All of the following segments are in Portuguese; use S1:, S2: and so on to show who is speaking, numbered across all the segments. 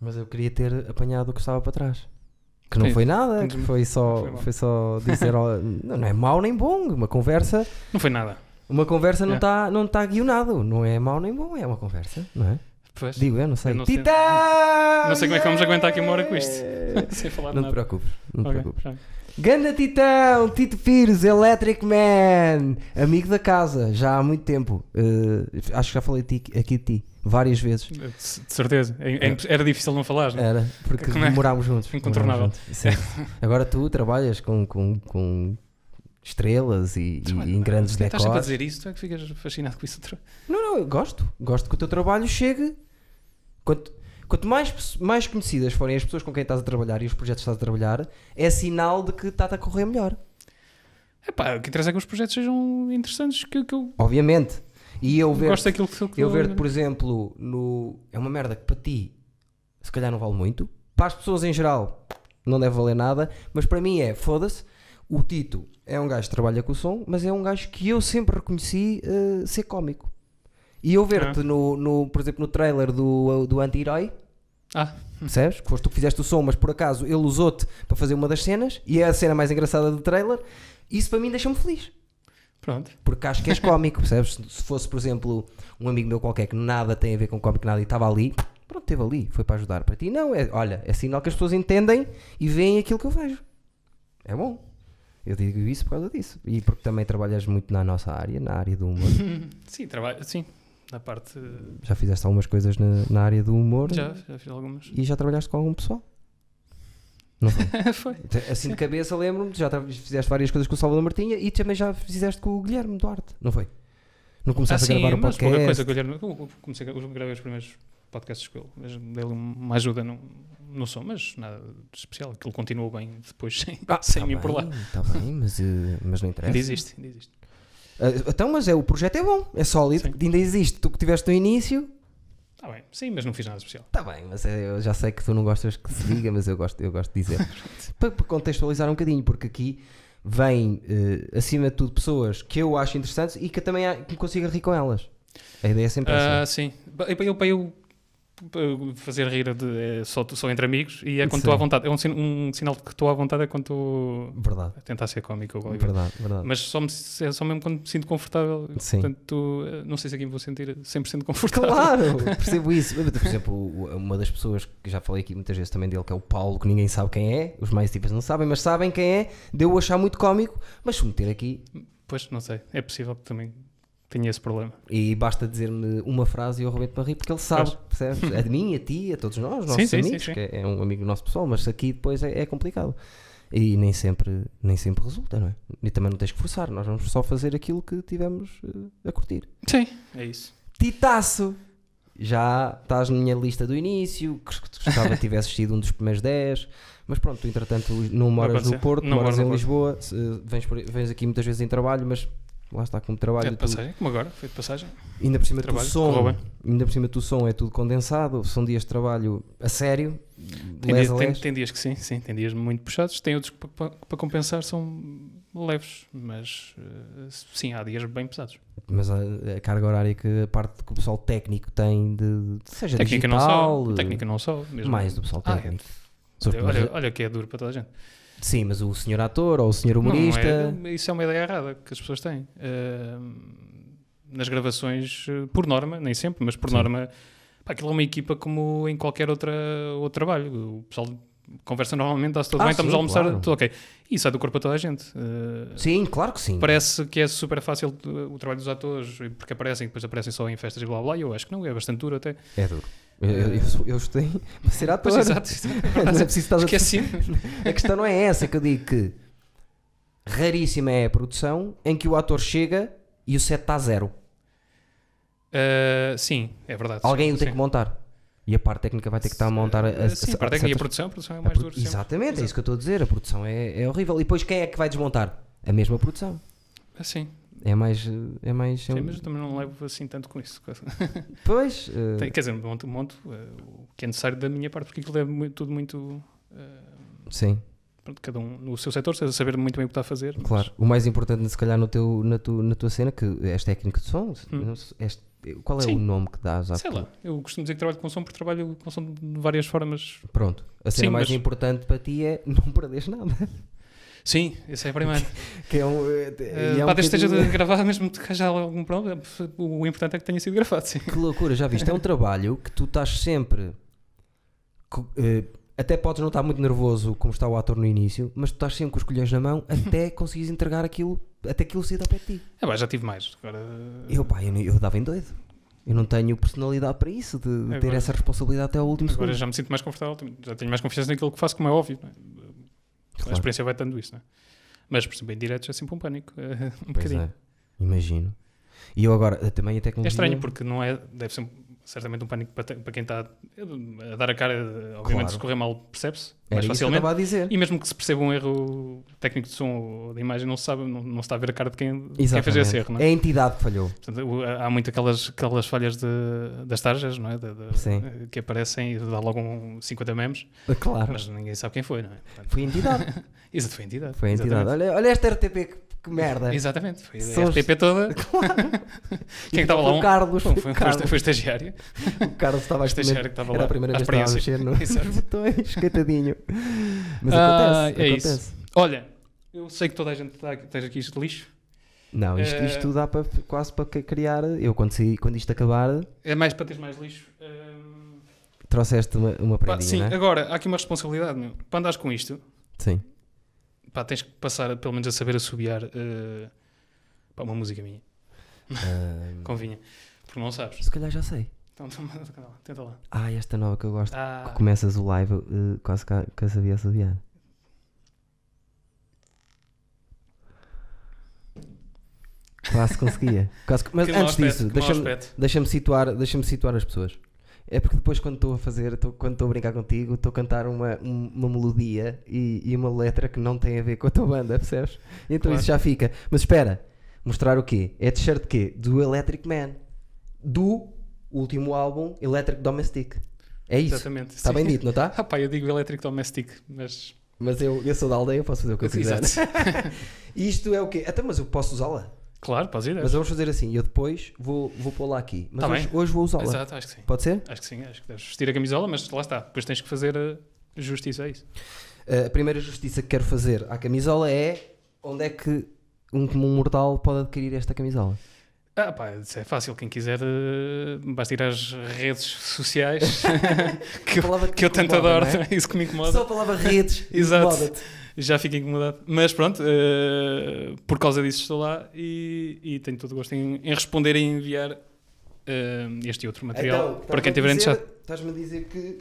S1: Mas eu queria ter apanhado o que estava para trás. Que não
S2: Sim.
S1: foi nada, que
S2: Não
S1: foi só,
S2: foi
S1: foi só
S2: mal.
S1: dizer, ó, não, não é mau nem bom, uma conversa,
S2: Não foi nada.
S1: uma conversa não
S2: Yeah.
S1: está não tá guionado, não é mau nem bom, é uma conversa, não é?
S2: Pois.
S1: Digo, eu não sei.
S2: Eu não sei-
S1: Titã!
S2: não sei como é que vamos aguentar aqui uma hora com isto. Sem falar de
S1: Não te
S2: nada.
S1: preocupes, não te
S2: Ok,
S1: preocupes.
S2: já.
S1: Ganda Titão, Tito Pires, Electric Man, amigo da casa, já há muito tempo. Eh, acho que já falei de ti- aqui de ti várias vezes.
S2: De de certeza. É- é imp- Era difícil não falar, não é?
S1: Era, porque
S2: Como é que-
S1: morámos juntos.
S2: Incontornável.
S1: morámos juntos, sim. Agora tu trabalhas com, com, com estrelas e, e em grandes
S2: Estás sempre a
S1: decors.
S2: dizer isso, tu Então, é que ficas fascinado com isso. outra-
S1: Não, não, eu gosto. Gosto que o teu trabalho chegue. Quanto, quanto mais, pe- mais conhecidas forem as pessoas com quem estás a trabalhar e os projetos que estás a trabalhar, é sinal de que está a correr melhor.
S2: Epá, o que interessa é que os projetos sejam interessantes, que, que eu
S1: Obviamente. E eu ver
S2: gosto daquilo que
S1: eu ver-te, por exemplo, no. É uma merda que para ti se calhar não vale muito. Para as pessoas em geral não deve valer nada, mas para mim é foda-se. O Tito é um gajo que trabalha com o som, mas é um gajo que eu sempre reconheci eh, ser cómico. E eu ver-te, no, no, por exemplo, no trailer do, do anti-herói,
S2: Ah,
S1: percebes? Que foste tu que fizeste o som, mas por acaso ele usou-te para fazer uma das cenas, e é a cena mais engraçada do trailer. Isso para mim deixa-me feliz.
S2: pronto.
S1: Porque acho que és cómico, percebes? Se fosse, por exemplo, um amigo meu qualquer que nada tem a ver com cómico, nada, e estava ali, pronto, esteve ali, foi para ajudar. Para ti, não, é, olha, é sinal que as pessoas entendem e veem aquilo que eu vejo. É bom. Eu digo isso por causa disso. E porque também trabalhas muito na nossa área, na área do humor.
S2: Sim, trabalho, sim. Na parte. eh,
S1: Já fizeste algumas coisas na, na área do humor
S2: Já, já fiz algumas.
S1: e já trabalhaste com algum pessoal. Não foi?
S2: Foi.
S1: Assim de cabeça, lembro-me, já tra- fizeste várias coisas com o Salvador Martinha e também já fizeste com o Guilherme Duarte, não foi? Não começaste a gravar um
S2: Ah, mas pouca
S1: podcast?
S2: coisa que eu, lhe- eu comecei, eu gravei os primeiros podcasts com ele, mas dei-lhe um, uma ajuda no, no som, mas nada de especial. Aquilo continuou bem depois, sem, sem
S1: tá
S2: mim por lá.
S1: bem, tá bem, mas, eh, mas não interessa.
S2: Ainda existe, ainda existe.
S1: Ah, então, mas é, o projeto é bom, é sólido,
S2: Sim.
S1: ainda existe. Tu que tiveste no início,
S2: Está Tá bem, sim, mas não fiz nada de especial.
S1: está bem, mas eh, eu já sei que tu não gostas que se diga, mas eu gosto, eu gosto de dizer. para, para contextualizar um bocadinho, porque aqui vêm, eh, acima de tudo, pessoas que eu acho interessantes e que eu também a- que me consigo rir com elas. A ideia é sempre
S2: Ah,
S1: essa.
S2: sim. Ba- Eu, eu, eu, eu fazer rir de, é só, só entre amigos e é quando
S1: Sim.
S2: estou à vontade. É um, sin- um sinal de que estou à vontade é quando estou
S1: Verdade,
S2: a tentar ser cómico ou qualquer coisa.
S1: verdade, verdade.
S2: Mas só, me, é só mesmo quando me sinto confortável.
S1: Sim.
S2: Portanto, eh, não sei se aqui me vou sentir 100% confortável.
S1: Claro, percebo isso. Mas, Por exemplo, o- uma das pessoas que já falei aqui muitas vezes também dele, que é o Paulo, que ninguém sabe quem é, os mais tipos não sabem, mas sabem quem é, deu a achar muito cómico, mas se meter aqui
S2: Pois, não sei. É possível que também tenha esse problema.
S1: e basta dizer-me uma frase e eu arrebento para rir, porque ele sabe, percebes? A mim, a ti, a todos nós, nossos
S2: Sim, sim,
S1: amigos,
S2: sim, sim.
S1: que é, é um amigo nosso pessoal, mas aqui depois é, é complicado. E nem sempre, nem sempre resulta, não é? E também não tens que forçar, nós vamos só fazer aquilo que tivemos eh, a curtir.
S2: Sim, é isso.
S1: Titaço! Já estás na minha lista do início, que gostava que tivesse sido um dos primeiros 10, mas pronto, tu, entretanto não moras no
S2: aconteceu.
S1: Porto,
S2: Não
S1: moras
S2: moro
S1: em
S2: no
S1: Lisboa,
S2: Porto.
S1: se- vens, por- vens aqui muitas vezes em trabalho, mas lá está como
S2: É
S1: trabalho.
S2: de
S1: tu-
S2: passagem, como agora, foi de passagem.
S1: ainda por cima do
S2: trabalho, correu
S1: som,
S2: bem.
S1: ainda por cima do som é tudo condensado, são dias de trabalho a sério,
S2: Tem
S1: les
S2: dias,
S1: a
S2: tem-
S1: les.
S2: tem dias que sim, sim, tem dias muito puxados, tem outros que pa- pa- para compensar são leves, mas eh, sim, há dias bem pesados.
S1: mas a, a carga horária que a parte que o pessoal técnico tem de, de- seja
S2: Técnica não
S1: digital, eh,
S2: só, técnica não só, mesmo.
S1: mais do pessoal
S2: Ah, é.
S1: técnico. São os
S2: Olha, olha,
S1: primeiros-
S2: olha que é duro para toda a gente.
S1: Sim, mas o senhor ator ou o senhor
S2: Não, não é-
S1: humorista.
S2: isso é uma ideia errada que as pessoas têm. Ahm, nas gravações, eh, por norma, nem sempre, mas por
S1: Sim.
S2: norma, pá, aquilo é uma equipa como em qualquer outra, outro trabalho. O pessoal conversa normalmente, dá-se tudo
S1: Ah,
S2: bem, estamos
S1: sim,
S2: a almoçar,
S1: claro.
S2: tudo ok. E sai do corpo a toda a gente. Eh,
S1: Sim, claro que sim.
S2: Parece que é super fácil eh, o trabalho dos atores, porque aparecem, depois aparecem só em festas e blá blá, e eu acho que não, é bastante duro até.
S1: É duro. Eu, eu, eu sou- eu estudei para ser ator.
S2: Pois, exato, exato, é assim.
S1: Não é
S2: verdade.
S1: preciso estar a-
S2: Esqueci.
S1: A questão não é essa que eu digo que raríssima é a produção em que o ator chega e o set está a zero.
S2: Eh, sim, é verdade.
S1: Alguém
S2: sim, Ah,
S1: o tem que montar. E a parte técnica vai ter que estar a montar a, a,
S2: Sim, para a técnica e a
S1: certas-
S2: produção, a produção é o
S1: a
S2: mais
S1: pro-
S2: duro sempre.
S1: Exatamente, é
S2: Exato.
S1: isso que eu estou a dizer. A produção é, é horrível. E depois quem é que vai desmontar? A mesma produção.
S2: Ah, Sim,
S1: É mais. eh, É mais é
S2: sim,
S1: um-
S2: mas eu também não levo assim tanto com isso.
S1: Pois. eh,
S2: Tem- Quer dizer, monto, monto eh, o que é necessário da minha parte, porque aquilo é muito- tudo muito. eh,
S1: Sim,
S2: pronto, cada um no seu setor, saber muito bem o que está a fazer. mas-
S1: claro. O mais importante, se calhar, no teu, na, tu, na tua cena, que és técnico de som,
S2: Hum.
S1: não sei- és, Qual é
S2: Sim.
S1: o nome que dás à
S2: Sei
S1: tua-
S2: lá, eu costumo dizer que trabalho com som porque trabalho com som de várias formas.
S1: Pronto, a cena
S2: Sim,
S1: mais
S2: mas-
S1: importante para ti é não perderes nada.
S2: Sim, essa é a primeira.
S1: Que é um, eh,
S2: Eh,
S1: e é um
S2: pá, desde que esteja
S1: bocadinho-
S2: gravado, mesmo que haja algum problema, o importante é que tenha sido gravado, sim.
S1: Que loucura, já viste? É um trabalho que tu estás sempre. co- eh, até podes não estar muito nervoso, como está o ator no início, mas tu estás sempre com os colhões na mão
S2: Uhum.
S1: até conseguires entregar aquilo, até aquilo sair ao pé de ti.
S2: É, pá, já tive mais. Agora,
S1: Eu, pá, eu, não- eu dava em doido. Eu não tenho personalidade para isso, de de ter
S2: Agora-
S1: essa responsabilidade até ao último
S2: É agora
S1: segundo.
S2: já me sinto mais confortável, também. já tenho mais confiança naquilo que faço, como é óbvio. não é? A
S1: Claro.
S2: experiência vai dando isso, não é? Mas, por exemplo, em direto é sempre um pânico. eh, Um
S1: Pois
S2: bocadinho.
S1: é, imagino. E eu agora, eh, também a
S2: É
S1: tecnologia.
S2: estranho porque não é, deve ser certamente um pânico para, te- para quem está a dar a cara, obviamente
S1: Claro.
S2: se correr mal percebe-se
S1: Era isso que
S2: mais
S1: eu
S2: facilmente.
S1: estava a dizer.
S2: E mesmo que se perceba um erro técnico de som ou da imagem, não se sabe, não, não se está a ver a cara de quem, de quem fez
S1: Exatamente.
S2: esse erro, não é?
S1: É a entidade que falhou.
S2: Portanto, o- há muito aquelas, aquelas falhas de- das tarjas, não é? Da- da-
S1: Sim.
S2: Que aparecem e dá logo um 50 memes,
S1: Ah, Claro.
S2: mas ninguém sabe quem foi, não é? Portanto,
S1: Foi a entidade.
S2: isso foi a entidade.
S1: Foi a entidade.
S2: Exatamente.
S1: Olha, olha esta RTP, que, que merda.
S2: Exatamente, foi
S1: São
S2: a
S1: os-
S2: RTP toda. Quem estava lá?
S1: Foi
S2: Um-
S1: O Carlos.
S2: Foi,
S1: Foi,
S2: foi,
S1: o
S2: foi,
S1: Carlos.
S2: foi, estagiário.
S1: O Carlos estava a
S2: O estagiário que
S1: experimentar.
S2: estava
S1: Era
S2: lá.
S1: a primeira
S2: às
S1: vez que estava a mexer
S2: experiências.
S1: no-
S2: Exato.
S1: nos botões, coitadinho. Mas
S2: Ah,
S1: acontece,
S2: é isso.
S1: acontece.
S2: Olha, eu sei que toda a gente está aqui, tens aqui isto de lixo.
S1: Não, isto,
S2: Eh,
S1: isto dá para, quase para c- criar. Eu, quando, saí- quando isto acabar,
S2: É mais para teres mais lixo. hum,
S1: trouxeste uma, uma
S2: pá,
S1: prendinha,
S2: sim, eh,
S1: não é?
S2: agora há aqui uma responsabilidade, meu. Para andares com isto,
S1: Sim.
S2: pá, tens que passar pelo menos a saber assobiar eh, pá, uma música minha.
S1: Ah,
S2: Convinha. Porque não sabes.
S1: se calhar já sei.
S2: Então toma- tenta lá, tenta lá.
S1: Ah, esta nova que eu gosto.
S2: Ah,
S1: Que começas o live, eh, quase que, que eu sabia sabiar. Quase conseguia. Quase que- mas
S2: que mau
S1: antes
S2: aspecto,
S1: disso,
S2: que mau
S1: deixa-me
S2: aspecto.
S1: deixa situar, deixa situar as pessoas. É porque depois quando estou a fazer, estou- quando estou a brincar contigo, estou a cantar uma, um- uma melodia e, e uma letra que não tem a ver com a tua banda, percebes? Então
S2: Claro.
S1: isso já fica. Mas espera, mostrar o quê? É t-shirt de quê? Do Electric Man. Do último álbum Electric Domestic. É isso.
S2: Exatamente.
S1: Está
S2: sim.
S1: bem dito, não está?
S2: Ah, pá, eu digo Electric Domestic, mas.
S1: Mas eu, eu sou da aldeia, eu posso fazer o que eu quiser.
S2: Exato.
S1: Isto é o quê? Até, mas eu posso usá-la.
S2: Claro, podes ir.
S1: Mas vamos fazer assim, eu depois vou, vou pô-la aqui. Mas
S2: É. Tá
S1: hoje,
S2: bem.
S1: hoje vou usá-la.
S2: Exato, acho que sim.
S1: Pode ser?
S2: Acho que sim, acho que deves vestir a camisola, mas lá está. Depois tens que fazer eh, justiça a isso.
S1: Uh, a primeira justiça que quero fazer à camisola é onde é que um comum mortal pode adquirir esta camisola.
S2: Ah, pá, isso é fácil. Quem quiser, eh, basta ir às redes sociais que, eu-
S1: Palavra
S2: que eu
S1: te
S2: tanto
S1: incomoda,
S2: adoro.
S1: não é?
S2: Isso que me incomoda.
S1: Só a palavra redes.
S2: Exato.
S1: incomoda-te.
S2: Já fico incomodado. Mas pronto, eh, por causa disso estou lá e, e tenho todo o gosto em, em responder e enviar eh, este e outro material
S1: Então,
S2: para quem
S1: estás-me
S2: estiver
S1: a
S2: interessado.
S1: dizer- Estás-me a dizer que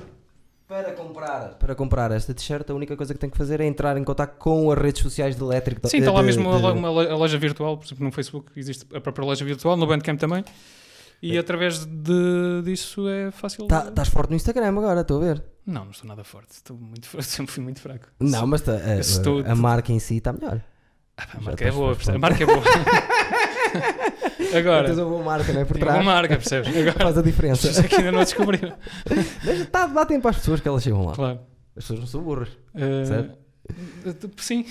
S1: para comprar, para comprar esta t-shirt, a única coisa que tem que fazer é entrar em contato com as redes sociais de Electric.
S2: Sim, está lá
S1: Tá, de- de-
S2: mesmo a lo- uma lo- a loja virtual, por exemplo, no Facebook existe a própria loja virtual, no Bandcamp também. E
S1: É.
S2: através de, disso é fácil.
S1: Tá- Estás forte no Instagram agora, estou a ver.
S2: Não, não estou nada forte. Estou muito forte, sempre fui muito fraco.
S1: Não, mas tá- a,
S2: se tu-
S1: a- a marca em si está melhor.
S2: Ah, pá, a
S1: Já
S2: marca é
S1: estás
S2: boa,
S1: forte.
S2: percebe? a marca é boa. Agora,
S1: Tens uma boa marca, não é? Por
S2: tem uma
S1: trás.
S2: marca, percebes? Agora,
S1: Faz a
S2: as
S1: diferença.
S2: pessoas é que ainda não a descobriram.
S1: Deixa, tá, dá tempo às pessoas que elas chegam lá.
S2: Claro.
S1: As pessoas não são burras.
S2: Eh,
S1: Certo?
S2: eh, Sim.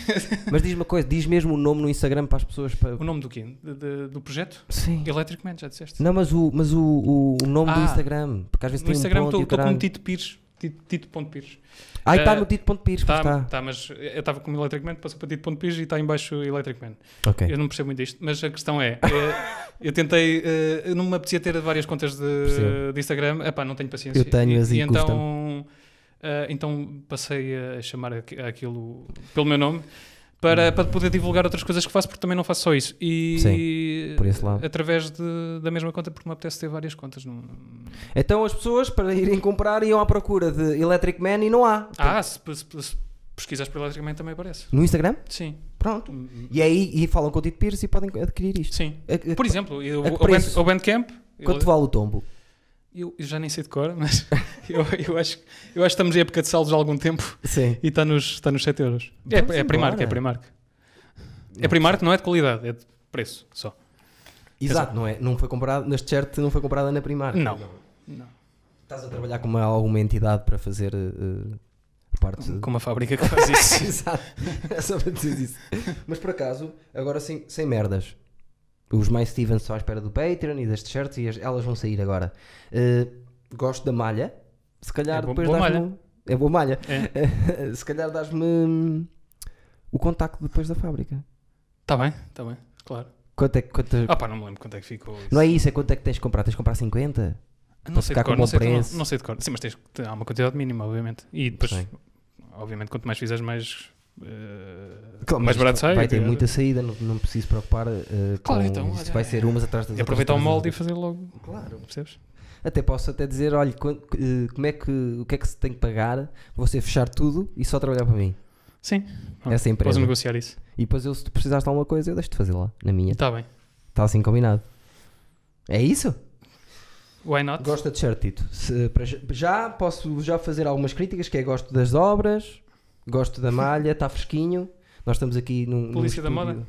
S1: Mas diz uma coisa, diz mesmo o nome no Instagram para as pessoas. Para...
S2: O nome do quê? De- de- do projeto?
S1: Sim.
S2: Electric Man, já disseste.
S1: Não, mas o, mas o, o, o nome do
S2: Ah.
S1: Instagram. Porque às vezes
S2: No
S1: tem
S2: Instagram
S1: um ponto
S2: estou
S1: e o
S2: estou
S1: caralho.
S2: como Tito Pires. Tito- Tito.pires.
S1: Ah, está
S2: Eh,
S1: no Tito.pires, pois
S2: Está,
S1: está.
S2: tá, mas eu estava como Electric Man, passou para Tito.pires e está em baixo Electric Man.
S1: Ok.
S2: tá. Eu não percebo muito disto, mas a questão é: eh, eu tentei, eh, eu não me apetecia ter várias contas de,
S1: Percebo.
S2: de Instagram, epá, não tenho paciência.
S1: Eu assim, tenho-as
S2: e,
S1: e
S2: então, eh, então passei a chamar aqu- aquilo pelo meu nome para,
S1: Hum.
S2: para poder divulgar outras coisas que faço, porque também não faço só isso. E
S1: por esse lado.
S2: através de- da mesma conta, porque me apetece ter várias contas. Não...
S1: Então as pessoas, para irem comprar, iam à procura de Electric Man e não há.
S2: Ah, se, se, se pesquisares pelo Electricamente também aparece.
S1: No Instagram?
S2: Sim.
S1: Pronto. E aí e falam com o Tito Pires e podem adquirir isto.
S2: Sim.
S1: A- a-
S2: É Por exemplo, eu,
S1: a que
S2: o, Band,
S1: preço?
S2: o Bandcamp. eu-
S1: Quanto vale o tombo?
S2: Eu, eu já nem sei de cor, mas eu, eu acho, eu acho que estamos em época de saldos há algum tempo
S1: Sim.
S2: e está nos, está nos 7 euros. É,
S1: Vamos
S2: é Primark,
S1: embora.
S2: é Primark. É Primark, não é de qualidade, é de preço só.
S1: Exato, não é? Não foi comprado, neste shirt não foi comprada na Primark.
S2: Não. Não.
S1: Estás a trabalhar com uma, alguma entidade para fazer eh, parte de...
S2: Com uma fábrica que faz isso.
S1: Exato, é só para dizer isso. Mas por acaso, agora sim, sem merdas. Os mais Stevens só à espera do Patreon e das t-shirts e as- elas vão sair agora. Eh, gosto da malha. Se calhar
S2: É bo-
S1: depois
S2: boa
S1: dás-me.
S2: malha.
S1: É boa malha.
S2: É.
S1: Se calhar dás-me hum, o contacto depois da fábrica.
S2: Está Tá bem, está bem, claro.
S1: Quanto é, que- quanto,
S2: Ah pá, não me lembro quanto é que ficou isso.
S1: não é isso, é quanto é que tens de comprar? Tens de comprar 50?
S2: Não
S1: para
S2: sei
S1: ficar
S2: de
S1: com
S2: cor,
S1: bom
S2: não sei, de-
S1: preço.
S2: não, não sei de cor. Sim, mas tens, há uma quantidade mínima, obviamente. E depois,
S1: Sim.
S2: obviamente, quanto mais fizeres, mais, eh,
S1: Claro, mas
S2: mais barato sai.
S1: Vai ter
S2: eh,
S1: muita saída, não, não preciso preocupar eh, com
S2: Claro, então,
S1: isso.
S2: olha,
S1: Vai ser umas atrás das outras.
S2: Aproveitar o
S1: atrás das
S2: molde e
S1: outras.
S2: fazer logo,
S1: Claro.
S2: percebes?
S1: Até posso até dizer, olha, quan- eh, como é que, o que é que se tem que pagar? Você fechar tudo e só trabalhar para mim.
S2: Sim, Ah,
S1: Essa
S2: podes
S1: empresa.
S2: negociar isso.
S1: E depois eu, se tu precisares de alguma coisa, eu deixo-te fazer lá, na minha.
S2: Está bem.
S1: Está assim combinado. É isso?
S2: Why not?
S1: Gosto de t-shirt, Tito. Se- para já- já posso já fazer algumas críticas, que é gosto das obras, gosto da malha, está fresquinho. Nós estamos aqui num. num
S2: Polícia da
S1: estúdio-
S2: moda?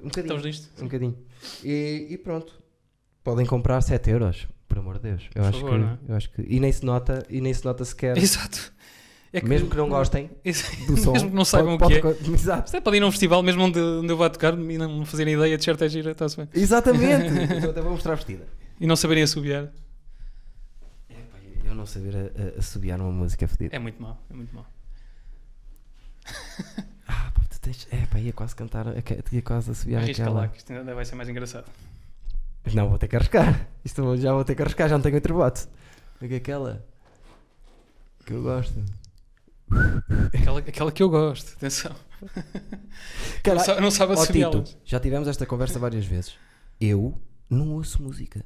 S1: Um bocadinho.
S2: Estamos nisto.
S1: Um bocadinho. E, e pronto. Podem comprar 7 euros, por amor de Deus. Eu,
S2: Por
S1: acho,
S2: favor,
S1: que,
S2: não é?
S1: eu acho que. E nem se nota, e nem se nota sequer.
S2: Exato. É
S1: mesmo que não gostem do som.
S2: Mesmo que não saibam o
S1: pode-
S2: que é.
S1: pode- Exato.
S2: Até pode ir a um festival, mesmo onde, onde eu vá tocar, e não fazerem ideia de certa gira, está-se bem.
S1: Exatamente. então até vou mostrar a vestida.
S2: E não saberem assobiar.
S1: Epá, Eu não saber a- a- assobiar uma música é fodida.
S2: É muito mau, é muito mau.
S1: Ah, pá, tu tens. É, pá, ia quase cantar. Ia quase assobiar
S2: Arrisca
S1: aquela.
S2: lá, que isto ainda vai ser mais engraçado.
S1: Não, vou ter que arriscar. Isto vou- já vou ter que arriscar, já não tenho outro bote. Pega é aquela que eu gosto.
S2: Aquela, aquela que eu gosto, atenção.
S1: Caralho.
S2: Não sa- Não sabe
S1: Ó
S2: assobiar.
S1: Tito, já tivemos esta conversa várias vezes. Eu não ouço música.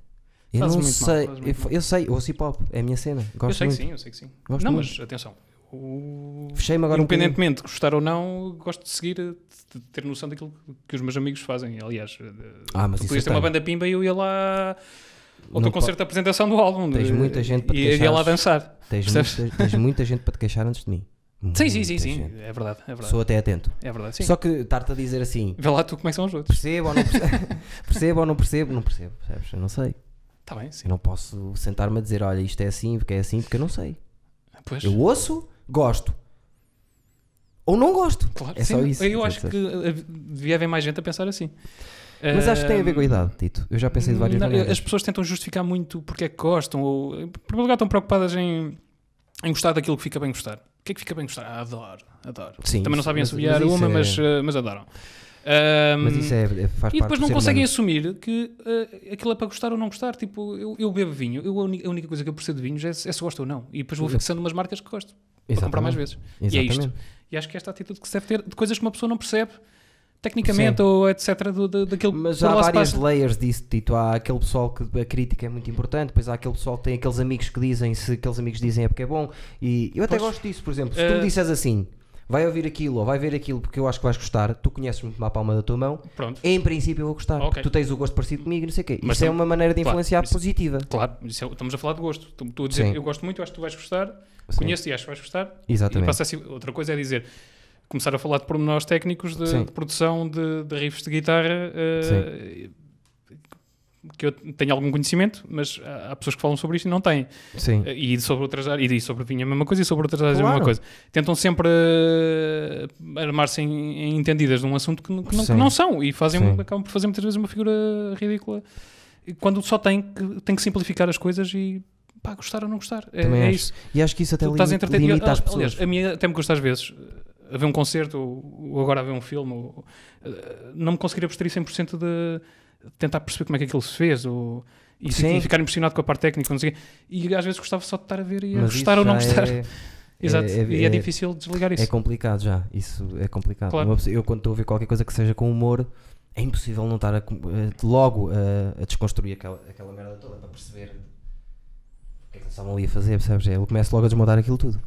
S1: Eu
S2: Fazes
S1: não
S2: muito mal,
S1: sei.
S2: fazes
S1: eu,
S2: muito mal.
S1: eu sei, eu ouço hip hop, é a minha cena. Gosto
S2: Eu sei
S1: muito.
S2: que sim, eu sei que sim.
S1: Gosto
S2: não,
S1: muito.
S2: mas atenção. O-
S1: Fechei-me agora um bocadinho.
S2: Independentemente de gostar ou não, gosto de seguir, de ter noção daquilo que os meus amigos fazem. Aliás,
S1: Ah, mas
S2: tu
S1: isso
S2: podias ter
S1: eu
S2: uma
S1: tenho.
S2: banda pimba e eu ia lá ao
S1: Não
S2: teu concerto de apresentação do álbum.
S1: Tens
S2: de-
S1: muita gente para te
S2: E eu ia lá
S1: queixares.
S2: dançar.
S1: Tens,
S2: percebes?
S1: muita, tens muita gente para te queixar antes de mim.
S2: Sim, sim, sim,
S1: Hum, Muita
S2: sim.
S1: gente.
S2: É verdade, é verdade.
S1: Sou até atento.
S2: É verdade, sim.
S1: Só que estar-te a dizer assim,
S2: Vê lá tu como é que são os outros.
S1: percebo ou não percebo, percebo ou não percebo, não percebo, percebes? Eu não sei.
S2: Está Tá bem, sim.
S1: Eu não posso sentar-me a dizer, olha, isto é assim, porque é assim, porque eu não sei.
S2: Pois.
S1: Eu ouço, gosto. Ou não gosto.
S2: Claro,
S1: é
S2: sim.
S1: só isso.
S2: Eu
S1: quer
S2: acho
S1: dizer.
S2: que eh, devia haver mais gente a pensar assim.
S1: Mas acho que tem a ver com a
S2: Ahm,
S1: idade, Tito. Eu já pensei de várias
S2: eh, Não,
S1: maneiras.
S2: As pessoas tentam justificar muito porque é que gostam, ou em primeiro lugar estão preocupadas em, em gostar daquilo que fica bem gostar. O que é que fica bem gostar? Ah, adoro, adoro.
S1: Sim,
S2: Também não
S1: isso-
S2: sabem
S1: mas-
S2: assobiar
S1: mas isso
S2: uma,
S1: é-
S2: mas, eh, mas adoram. Ahm,
S1: Mas isso é, é- faz
S2: e
S1: parte
S2: depois
S1: do
S2: não
S1: ser
S2: conseguem
S1: humano.
S2: assumir que eh, aquilo é para gostar ou não gostar. Tipo, eu, eu bebo vinho, eu, a, única, a única coisa que eu percebo de vinhos é, se- é se gosto ou não. E depois vou fixando umas marcas que gosto para comprar mais vezes. E é isto.
S1: Exatamente.
S2: E acho que esta atitude que se deve ter de coisas que uma pessoa não percebe tecnicamente ou etc. Do, do, daquilo
S1: Mas
S2: por
S1: há
S2: lá se
S1: várias
S2: passa.
S1: layers disso, Tito. Há aquele pessoal que a crítica é muito importante, depois há aquele pessoal que tem aqueles amigos que dizem se aqueles amigos dizem é porque é bom. E eu até
S2: Pois.
S1: gosto disso, por exemplo. Se tu me
S2: Eh,
S1: disseres assim, vai ouvir aquilo ou vai ver aquilo porque eu acho que vais gostar, tu conheces-me à palma da tua mão,
S2: Pronto.
S1: em princípio eu vou gostar.
S2: Ok.
S1: porque Tu tens o gosto parecido comigo, não sei o quê.
S2: Mas
S1: Isso é
S2: tam-
S1: uma maneira de
S2: claro,
S1: influenciar
S2: isso-
S1: positiva.
S2: Claro, mas isso é- estamos a falar de gosto. Estou- Estou a dizer,
S1: Sim.
S2: eu gosto muito, acho que tu vais gostar,
S1: Sim.
S2: conheço e acho que vais gostar. E
S1: Exatamente.
S2: passa assim, outra coisa é dizer, começar a falar de pormenores técnicos de,
S1: Sim.
S2: de produção de, de riffs de guitarra, eh, que eu tenho algum conhecimento, mas há há pessoas que falam sobre isto e não têm.
S1: Sim.
S2: Eh, E sobre outras áreas, e sobre vinho a mesma coisa, e sobre outras áreas a
S1: Hum. Claro.
S2: mesma coisa. Tentam sempre eh, armar-se em, em entendidas de um assunto que, n- que não, que
S1: Sim.
S2: não são e fazem, um,
S1: Sim.
S2: acabam por fazer muitas vezes uma figura ridícula e quando só tem que, tem que simplificar as coisas e pá, gostar ou não gostar. É,
S1: Também
S2: é
S1: acho.
S2: isso.
S1: E acho que isso até
S2: Tu estás
S1: limita,
S2: entretido.
S1: limita as
S2: Ah,
S1: pessoas.
S2: Aliás, a mim até me custa às vezes eh, a ver um concerto ou, ou agora a ver um filme, ou, eh, não me conseguir abstrair 100% de tentar perceber como é que aquilo se fez ou. E, fi-
S1: Sim.
S2: e ficar impressionado com a parte técnica, não sei o quê. E às vezes gostava só de estar a ver e a
S1: Mas
S2: gostar
S1: isso
S2: ou não
S1: já
S2: gostar.
S1: é-
S2: Exato.
S1: é-
S2: e é,
S1: é-
S2: difícil desligar isso.
S1: É complicado já, isso é complicado.
S2: Claro.
S1: Uma pessoa- eu quando estou a ouvir qualquer coisa que seja com humor, é impossível não estar a com- a- logo a, a desconstruir aquela, aquela merda toda para perceber o que é que eles estavam ali a fazer, percebes? Eu começo logo a desmontar aquilo tudo.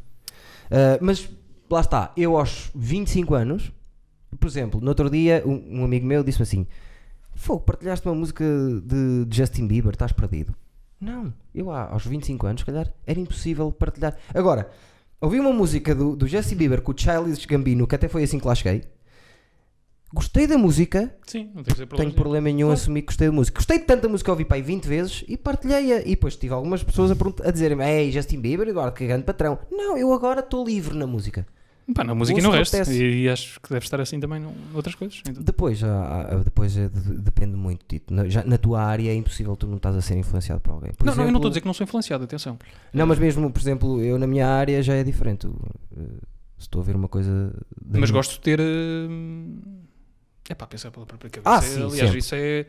S1: Ah, mas lá está, eu aos 25 anos, por exemplo, no outro dia um, um amigo meu disse-me assim: Fogo, partilhaste uma música de, de Justin Bieber, estás perdido. Não, eu há- aos 25 anos, se calhar, era impossível partilhar. Agora, ouvi uma música do, do Justin Bieber com o Childish Gambino, que até foi assim que lá cheguei. Gostei da música,
S2: Sim, não tem que ser
S1: tenho problema nenhum em assumir que gostei da música. Gostei de tanta música que ouvi pai 20 vezes e partilhei-a. E depois tive algumas pessoas a, pergunt- a dizerem-me: Ei, Justin Bieber, agora que grande patrão. Não, eu agora estou livre na música.
S2: Pá, na música e
S1: Ouço
S2: no
S1: o que
S2: resto.
S1: apetece.
S2: E, e acho que deve estar assim também em outras coisas. Então,
S1: Depois, há- há- depois é de- depende muito, Tito. Na, já- na tua área é impossível tu não estás a ser influenciado por alguém. Por
S2: não, não, eu não
S1: exemplo-
S2: estou a dizer que não sou influenciado, atenção.
S1: Não, mas mesmo, por exemplo, eu na minha área já é diferente. Eu, eh, Se estou a ver uma coisa. da
S2: Mas
S1: minha-
S2: gosto de ter. É pá, pensar pela própria cabeça.
S1: Ah, sim,
S2: Aliás,
S1: sempre.
S2: isso é.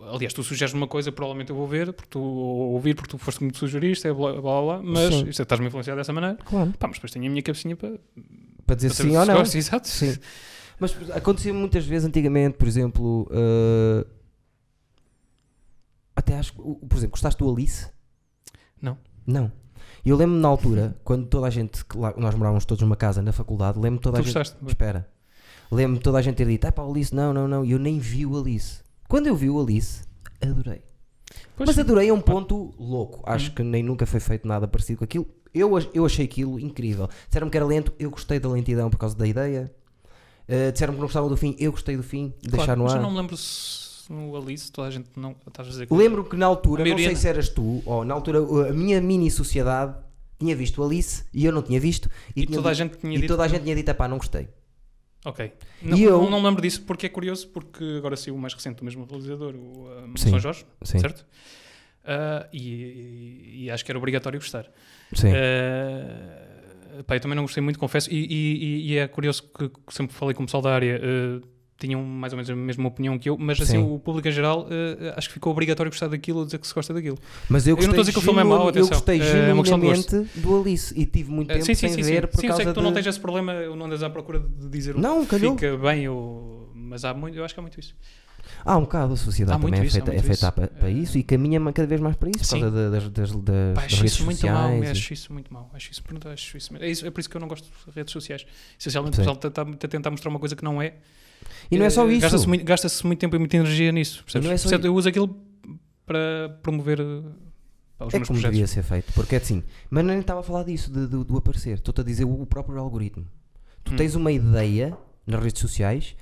S2: Aliás, tu sugeres uma coisa, provavelmente eu vou ver, porque tu, ou ouvir, porque tu foste que me sugeriste, é blá blá blá, blá, mas
S1: Sim.
S2: isto é, estás-me a influenciar dessa maneira.
S1: Claro,
S2: Pá, mas depois tenho a minha cabecinha para,
S1: para dizer
S2: para saber
S1: sim
S2: se
S1: ou não.
S2: gosto, exato.
S1: Sim. Mas acontecia muitas vezes antigamente, por exemplo, eh, até acho que, o- por exemplo, gostaste do Alice?
S2: Não.
S1: Não. E Eu lembro-me na altura, quando toda a gente, que lá- nós morávamos todos numa casa na faculdade, lembro-me toda a
S2: Tu
S1: gente.
S2: gostaste?
S1: Espera. Lembro-me toda a gente ter dito, ah pá, o Alice, não, não, não. E eu nem vi o Alice. Quando eu vi o Alice, adorei.
S2: Pois, Hum.
S1: Mas adorei a um ponto louco. Acho que nem nunca foi feito nada parecido com aquilo. Eu, ach- eu achei aquilo incrível. Disseram-me que era lento, eu gostei da lentidão por causa da ideia. Uh, disseram-me que não gostavam do fim, eu gostei do fim. Deixar
S2: claro,
S1: no
S2: mas eu
S1: ar.
S2: não me lembro se no Alice toda a gente não. Estás a dizer que.
S1: Lembro que na altura,
S2: A
S1: não
S2: maioria
S1: sei
S2: não.
S1: se eras tu, ou na altura uh, a minha mini sociedade tinha visto o Alice e eu não tinha visto. E,
S2: E
S1: tinha
S2: toda a
S1: dito-
S2: gente tinha
S1: e
S2: dito.
S1: toda a gente tinha dito, "Ah pá, não gostei.
S2: Ok. Não,
S1: eu-
S2: não, não me lembro disso porque é curioso, porque agora saiu o mais recente do mesmo realizador, o ah,
S1: Sim.
S2: São Jorge,
S1: Sim,
S2: certo? Ah, e, e- e acho que era obrigatório gostar.
S1: sim.
S2: Eh, Ah, pá, eu também não gostei muito, confesso, e, e- e- e é curioso que, que sempre falei com o pessoal da área. ah, tinham mais ou menos a mesma opinião que eu, mas assim
S1: Sim.
S2: o público em geral ah, acho que ficou obrigatório gostar daquilo ou dizer que se gosta daquilo.
S1: Mas eu
S2: eu não
S1: gostei,
S2: estou a dizer que o filme é mau,
S1: genuin- eu
S2: atenção.
S1: gostei
S2: É uma questão de gosto.
S1: genuinamente do Alice e tive muito
S2: Ah,
S1: tempo
S2: sim, sim,
S1: sem
S2: sim, sim.
S1: ver por
S2: Sim, eu
S1: causa
S2: sei que tu
S1: de...
S2: não tens esse problema, eu não andas à procura de dizer o
S1: Não,
S2: que
S1: calhou.
S2: fica bem, ou... mas há muito, eu acho que há muito isso.
S1: Há um bocado, a sociedade
S2: Há muito
S1: também é
S2: isso, há
S1: feita, é
S2: muito
S1: feita
S2: isso.
S1: para, para
S2: Eh,
S1: isso e caminha cada vez mais para isso, por
S2: sim.
S1: causa da- das, das, das,
S2: Pá,
S1: das
S2: acho
S1: redes
S2: isso muito mau,
S1: sociais. e-
S2: acho isso muito mau, acho isso, pronto, acho isso, é isso, é por isso que eu não gosto de redes sociais. Essencialmente
S1: Sim.
S2: o pessoal tenta, tenta tentar mostrar uma coisa que não é.
S1: E, não é só
S2: Eh,
S1: isso.
S2: Gasta-se muito, gasta-se muito tempo e muita energia nisso, percebes?
S1: não é só
S2: Portanto, eu uso aquilo para promover eh, pá, os
S1: é
S2: meus
S1: como
S2: projetos.
S1: devia ser feito, porque é assim, mas nem estava a falar disso, de- do, do aparecer, estou-te a dizer o próprio algoritmo. Tu
S2: Hum.
S1: tens uma ideia nas redes sociais,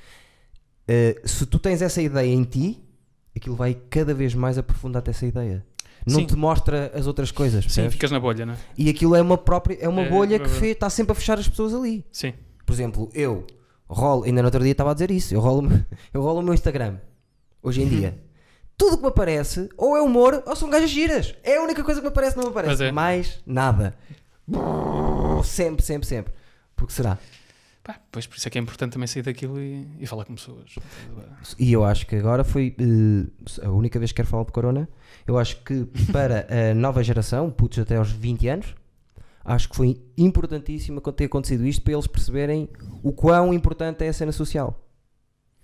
S1: eh, se tu tens essa ideia em ti, aquilo vai cada vez mais aprofundar-te essa ideia. Não
S2: Sim.
S1: te mostra as outras coisas,
S2: Sim,
S1: percebes?
S2: ficas na bolha, não é?
S1: E aquilo é uma, própria, é uma
S2: É,
S1: bolha
S2: é
S1: que
S2: verdade.
S1: fe- está sempre a fechar as pessoas ali.
S2: Sim.
S1: Por exemplo, eu rolo, ainda no outro dia estava a dizer isso, eu rolo, eu rolo o meu Instagram, hoje em dia. Tudo que me aparece, ou é humor, ou são gajas giras. É a única coisa que me aparece, não me
S2: Mas
S1: aparece.
S2: é.
S1: Mais nada. Sempre, sempre, sempre. Porque será?
S2: Pá, pois por isso é que é importante também sair daquilo e, e falar com pessoas.
S1: E eu acho que agora foi eh, a única vez que quero falar de Corona. Eu acho que para a nova geração, putos até aos 20 anos, acho que foi importantíssimo acon- ter acontecido isto para eles perceberem o quão importante é a cena social.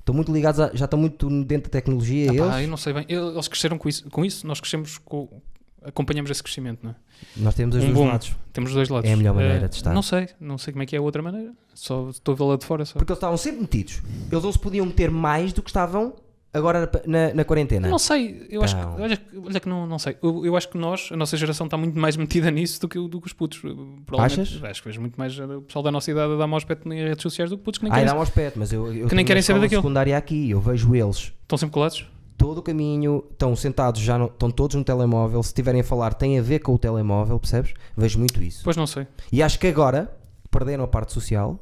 S1: Estão muito ligados, a- já estão muito dentro da tecnologia.
S2: Ah,
S1: eles.
S2: pá, eu não sei bem. Eu- Eles cresceram com isso, com isso. nós crescemos com. Acompanhamos esse crescimento, não é?
S1: Nós temos os
S2: um
S1: dois
S2: boom.
S1: lados.
S2: Temos os dois lados.
S1: É a melhor maneira
S2: Eh,
S1: de estar.
S2: Não sei, não sei como é que é a outra maneira. Só estou a vê-la de fora. Só.
S1: Porque eles estavam sempre metidos. Eles não se podiam meter mais do que estavam agora na, pa- na- na quarentena.
S2: Não sei, eu acho que,
S1: Então.
S2: olha, que- olha que não, não sei. Eu, eu acho que nós, a nossa geração, está muito mais metida nisso do que, o- do que os putos. Provavelmente-
S1: Achas?
S2: Acho que vejo muito mais eh, o pessoal da nossa idade a dar-me aspecto em redes sociais do que putos que nem
S1: Ai,
S2: querem.
S1: dá-me aspecto, mas eu, eu
S2: Que nem
S1: tenho
S2: querem
S1: uma
S2: saber
S1: escola
S2: daquilo.
S1: secundária aqui. Eu vejo eles
S2: Estão sempre colados?
S1: todo o caminho, estão sentados, já não, estão todos no telemóvel, se estiverem a falar tem a ver com o telemóvel, percebes? Vejo muito isso.
S2: Pois não sei.
S1: E acho que agora perderam a parte social,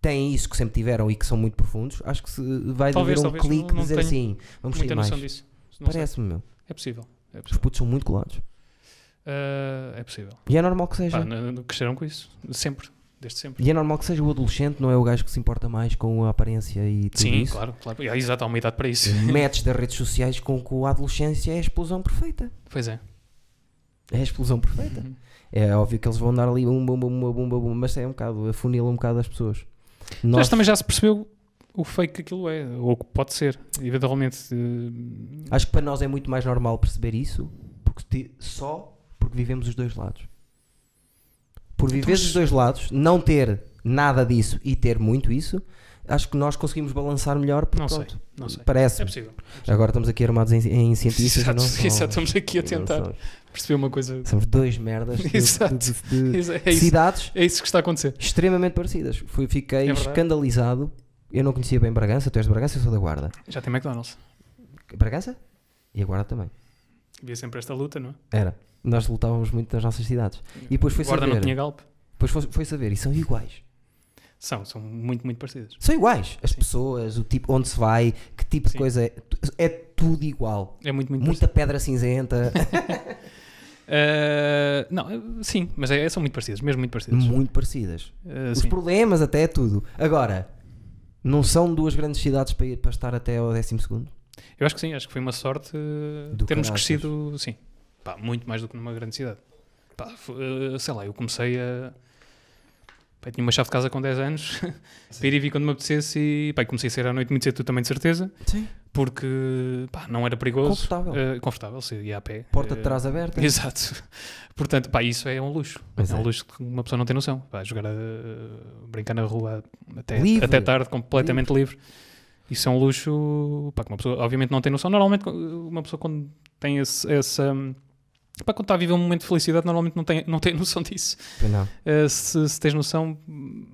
S1: têm isso que sempre tiveram e que são muito profundos, acho que se vai haver
S2: Talvez,
S1: um
S2: talvez,
S1: clique
S2: não- não
S1: de dizer
S2: tenho
S1: assim, vamos sair
S2: Muita
S1: mais.
S2: noção disso. Não sei.
S1: Parece-me, meu.
S2: É possível. É
S1: Os
S2: possível.
S1: putos são muito colados.
S2: Eh, é possível.
S1: E é normal que seja.
S2: Pá, n- n- cresceram com isso. Sempre. Desde sempre.
S1: E é normal que seja o adolescente, não é o gajo que se importa mais com a aparência e tudo
S2: Sim,
S1: isso.
S2: claro, claro. Ah, Exato, há uma idade para isso.
S1: Metes das redes sociais com que a adolescência é a explosão perfeita.
S2: Pois é.
S1: É a explosão perfeita.
S2: Uhum.
S1: É óbvio que eles vão dar ali um bum bum bum bum bum, bum, mas é um bocado, afunila um bocado as pessoas.
S2: Mas
S1: Nós,
S2: também já se percebeu o fake que aquilo é, ou que pode ser, eventualmente. eh,
S1: acho que para nós é muito mais normal perceber isso porque ti- só porque vivemos os dois lados. Por viver
S2: Então, mas-
S1: os dois lados, não ter nada disso e ter muito isso, acho que nós conseguimos balançar melhor. Porque,
S2: Não sei,
S1: pronto,
S2: não sei. É
S1: Parece.
S2: possível.
S1: Agora estamos aqui armados em, em cientistas.
S2: Exato,
S1: não somos.
S2: exato, estamos aqui a
S1: Não
S2: tentar
S1: somos.
S2: perceber uma coisa.
S1: Somos dois merdas de- de-
S2: Exato.
S1: de- de-
S2: Isso- É
S1: de
S2: isso,
S1: cidades
S2: é isso que está a acontecer.
S1: extremamente parecidas. Fui,
S2: É
S1: fiquei
S2: verdade.
S1: escandalizado. Eu não conhecia bem Bragança, tu és de Bragança, eu sou da Guarda.
S2: Já tem McDonald's.
S1: Bragança? E a Guarda também.
S2: Havia sempre esta luta, não é?
S1: Era. Nós lutávamos muito nas nossas cidades. E depois foi
S2: Guarda
S1: saber.
S2: não tinha galp.
S1: Depois foi, foi saber, e são iguais.
S2: São, são muito, muito parecidas.
S1: São iguais. As pessoas, o tipo, onde se vai, que tipo de
S2: Sim.
S1: coisa é. É tudo igual.
S2: É muito, muito
S1: Muita pedra cinzenta,
S2: parecido. Eh, não, eh, sim, mas é- são muito parecidas, mesmo muito parecidas.
S1: muito parecidas.
S2: Eh,
S1: Os
S2: sim.
S1: problemas, até é tudo. Agora, não são duas grandes cidades para, ir, para estar até ao 12 segundo?
S2: Eu acho que sim, acho que foi uma sorte eh,
S1: Do
S2: termos
S1: caraças.
S2: crescido, sim, pá, muito mais do que numa grande cidade. Pá, f- eh, sei lá, eu comecei a. Pá, eu tinha uma chave de casa com 10 anos, para ir e vir quando me apetecesse e pá, comecei a sair à noite muito cedo, tu também de certeza,
S1: Sim.
S2: porque pá, não era perigoso.
S1: Confortável.
S2: Eh, confortável, se ia a pé.
S1: Porta
S2: Eh,
S1: de trás aberta.
S2: Exato. Portanto, pá, isso é um luxo.
S1: Pois
S2: é um
S1: é.
S2: luxo que uma pessoa não tem noção. Vai jogar, a- brincar na rua até,
S1: Livre.
S2: até tarde, completamente livre. Isso é um luxo pá, que uma pessoa, obviamente, não tem noção. Normalmente, uma pessoa quando tem esse. essa pá, quando está a viver um momento de felicidade, normalmente não tem, não tem noção disso.
S1: Não,
S2: Eh, se, se tens noção,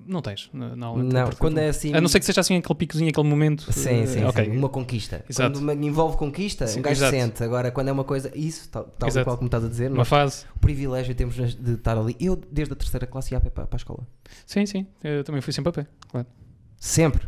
S2: não tens. na- normalmente,
S1: não.
S2: porque-
S1: quando é assim.
S2: A não ser que seja assim aquele picozinho, aquele momento.
S1: Sim,
S2: eh,
S1: sim,
S2: ok.
S1: sim, uma conquista.
S2: Exato.
S1: Quando me envolve conquista,
S2: Sim,
S1: um gajo
S2: exato.
S1: sente. Agora, quando é uma coisa, isso, tal, tal e
S2: Exato.
S1: qual como estás a dizer,
S2: Uma
S1: nós,
S2: fase.
S1: o privilégio temos de estar ali. Eu, desde a terceira classe, ia a pé para, para a escola.
S2: Sim, sim. Eu também fui sempre a pé. Claro.
S1: Sempre.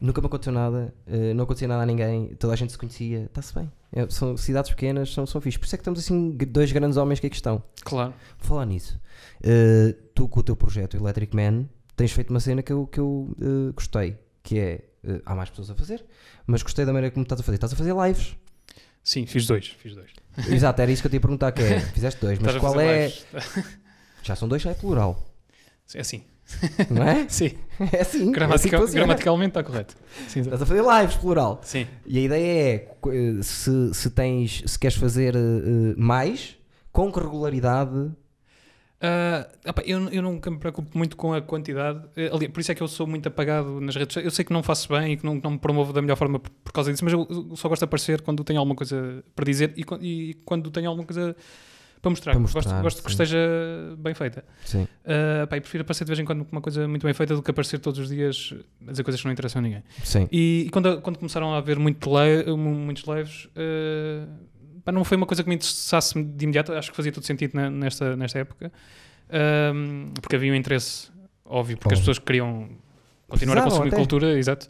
S1: Nunca me aconteceu nada, eh, não acontecia nada a ninguém, toda a gente se conhecia, está-se bem. É, são cidades pequenas, são, são fixe. Por isso é que temos assim g- dois grandes homens que aqui estão.
S2: Claro.
S1: Por Falar nisso, eh, tu com o teu projeto Electric Man tens feito uma cena que eu, que eu eh, gostei, que é. eh, há mais pessoas a fazer, mas gostei da maneira como estás a fazer. Estás a fazer lives.
S2: Sim, fiz dois. Fiz dois.
S1: Exato, era isso que eu te ia perguntar: que é, fizeste dois, mas
S2: Estás a
S1: qual
S2: fazer
S1: é.
S2: lives.
S1: Já são dois, já é plural,
S2: É assim.
S1: não é?
S2: Sim.
S1: É assim. é assim que
S2: Gramatica-
S1: funciona.
S2: gramaticalmente está correto. Sim.
S1: Estás a fazer lives, plural.
S2: Sim.
S1: E a ideia é co- eh, se, se tens, se queres fazer eh, eh, mais, com que regularidade?
S2: Ah, opa, eu, eu nunca me preocupo muito com a quantidade. Eh, ali- por isso é que eu sou muito apagado nas redes sociais. Eu sei que não faço bem e que não, não me promovo da melhor forma por, por causa disso, mas eu, eu só gosto de aparecer quando tenho alguma coisa para dizer e, quan- e quando tenho alguma coisa para mostrar.
S1: Para mostrar,
S2: gosto gosto que
S1: sim.
S2: esteja bem feita.
S1: Sim.
S2: Ah, pá, e prefiro aparecer de vez em quando com uma coisa muito bem feita do que aparecer todos os dias a dizer coisas que não interessam a ninguém.
S1: Sim.
S2: E, e quando, quando começaram a haver muito li- mu- muitos lives, eh, pá, não foi uma coisa que me interessasse de imediato, acho que fazia todo sentido na- nesta, nesta época, Ahm, porque havia um interesse óbvio, porque as
S1: Óbvio.
S2: pessoas queriam continuar a
S1: Precisavam
S2: consumir
S1: até.
S2: cultura, exato,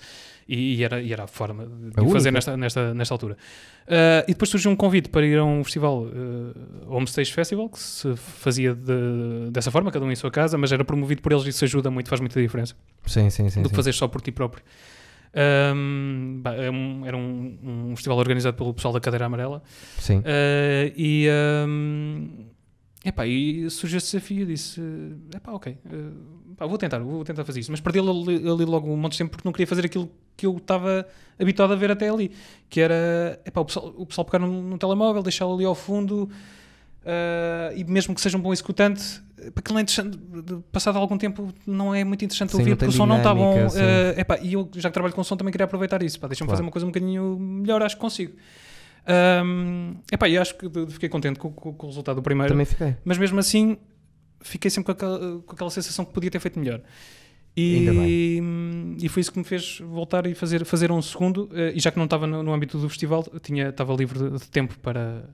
S2: e, e era, e era a forma de
S1: A
S2: o fazer
S1: única.
S2: nesta, nesta, nesta altura. Ah, e depois surgiu um convite para ir a um festival, eh, Homestage Festival, que se fazia de- dessa forma, cada um em sua casa, mas era promovido por eles e isso ajuda muito, faz muita diferença
S1: Sim, sim, sim.
S2: do que
S1: sim.
S2: fazer só por ti próprio. Ahm, bah, é um- era um, um festival organizado pelo pessoal da Cadeira Amarela
S1: Sim.
S2: Ah, e, ahm, epá, e surgiu esse desafio. eu Disse: epá, ok, ah, pá, vou tentar, vou tentar fazer isso. Mas perdi ali, ali logo um monte de tempo porque não queria fazer aquilo que eu estava habituado a ver até ali, que era epá, o, pessoal, o pessoal pegar num, num telemóvel, deixá-lo ali ao fundo. ah, e mesmo que seja um bom executante, para que não é interessante, de- passado algum tempo não é muito interessante
S1: Sim,
S2: ouvir
S1: não
S2: porque
S1: tem
S2: o som não está bom.
S1: dinâmica, sim.
S2: ah, eh, epá, e eu já que trabalho com som também queria aproveitar isso. Pá, deixa-me
S1: Claro.
S2: fazer uma coisa um bocadinho melhor, acho que consigo. Ahm, epá, e acho que de- fiquei contente com, com- com o resultado do primeiro,
S1: Também fiquei.
S2: mas mesmo assim fiquei sempre com aquela, com aquela sensação que podia ter feito melhor.
S1: Ainda
S2: E, e foi isso que me fez voltar e fazer, fazer um segundo. eh, E já que não estava no, no âmbito do festival, eu tinha, estava livre de, de tempo para,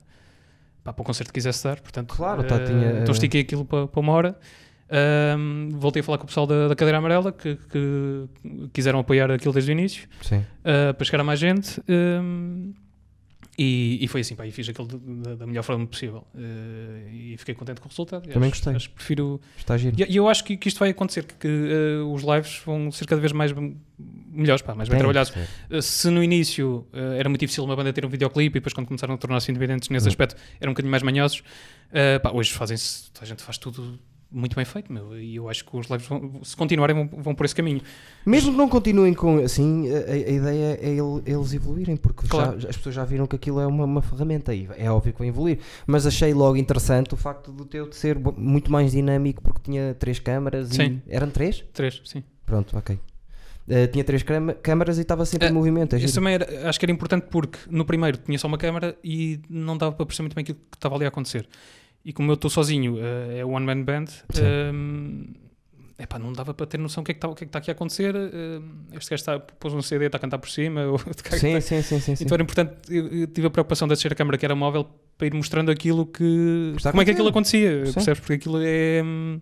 S2: pá, para o concerto que quisesse dar. Portanto,
S1: Claro, tá,
S2: eh,
S1: tinha-
S2: então estiquei aquilo para, para uma hora. Ahm, voltei a falar com o pessoal da, da Cadeira Amarela que, que quiseram apoiar aquilo desde o início
S1: Sim.
S2: ah, para chegar a mais gente. ahm, e, e foi assim, pá, e fiz aquilo de- da, da melhor forma possível. Eh, e fiquei contente com o resultado.
S1: Também
S2: Acho-
S1: gostei.
S2: Acho que prefiro
S1: Está giro.
S2: e e eu acho que, que isto vai acontecer, que, que, eh, os lives vão ser cada vez mais bem- melhores, pá, mais bem
S1: Tem que
S2: trabalhados.
S1: ser.
S2: Eh, se no início eh, era muito difícil uma banda ter um videoclipe e depois quando começaram a tornar-se independentes nesse
S1: Hum.
S2: aspecto eram um bocadinho mais manhosos, eh, pá, hoje fazem-se, toda a gente faz tudo muito bem feito, meu, e eu acho que os lives, vão, se continuarem, vão, vão por esse caminho.
S1: Mesmo que não continuem com assim, a, a- a ideia é ele- eles evoluírem, porque já-
S2: Claro.
S1: já- as pessoas já viram que aquilo é uma, uma ferramenta e é óbvio que vão evoluir. Mas achei logo interessante o facto do teu de ser bo- muito mais dinâmico porque tinha três câmaras
S2: Sim.
S1: e eram três?
S2: Três, sim.
S1: Pronto, ok. Eh, tinha três crama- câmaras e estava sempre
S2: Eh,
S1: em movimento. é
S2: Isso
S1: giro.
S2: também era- acho que era importante porque no primeiro tinha só uma câmara e não dava para perceber muito bem aquilo que estava ali a acontecer. E como eu estou sozinho, eh, é one man band,
S1: Sim.
S2: ehm, epá, não dava para ter noção do que é que está o que é que está aqui a acontecer. ehm, este gajo está, pôs um CD, está a cantar por cima. Ou, de cá-
S1: Sim, sim, sim, sim. sim.
S2: Então era importante, eu, eu tive a preocupação de deixar a câmara que era móvel para ir mostrando aquilo que.
S1: Está
S2: como é que
S1: acontecendo.
S2: aquilo acontecia,
S1: Sim.
S2: percebes? Porque aquilo é. hum,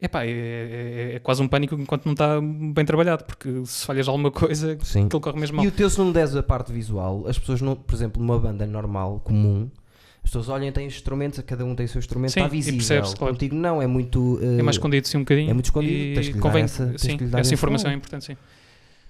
S2: Epá, é, é, é quase um pânico enquanto não está bem trabalhado, porque se falhas alguma coisa,
S1: Sim.
S2: aquilo corre mesmo mal.
S1: E o teu, se não deres a parte visual, as pessoas não, por exemplo, numa banda normal, comum, as pessoas olham, têm os instrumentos, cada um tem o seu instrumento,
S2: Sim,
S1: está
S2: e
S1: visível.
S2: percebe-se, claro.
S1: Contigo não, é muito. eh,
S2: É mais escondido, sim, um bocadinho.
S1: é muito escondido,
S2: e
S1: tens que lhe dar
S2: convém-
S1: essa- tens
S2: sim,
S1: que lhe dar
S2: essa
S1: esse
S2: informação
S1: valor.
S2: é importante, sim.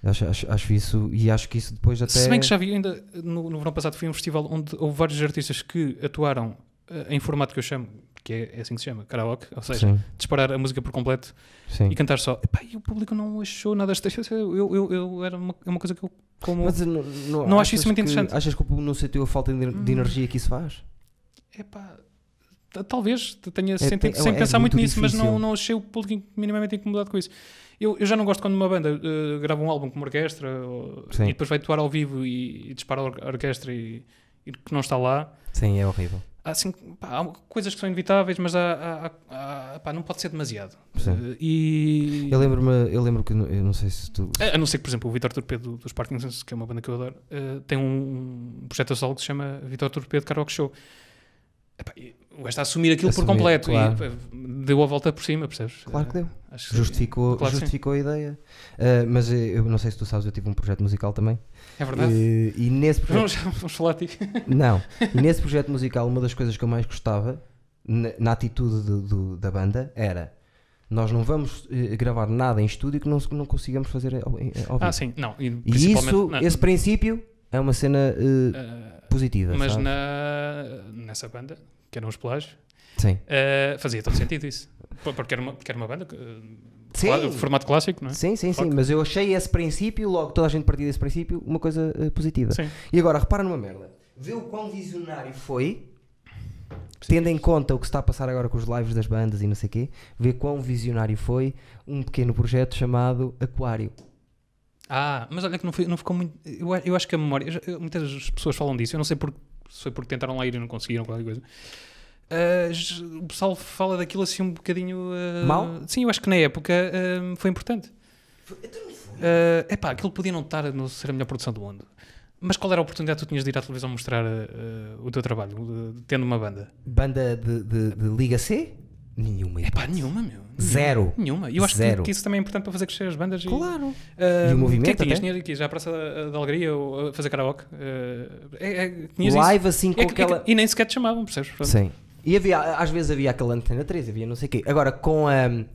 S1: acho, acho- acho isso, e acho que isso depois até.
S2: Se bem que já vi, ainda no, no verão passado fui a um festival onde houve vários artistas que atuaram eh, em formato que eu chamo, que é, é assim que se chama, karaoke, ou seja,
S1: Sim,
S2: disparar a música por completo
S1: sim.
S2: e cantar só. Epá, e o público não achou nada estranho. Eu, eu, eu- era uma, é uma coisa que eu, como.
S1: Mas eh, não,
S2: Não acho
S1: achas
S2: isso muito
S1: que-
S2: interessante. Hum.
S1: Achas que o público não sentiu a falta de, de energia que isso faz?
S2: Epá, t- talvez t- tenha
S1: te-
S2: sem,
S1: é-
S2: sem
S1: é
S2: pensar muito,
S1: muito
S2: nisso, mas não,
S1: difícil.
S2: não achei o público minimamente incomodado com isso. Eu, eu já não gosto quando uma banda eh, grava um álbum com uma orquestra ou-
S1: Sim.
S2: e depois vai toar ao vivo e, e dispara a or- a orquestra e, e que não está lá.
S1: Sim, é horrível.
S2: Há, assim, pá, há coisas que são inevitáveis, mas há- há- há- há- pá, não pode ser demasiado.
S1: Sim.
S2: Eh, e
S1: Eu lembro-me, eu lembro que, no- eu não sei se tu.
S2: a a não ser que, por exemplo, o Vitor Torpedo do- dos Parkinsons, que é uma banda que eu adoro, eh, tem um, um projeto a solo que se chama Vitor Torpedo Karaoke Show. Epá, e o gajo está a assumir aquilo
S1: Assumir,
S2: por completo
S1: claro.
S2: e eh, deu a volta por cima, percebes?
S1: Claro que
S2: Eh,
S1: deu.
S2: acho que-
S1: Justificou,
S2: Claro que sim.
S1: justificou a ideia. Ah, mas eh, eu não sei se tu sabes, eu tive um projeto musical também.
S2: É verdade.
S1: Eh, E, nesse projeto.
S2: Vamos, vamos falar de ti.
S1: Não. E nesse projeto musical, uma das coisas que eu mais gostava na, na atitude do- do- da banda era nós não vamos eh, gravar nada em estúdio que não, se- não consigamos fazer ao, em- ao vivo.
S2: Ah, sim, não. E,
S1: e
S2: principalmente
S1: isso,
S2: na-
S1: esse princípio é uma cena eh,
S2: eh,
S1: positiva.
S2: mas
S1: sabe?
S2: na, nessa banda, que eram os Pelágios,
S1: Sim.
S2: eh, fazia todo sentido isso. P- Porque era uma, porque era uma banda, que, eh,
S1: Sim.
S2: cla- formato clássico, não é?
S1: Sim, sim, sim,
S2: Rock.
S1: mas eu achei esse princípio, logo toda a gente partiu desse princípio, uma coisa eh, positiva.
S2: Sim.
S1: E agora, repara numa merda. Vê o quão visionário foi, tendo em conta o que se está a passar agora com os lives das bandas e não sei o quê, vê quão visionário foi um pequeno projeto chamado Aquário.
S2: Ah, mas olha que não, foi- não ficou muito. Eu, a- eu acho que a memória. eu já- eu- muitas pessoas falam disso. Eu não sei por, se foi porque tentaram lá ir e não conseguiram, qualquer coisa. Ah, j- o pessoal fala daquilo assim um bocadinho. ah,
S1: Mal?
S2: Sim, eu acho que na época ah, foi importante. É epá, aquilo podia não estar a não ser a melhor produção do mundo. Mas qual era a oportunidade que tu tinhas de ir à televisão mostrar ah, ah, o teu trabalho, ah, tendo uma banda?
S1: Banda de, de- de Liga C? Nenhuma.
S2: Epá, nenhuma, meu. Nenhuma.
S1: Zero.
S2: Nenhuma. E eu acho que,
S1: Zero.
S2: que isso também é importante para fazer crescer as bandas. e-
S1: Claro.
S2: Ah,
S1: E o movimento
S2: que é que tinhas?
S1: até?
S2: Tinhas aqui já a Praça da, da Alegria ou a fazer karaoke? Ah, é, é, tinhas isso?
S1: Live assim com
S2: É que- é que- é
S1: aquela.
S2: e nem sequer te chamavam, percebes? Pronto.
S1: Sim. E havia, às vezes havia aquela antena 3, havia não sei o quê. Agora, com a hum,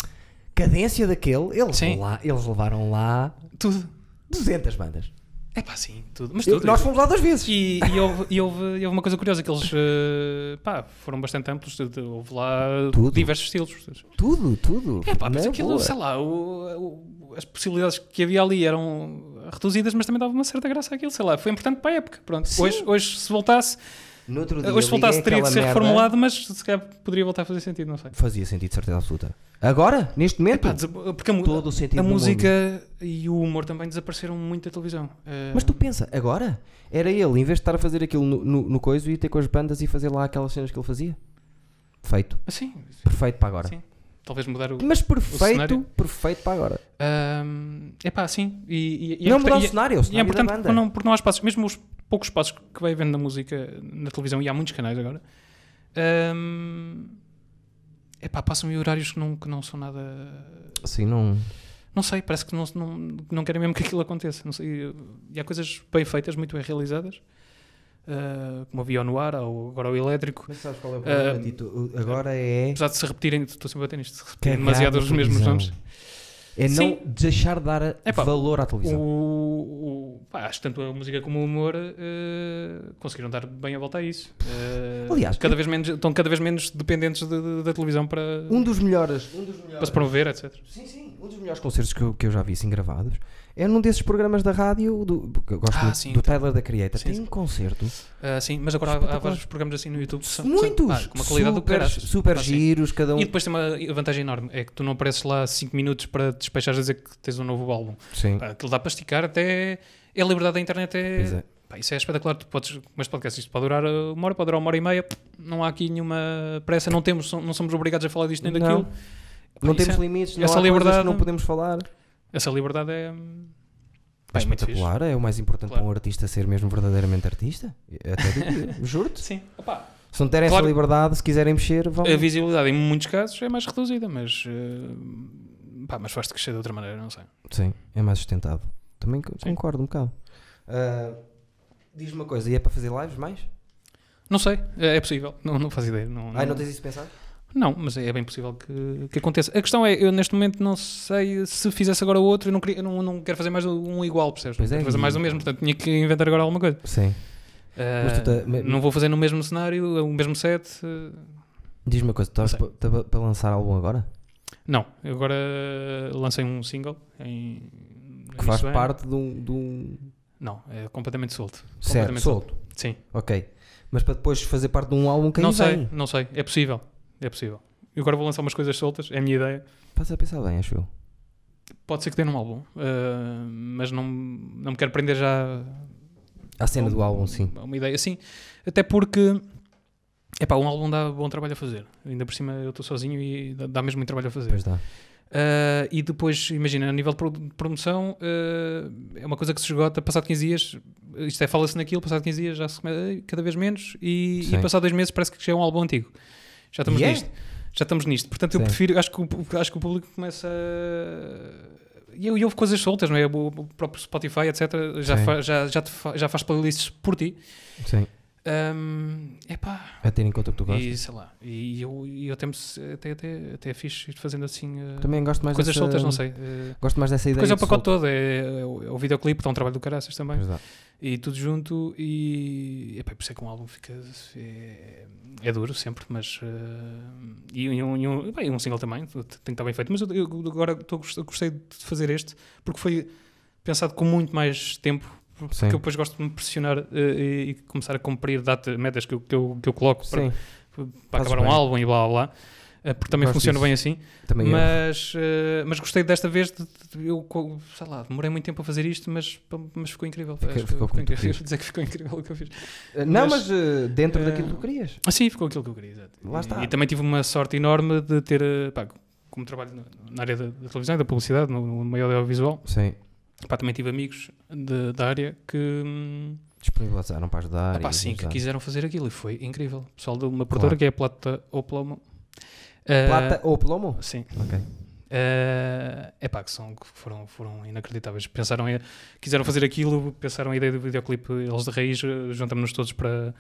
S1: cadência daquele, eles,
S2: Sim.
S1: lá, eles levaram lá
S2: Tudo.
S1: 200 bandas.
S2: É pá, sim, tudo. Mas
S1: Eu-
S2: tudo.
S1: nós fomos lá duas vezes.
S2: E, e houve, e houve- e houve uma coisa curiosa: que eles ah, pá, foram bastante amplos. de- de- Houve lá
S1: Tudo.
S2: diversos estilos. percebes?
S1: Tudo, tudo.
S2: É pá, mas
S1: Na
S2: aquilo,
S1: boa.
S2: sei lá, o- o- as possibilidades que havia ali eram reduzidas, mas também dava uma certa graça àquilo. Sei lá, foi importante para a época. Pronto.
S1: Sim.
S2: Hoje, hoje, se voltasse,
S1: No outro dia
S2: hoje se voltasse,
S1: liguei
S2: teria que
S1: aquela
S2: ser
S1: merda.
S2: reformulado, mas se calhar poderia voltar a fazer sentido, não sei.
S1: Fazia sentido, de certeza absoluta. Agora, neste momento,
S2: Epá, desa- porque a, mu-
S1: Tipo, todo o sentido
S2: a
S1: do
S2: música e o humor também desapareceram muito da televisão. Eh,
S1: Mas tu pensa, agora? Era ele, em vez de estar a fazer aquilo no, no, no coiso, ia ter com as bandas e fazer lá aquelas cenas que ele fazia. Perfeito.
S2: ah, sim,
S1: Perfeito para agora.
S2: sim. Talvez mudar o.
S1: Mas
S2: O
S1: perfeito,
S2: cenário?
S1: perfeito para agora.
S2: É pá, sim. E, e- e é
S1: não mudar
S2: importan-
S1: o
S2: e é-
S1: cenário, o
S2: E é
S1: cenário da
S2: importante
S1: banda.
S2: porque não, porque não há espaços, mesmo os poucos espaços que vai havendo na música na televisão, e há muitos canais agora, é pá, passam em horários que não, que não são nada.
S1: Assim, não...
S2: Não sei, parece que não, não, não querem mesmo que aquilo aconteça. Não sei, e há coisas bem feitas, muito bem realizadas, ah, como havia o Noir ou agora o Elétrico.
S1: Mas sabes qual é o
S2: problema,
S1: problema,
S2: Ah,
S1: Tito? Agora é...
S2: Apesar de se repetirem, estou sempre a bater nisto, se repetirem
S1: Cagar
S2: demasiado
S1: na
S2: os mesmos
S1: televisão.
S2: nomes.
S1: É não
S2: Sim.
S1: deixar de dar
S2: Epá,
S1: valor à televisão.
S2: O, o- pá, acho que tanto a música como o humor ah, conseguiram dar bem a volta a isso. Ah,
S1: Aliás,
S2: cada vez menos, estão cada vez menos dependentes de- de- da televisão para,
S1: Um dos melhores... Um dos
S2: para
S1: melhores...
S2: se promover, etc.
S1: Sim, sim. Um dos melhores concertos que eu, que eu já vi assim gravados é num desses programas da rádio, do, porque eu gosto
S2: Ah,
S1: muito,
S2: sim,
S1: do
S2: então.
S1: Tyler da Creator.
S2: Sim,
S1: Tem
S2: sim.
S1: um concerto,
S2: Ah, sim, mas agora há, há vários programas assim no YouTube que são-
S1: muitos,
S2: são- ah, com uma qualidade do
S1: super,
S2: caraças.
S1: super
S2: Ah, sim.
S1: giros, cada um.
S2: E depois tem uma vantagem enorme, é que tu não apareces lá 5 minutos para te despechares a dizer que tens um novo álbum.
S1: Sim,
S2: Pá, aquilo dá para esticar até. É a liberdade da internet,
S1: pois
S2: é.
S1: é.
S2: Pá, isso é espetacular. Tu podes, como este podcast, isto pode durar uh, uma hora, pode durar uma hora e meia. Não há aqui nenhuma pressa, não, temos, não somos obrigados a falar disto nem
S1: Não.
S2: daquilo. Pá,
S1: Não
S2: isso
S1: temos
S2: é-
S1: limites, não
S2: essa
S1: há coisas que
S2: liberdade-
S1: não podemos falar.
S2: Essa liberdade é. hum,
S1: É
S2: pá, é muito
S1: espetacular, é o mais importante
S2: Claro.
S1: É, para um artista ser mesmo verdadeiramente artista. Até digo, eu, juro-te.
S2: fixe. Sim, opá.
S1: Se não terem
S2: Claro.
S1: essa liberdade, se quiserem mexer, vão.
S2: A visibilidade em muitos casos é mais reduzida, mas. eh, pá, mas faz-te crescer de outra maneira, não sei.
S1: Sim, é mais sustentado. Também co-
S2: Sim.
S1: concordo um bocado. Ah, Diz-me uma coisa, e é para fazer lives mais?
S2: Não sei, é é possível, não, não faço ideia. Não,
S1: Ai, não tens isso pensado?
S2: Não, mas é bem possível que, que aconteça. A questão é, eu neste momento não sei se fizesse agora outro, eu não, queria, eu não, não quero fazer mais um igual, percebes?
S1: Pois
S2: não
S1: é,
S2: quero fazer mais
S1: e-
S2: do mesmo, portanto tinha que inventar agora alguma coisa.
S1: Sim. Mas tu
S2: Ah,
S1: tá- me-
S2: Não vou fazer no mesmo cenário, é o mesmo set. ah,
S1: Diz-me uma coisa, tu estás
S2: Não
S1: para para lançar álbum agora?
S2: Não, eu agora ah, lancei um single em. no
S1: Que faz
S2: início do ano.
S1: parte de um. De um...
S2: Não, é completamente solto.
S1: Certo,
S2: Completamente
S1: solto.
S2: Sim.
S1: Ok. Mas para depois fazer parte de um álbum que aí
S2: não sei,
S1: vem.
S2: não sei. É possível. É possível. Eu agora vou lançar umas coisas soltas, é a minha ideia.
S1: Estás a pensar bem, acho eu.
S2: Pode ser que dê num álbum, ah, mas não, não me quero prender já
S1: A cena do álbum, sim.
S2: Há Uma ideia, sim. Até porque, é pá, um álbum dá bom trabalho a fazer. Ainda por cima eu estou sozinho e dá, dá mesmo muito trabalho a fazer.
S1: Pois dá.
S2: Ah, e depois, imagina, a nível de pro- de promoção, ah, é uma coisa que se esgota passado 15 dias. Isto é, fala-se naquilo, passado 15 dias já se come- cada vez menos e, e
S1: Sim.
S2: passado dois meses parece que já é um álbum antigo. Já estamos
S1: E é?
S2: nisto. Já estamos nisto. Portanto, eu
S1: Sim.
S2: prefiro, acho que, o, pu- acho que o público começa a... E eu- e houve coisas soltas, não é? O o próprio Spotify, etc., já,
S1: Sim.
S2: fa- já, já, te fa- já faz playlists por ti.
S1: Sim.
S2: Um, epá,
S1: A ter em conta o que tu gostas.
S2: e sei lá, e eu, e eu até, me, até, até, até é fixe ir fazendo assim eh,
S1: Também gosto mais
S2: coisas
S1: dessa...
S2: soltas, não sei. eh,
S1: Gosto mais dessa ideia.
S2: Depois é o
S1: de
S2: pacote
S1: solto.
S2: todo, é, é o é o videoclipe, dá um trabalho do caraças também,
S1: Pois dá.
S2: e tudo junto, e epá, por isso é que um álbum fica. É, é duro sempre, mas. eh, e, um- e um, e um- bem, um single também, tem que estar bem feito, mas eu, eu agora estou a gost- eu gostei de fazer este, porque foi pensado com muito mais tempo. Porque
S1: Sim.
S2: eu depois gosto de me pressionar eh, e, e começar a cumprir data, metas que eu, que eu, que eu coloco para,
S1: Sim.
S2: para
S1: Fazes
S2: acabar um
S1: bem.
S2: álbum e blá blá blá, eh, porque também
S1: Gosto
S2: funciona
S1: disso.
S2: bem assim.
S1: Também eu.
S2: Mas, eh, mas gostei desta vez, de- de- eu co- sei lá, demorei muito tempo a fazer isto, mas, mas ficou incrível.
S1: Fica-
S2: Acho que
S1: ficou muito
S2: incrível.
S1: fixe.
S2: Eu vou dizer que ficou incrível o que eu fiz.
S1: Eh, Não,
S2: mas-
S1: mas eh, dentro
S2: eh,
S1: daquilo que tu querias.
S2: Ah, sim, ficou aquilo que eu queria, exato.
S1: Lá
S2: E-
S1: está.
S2: E, também tive uma sorte enorme de ter, eh, pá, como trabalho na- na área da, da televisão, e da publicidade, no, no meio audiovisual,
S1: Sim.
S2: pá, também tive amigos de- da área que. hum,
S1: Disponibilizaram para ajudar.
S2: Ah, pá,
S1: e
S2: sim, que
S1: ajudar.
S2: quiseram fazer aquilo e foi incrível. Pessoal de uma
S1: Claro.
S2: produtora que é a Plata ou Plomo. Eh,
S1: Plata ou plomo?
S2: Sim.
S1: Ok.
S2: é pá, que, são, que foram, foram inacreditáveis. Pensaram, em- quiseram fazer aquilo, pensaram a ideia do videoclipe, eles de raiz, eh, juntamos-nos todos para,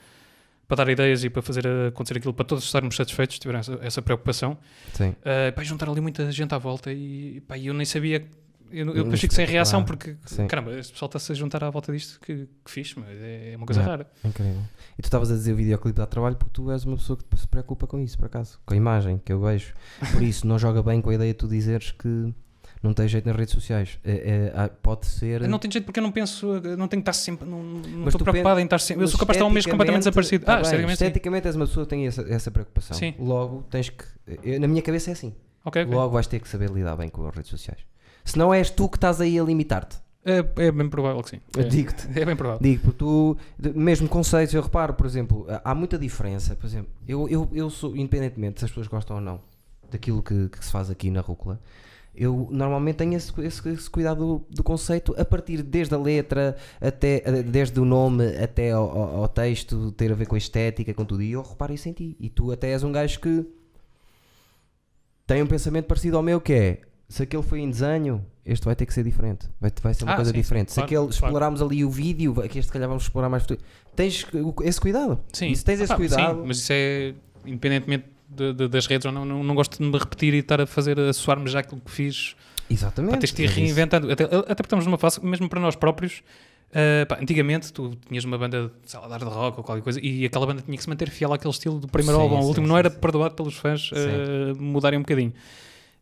S2: para dar ideias e para fazer eh, acontecer aquilo, para todos estarmos satisfeitos, tiveram essa, essa preocupação.
S1: Sim.
S2: Eh, pá, juntaram ali muita gente à volta e pá, eu nem sabia. Eu, eu depois
S1: Mas,
S2: fico sem reação
S1: Hum, claro,
S2: porque,
S1: sim.
S2: caramba, este pessoal está-se a juntar à volta disto que, que fixe, mas é, é uma coisa
S1: Yeah.
S2: rara.
S1: Incrível. E tu estavas a dizer o videoclipe dá trabalho porque tu és uma pessoa que se preocupa com isso, por acaso. Com a imagem que eu vejo. Por isso, não joga bem com a ideia de tu dizeres que não tens jeito nas redes sociais. É- é- há- pode ser.
S2: Eu Não tenho jeito porque eu não penso, eu não tenho que estar sempre, não- não
S1: Mas
S2: estou
S1: tu
S2: preocupado em estar sempre. Eu
S1: Mas
S2: sou capaz de estar um mês completamente
S1: esteticamente-
S2: desaparecido.
S1: tá
S2: ah,
S1: bem,
S2: esteticamente sim.
S1: esteticamente és uma pessoa que tem essa, essa preocupação.
S2: Sim.
S1: Logo, tens que. eu- na minha cabeça é assim.
S2: Ok, ok.
S1: Logo vais ter que saber lidar bem com as redes sociais. Se não és tu que estás aí a limitar-te.
S2: É, é bem provável que sim.
S1: Eu
S2: É.
S1: digo-te.
S2: É bem provável.
S1: Digo, porque tu, de- mesmo conceitos, eu reparo, por exemplo, há- há muita diferença. Por exemplo, eu, eu, eu sou, independentemente se as pessoas gostam ou não daquilo que, que se faz aqui na Rúcula, eu normalmente tenho esse, cu- esse, cu- esse cuidado do, do conceito a partir desde a letra, até, eh, desde o nome até ao, ao- ao texto, ter a ver com a estética, com tudo. E eu reparo isso em ti. E tu até és um gajo que tem um pensamento parecido ao meu, que é. Se aquele foi em desenho, este vai ter que ser diferente. Vai, vai ser uma
S2: Ah,
S1: coisa
S2: sim, sim,
S1: diferente. Se
S2: claro,
S1: aquele,
S2: claro.
S1: explorarmos ali o vídeo, vai- que este se calhar vamos explorar mais futuro. Tens o- esse cuidado.
S2: Sim.
S1: E se tens
S2: Ah,
S1: esse
S2: pá,
S1: cuidado.
S2: Sim, mas isso é independentemente de- de- das redes ou não, não, não gosto de me repetir e estar a fazer, a soar-me já aquilo que fiz. Pá,
S1: Exatamente.
S2: tens de
S1: é
S2: ir
S1: isso.
S2: reinventando. Até, até porque estamos numa fase, mesmo para nós próprios. ah, pá, antigamente tu tinhas uma banda sei lá, de hard rock ou qualquer coisa e aquela banda tinha que se manter fiel àquele estilo do primeiro
S1: Sim,
S2: álbum ao
S1: sim,
S2: último,
S1: sim,
S2: não era
S1: sim.
S2: perdoado pelos fãs
S1: Sim.
S2: ah, mudarem um bocadinho.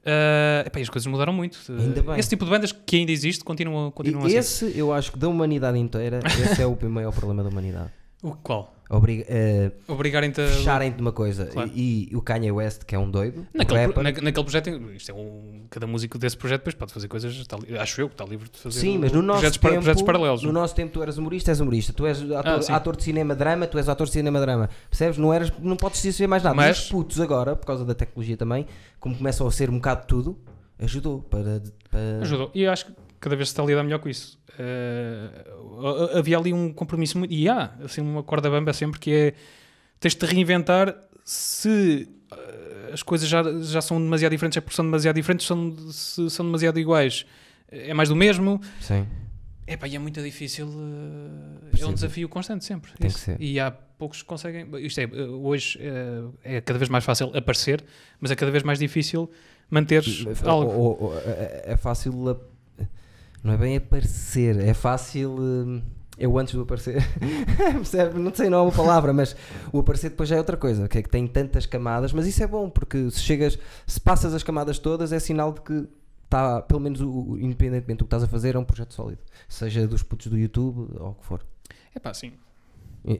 S2: Ah, epá, e as coisas mudaram muito.
S1: Ainda
S2: Ah,
S1: bem.
S2: Esse tipo de bandas que ainda existe continuam, continuam
S1: E
S2: assim.
S1: esse, eu acho que da humanidade inteira, esse é o maior problema da humanidade.
S2: O qual?
S1: Obriga, eh,
S2: Obrigarem-te a.
S1: fecharem-te uma coisa.
S2: Claro.
S1: E, e o Kanye West, que é um doido, o
S2: Naquele, pro-
S1: rapper,
S2: na- naquele projeto, isto é um, cada músico desse projeto depois pode fazer coisas, está li- acho eu que está livre de fazer
S1: Sim,
S2: um-
S1: mas no nosso
S2: projetos, par-
S1: tempo,
S2: projetos paralelos.
S1: No
S2: não é?
S1: nosso tempo tu eras humorista, és humorista. Tu és ator,
S2: Ah, sim.
S1: ator de cinema drama, tu és ator de cinema drama. Percebes? Não eras, não podes ser mais nada.
S2: Mas-
S1: Mas os putos agora, por causa da tecnologia também, como começam a ser um bocado de tudo, ajudou para, para-
S2: Ajudou. E eu acho que cada vez se está a lidar melhor com isso. Eh, havia ali um compromisso muito. E há, assim, uma corda bamba sempre que é. tens de te reinventar se eh, as coisas já, já são demasiado diferentes, é porque são demasiado diferentes, são, se são demasiado iguais, é mais do mesmo.
S1: Sim.
S2: Epá, e é muito difícil. eh, é
S1: Percebo.
S2: um desafio constante sempre.
S1: Tem
S2: isso.
S1: que ser.
S2: E há poucos que conseguem. Isto é, eh, hoje eh, é cada vez mais fácil aparecer, mas é cada vez mais difícil manteres algo.
S1: Ou- ou- ou- é é fácil. a- Não é bem aparecer, é fácil. hum, Eu antes do aparecer. Percebe? Não sei, não é uma palavra, mas o aparecer depois já é outra coisa. Que é que tem tantas camadas, mas isso é bom, porque se chegas, se passas as camadas todas, é sinal de que está, pelo menos, o- o- independentemente do que estás a fazer, é um projeto sólido. Seja dos putos do YouTube ou o que for.
S2: Epá, sim.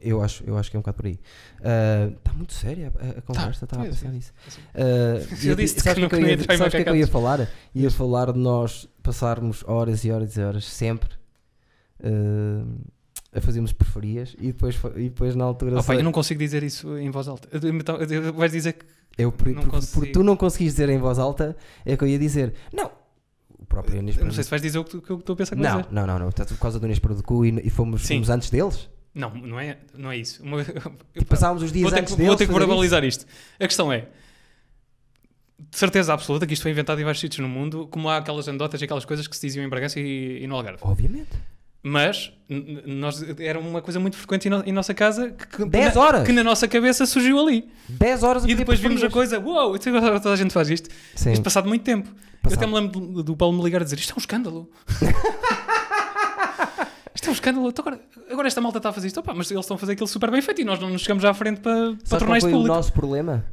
S1: Eu acho, eu acho que é um bocado por aí. Ah, Está muito séria a, a conversa, estava a
S2: pois,
S1: pensar
S2: Tá, sim,
S1: nisso.
S2: sim.
S1: Ah,
S2: Eu
S1: ia-
S2: disse
S1: sabes
S2: que não
S1: o que eu ia,
S2: queria entrar em
S1: sabes o que é que eu ia falar?
S2: macacadas.
S1: Ia falar de nós passarmos horas e horas e horas sempre ah, a fazermos perforias e depois, fa- e depois na altura.
S2: Opa,
S1: sei-
S2: eu não consigo dizer isso em voz alta. Então, vais dizer que.
S1: eu por,
S2: não
S1: por- por
S2: consigo.
S1: tu não conseguis dizer em voz alta, é que eu ia dizer. Não! O próprio Inês
S2: eu Não sei se vais dizer o que, tu- que eu estou a pensar que vais
S1: Não,
S2: dizer.
S1: não, não, não. Portanto, por causa do Inês Pro do Cu e, e fomos,
S2: Sim.
S1: fomos antes deles.
S2: Não, não é, não é isso. Uma-
S1: Passávamos os dias
S2: vou ter,
S1: antes
S2: que,
S1: Tipo, deles.
S2: vou ter que
S1: fazer isso.
S2: verbalizar isto. A questão é. De certeza absoluta que isto foi inventado em vários sítios no mundo, como há aquelas anedotas e aquelas coisas que se diziam em Bragança e, e no Algarve.
S1: Obviamente.
S2: Mas n- n- nós, era uma coisa muito frequente em, no- em nossa casa que, que-
S1: 10
S2: na-
S1: horas.
S2: que na nossa cabeça surgiu ali.
S1: 10 horas a
S2: E
S1: fazer
S2: depois vimos a
S1: perforias.
S2: coisa, uau, wow, toda a gente faz isto.
S1: Sim.
S2: Isto passado muito tempo. Eu até
S1: Passado.
S2: me lembro do, do Paulo me ligar a dizer: Isto é um escândalo. isto é um escândalo. Então agora, agora esta malta está a fazer isto. Opa, mas eles estão a fazer aquilo super bem feito e nós não nos chegamos já à frente para, para
S1: Sabes
S2: tornar
S1: qual
S2: isto
S1: foi o
S2: público.
S1: nosso problema?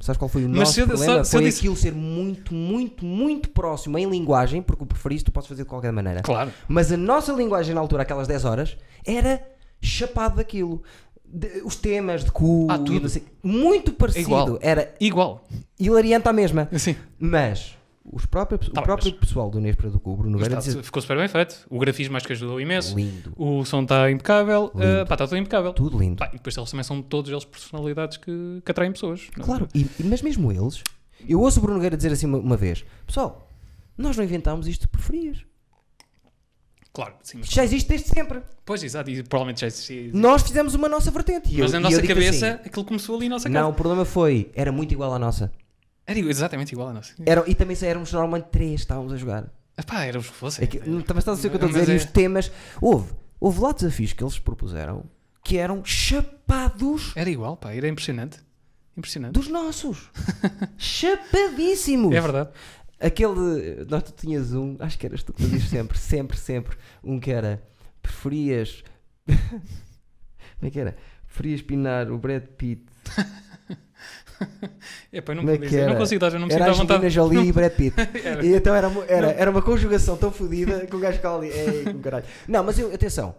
S1: Sabes qual foi o
S2: Mas
S1: nosso
S2: se eu-
S1: problema?
S2: só- se eu
S1: foi
S2: disse-
S1: aquilo ser muito, muito, muito próximo em linguagem, porque o preferiste tu podes fazer de qualquer maneira.
S2: Claro.
S1: Mas a nossa linguagem na altura, aquelas 10 horas, era chapado daquilo. De- os temas de cu,
S2: Ah,
S1: e
S2: tudo.
S1: não sei- muito parecido.
S2: igual.
S1: Era
S2: Igual.
S1: hilariante à mesma.
S2: Assim.
S1: Mas os próprios,
S2: Tá
S1: o
S2: bem,
S1: próprio pessoal do Nespera do Cubro, no
S2: Mas
S1: Vera,
S2: tá,
S1: dizia
S2: ficou super bem feito. O grafismo acho que ajudou imenso.
S1: lindo.
S2: O som está impecável.
S1: Lindo.
S2: Ah, pá, está tudo impecável.
S1: Tudo lindo.
S2: Pá, e depois eles também são todos eles personalidades que, que atraem pessoas. não é?
S1: Claro, e- e- mas mesmo eles, eu ouço o Bruno Gueira dizer assim uma, uma vez: Pessoal, nós não inventámos isto por frias.
S2: Claro, sim. mas-
S1: Isto já existe desde sempre.
S2: Pois, exato. E provavelmente já existia.
S1: Nós fizemos uma nossa vertente. E
S2: Mas
S1: eu-
S2: na
S1: e eu
S2: nossa
S1: digo-te
S2: cabeça,
S1: assim,
S2: aquilo começou ali na nossa
S1: não,
S2: cabeça.
S1: o problema foi, era muito igual à nossa.
S2: Era exatamente igual à nossa.
S1: Era, e também só éramos normalmente três, estávamos a jogar.
S2: Epá, era os que fossem.
S1: Aqui, não, também estás a dizer o É que eu estou a
S2: Mas
S1: dizer. E
S2: é-
S1: os temas. Houve, houve lá desafios que eles propuseram que eram chapados
S2: Era igual, pá, era impressionante. Impressionante.
S1: dos nossos. Chapadíssimos.
S2: É verdade.
S1: Aquele. Nós tu tinhas um, acho que eras tu que fazias sempre, sempre, sempre. Um que era. Preferias. Como é que era? Preferias pinar o Brad Pitt.
S2: É, pá, eu não,
S1: Como é
S2: vou
S1: que
S2: dizer. Eu não
S1: era?
S2: consigo dar, eu não me sinto
S1: Era
S2: à
S1: a
S2: vontade.
S1: Angelina Jolie e Brad Pitt.
S2: Era.
S1: E então era, mu- era, era uma conjugação tão fodida que o gajo ficava ali. "Ei, com caralho." Não, mas eu, atenção,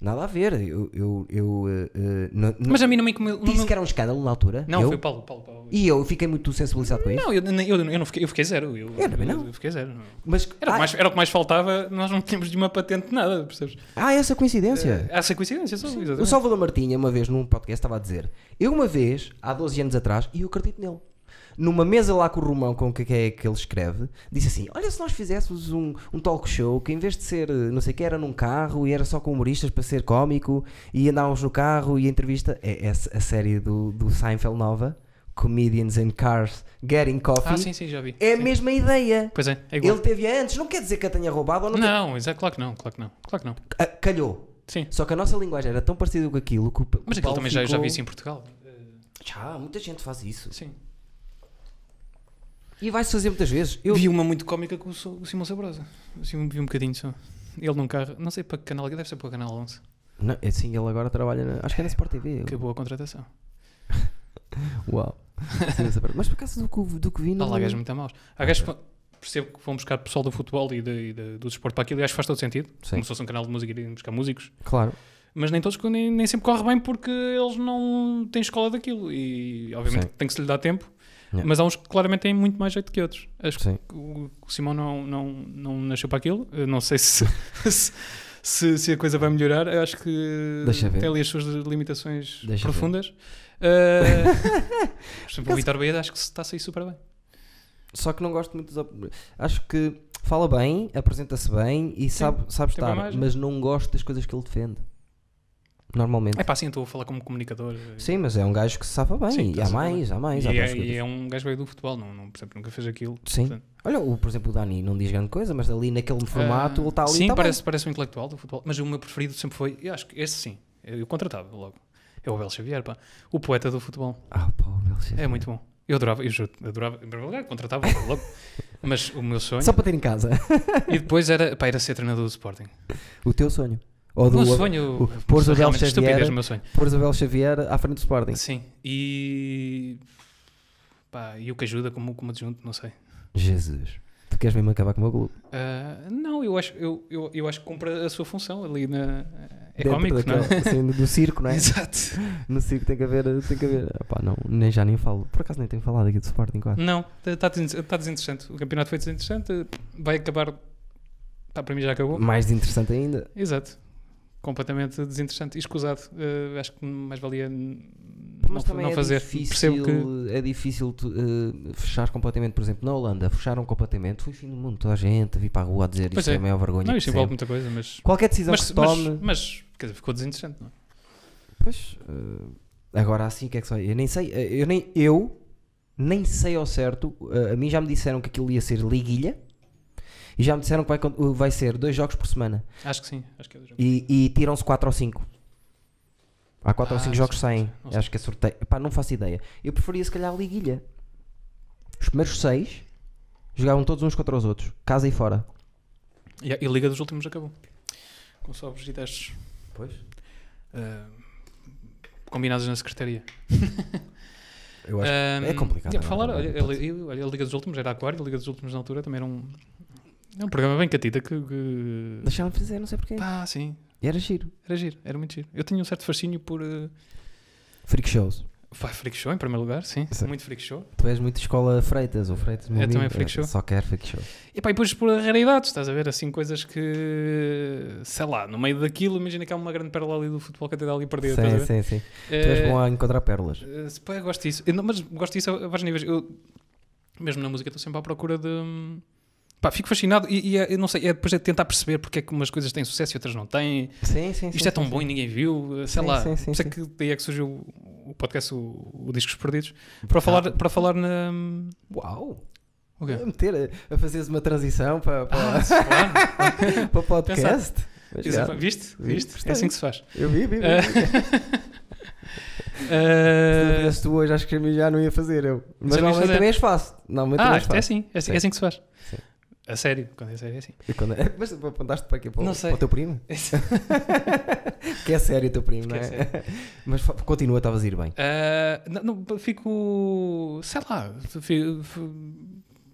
S1: nada a ver. Eu, eu, eu, eh, eh, não, não-
S2: Mas a mim não me incomodou.
S1: disse
S2: Não,
S1: que era um escândalo na altura.
S2: não
S1: eu,
S2: foi o Paulo, Paulo, Paulo.
S1: E eu fiquei muito sensibilizado com isso.
S2: Não, eu, nem- eu, eu, não fiquei, eu fiquei zero. Eu,
S1: Eu também não. Ah.
S2: eu fiquei zero.
S1: Mas
S2: Era, o que
S1: há,
S2: mais, era o que mais faltava, nós não tínhamos de uma patente de nada, percebes?
S1: há essa coincidência.
S2: Há essa coincidência só.
S1: o
S2: exatamente.
S1: Salvador Martinha, uma vez num podcast, estava a dizer: Eu, uma vez, há 12 anos atrás, e eu acredito nele. Numa mesa lá com o Romão, com o que é que ele escreve, disse assim: Olha, se nós fizéssemos um, um talk show que em vez de ser eh, não sei o que, era num carro e era só com humoristas para ser cómico e andávamos no carro e entrevista. É, é a série do, do Seinfeld nova, Comedians in Cars Getting Coffee.
S2: Ah, sim, sim, já vi.
S1: É a
S2: Sim.
S1: mesma ideia.
S2: Pois é, é igual.
S1: Ele teve antes, não quer dizer que a tenha roubado ou não.
S2: Não, exato, claro que não, claro que não. Claro que não.
S1: te- Ah, calhou.
S2: Sim.
S1: Só que a nossa linguagem era tão parecida com aquilo que o P-
S2: Mas
S1: o
S2: aquilo
S1: Paulo
S2: também já, já
S1: ficou-
S2: vi isso em Portugal.
S1: Já, muita gente faz isso.
S2: Sim.
S1: E vai-se fazer muitas vezes. Eu...
S2: Vi uma muito cómica com o, So- o Simão Sabrosa. Assim, vi um bocadinho só. Ele num carro, não sei para que canal, deve ser para o canal 11.
S1: Não, é assim, ele agora trabalha na... Acho que é na Sport TV. eu-
S2: Acabou a contratação.
S1: Uau. Sim, essa parte. Mas por acaso do que, do que vi...
S2: Há
S1: Não...
S2: Tá lá gajos muito a maus. Há gajos que percebo que vão buscar pessoal do futebol e, de, e de- do desporto para aquilo e acho que faz todo sentido.
S1: Sim.
S2: Como se fosse um canal de música, irem buscar músicos.
S1: Claro.
S2: Mas nem todos, nem, nem sempre corre bem porque eles não têm escola daquilo. E obviamente
S1: Sim.
S2: tem que se lhe dar tempo.
S1: Yeah.
S2: Mas há uns que claramente têm muito mais jeito que outros. Acho
S1: Sim.
S2: que o, o Simão não, não, não nasceu para aquilo. Eu não sei se, se, se- se a coisa vai melhorar. Eu acho que
S1: Deixa ver.
S2: tem ali as suas limitações
S1: Deixa ver.
S2: profundas. Ah, por exemplo, o Vitor Baeda acho que se está a sair super bem.
S1: Só que não gosto muito dos... op- Acho que fala bem, apresenta-se bem e sabe, sabe
S2: tem boa
S1: estar.
S2: imagem.
S1: Mas não gosto das coisas que ele defende. normalmente.
S2: É pá, sim, estou a falar como comunicador. eh,
S1: Sim, mas é um gajo que se safa bem.
S2: Sim,
S1: e
S2: tá-se
S1: há
S2: a falar.
S1: mais, há mais, há
S2: e,
S1: mais
S2: é,
S1: coisas.
S2: e é um gajo que veio do futebol, não, não, por exemplo, nunca fez aquilo.
S1: Sim.
S2: portanto.
S1: Olha, o, por exemplo, o Dani não diz grande coisa, mas ali naquele formato
S2: Ah,
S1: ele está ali.
S2: Sim,
S1: tá bem.
S2: parece, parece um intelectual do futebol, mas o meu preferido sempre foi, eu acho que esse sim, eu contratava logo. É o Abel Xavier, pá. O poeta do futebol.
S1: Ah, pá, o Abel Xavier.
S2: É muito bom. Eu adorava, eu juro, adorava. Em primeiro lugar, contratava logo. Mas o meu sonho.
S1: Só para ter em casa.
S2: E depois era, pá, era ser treinador do Sporting.
S1: O teu sonho. Ou
S2: O
S1: do
S2: meu
S1: Ab-
S2: sonho.
S1: o- pôr o Abel
S2: realmente
S1: Xavier-
S2: estupidez, o meu sonho.
S1: pôr Isabel Xavier à frente do Sporting.
S2: Sim. E. Pá, e o que ajuda como, como adjunto, não sei.
S1: Jesus. Tu queres mesmo acabar com o meu clube?
S2: Ah, não, eu acho, eu, eu, eu acho que cumpre a sua função ali na. É
S1: Dentro
S2: cómico, não é?
S1: daquela- assim, do circo, não é?
S2: Exato.
S1: No circo tem que haver. Tem que haver. Ah, pá, não, nem, já nem falo. Por acaso nem tenho falado aqui do Sporting quase.
S2: Não, tá, está desinteressante. O campeonato foi desinteressante. Vai acabar. Pá, para mim já acabou.
S1: Mais interessante ainda.
S2: Exato. Completamente desinteressante e escusado. Eh, acho que mais valia n-
S1: Mas
S2: não,
S1: também
S2: não
S1: é
S2: fazer.
S1: difícil,
S2: Percebo que.
S1: é difícil tu, eh, fechar completamente, por exemplo, na Holanda, fecharam completamente, foi fim do mundo, toda a gente, vi para a rua a dizer
S2: Pois
S1: isto é,
S2: é.
S1: a maior vergonha
S2: Não,
S1: que
S2: isto
S1: sempre.
S2: envolve muita coisa, mas.
S1: Qualquer decisão
S2: Mas,
S1: que
S2: mas,
S1: tome,
S2: mas, quer dizer, ficou desinteressante. Não? é?
S1: pois, eh, agora assim, o que é que sei? Eu nem sei, eh, eu nem, eu nem sei ao certo, eh, a mim já me disseram que aquilo ia ser liguilha, e já me disseram que vai, con- eh, vai ser dois jogos por semana,
S2: Acho que sim. Acho que é do jogo.
S1: e, e tiram-se 4 ou 5. Há 4 ou
S2: Ah,
S1: 5
S2: não
S1: jogos que
S2: sei, não
S1: saem.
S2: sei, não sei.
S1: Acho que é sorteio. Pá, não faço ideia. Eu preferia se calhar a Liguilha. Os primeiros 6 jogavam todos uns contra os outros, casa e fora.
S2: E, a- e a Liga dos Últimos acabou. Com sobres e testes
S1: Pois.
S2: eh, combinados na Secretaria.
S1: Eu acho
S2: Ahm,
S1: é complicado,
S2: e a
S1: não é?
S2: falar,
S1: Não é?
S2: olha, a, Li- olha, a Liga dos Últimos era Aquário, a Liga dos Últimos na altura também era um. É um programa bem catita que. que-
S1: que deixaram de fazer, não sei porquê.
S2: Pá, sim.
S1: Era giro.
S2: Era giro, era muito giro. Eu tinha um certo fascínio por. eh,
S1: Freak shows.
S2: Pá, freak show em primeiro lugar, sim.
S1: Sim.
S2: Muito freak show.
S1: Tu és muito escola Freitas, ou Freitas meu
S2: Eu
S1: amigo,
S2: É, também freak
S1: eh,
S2: show.
S1: Só quer freak show.
S2: E pá, e depois por raridades, estás a ver? Assim, coisas que. Sei lá, no meio daquilo, imagina que há uma grande pérola ali do futebol que até dá ali perdida. estás a
S1: sim,
S2: ver?
S1: sim, sim.
S2: Eh,
S1: Tu és bom a encontrar pérolas.
S2: eh, se pá, eu gosto disso. Eu não- mas gosto disso a, a vários níveis. Eu, mesmo na música, estou sempre à procura de. Pá, fico fascinado e, e é- eu não sei, é depois é tentar perceber porque é que umas coisas têm sucesso e outras não têm.
S1: Sim, sim,
S2: Isto
S1: sim,
S2: é tão
S1: sim,
S2: bom e ninguém viu, eh, sei
S1: Sim,
S2: lá.
S1: sim, sim,
S2: por isso é
S1: sim.
S2: que daí é que surgiu o o podcast, o, o Discos Perdidos. Para falar, para falar na.
S1: sim. Uau!
S2: O quê?
S1: A meter, eh, a fazeres uma transição para, para,
S2: Ah, se falar.
S1: para podcast. Mas,
S2: Isso,
S1: cara,
S2: Viste?
S1: Vi,
S2: Viste?
S1: gostei.
S2: É assim que se faz.
S1: Eu vi, vi, vi.
S2: Ah,
S1: Se não
S2: Ah,
S1: fizesse tu hoje, acho que a mim já não ia fazer eu. Mas
S2: Já não
S1: normalmente
S2: ias é fazer.
S1: também és fácil. Normalmente
S2: ah,
S1: também és
S2: isto é
S1: fácil.
S2: assim. É assim, é
S1: Sim.
S2: assim que se faz.
S1: Sim.
S2: A sério, quando é sério é assim.
S1: E quando- Mas tu apontaste para aqui, para, o-
S2: Não sei.
S1: para o teu primo? que é sério o teu primo, não
S2: Que é
S1: é?
S2: sério.
S1: Mas fa- continua, estavas a ir bem.
S2: Ah, não, não, fico. Sei lá. fi- fi-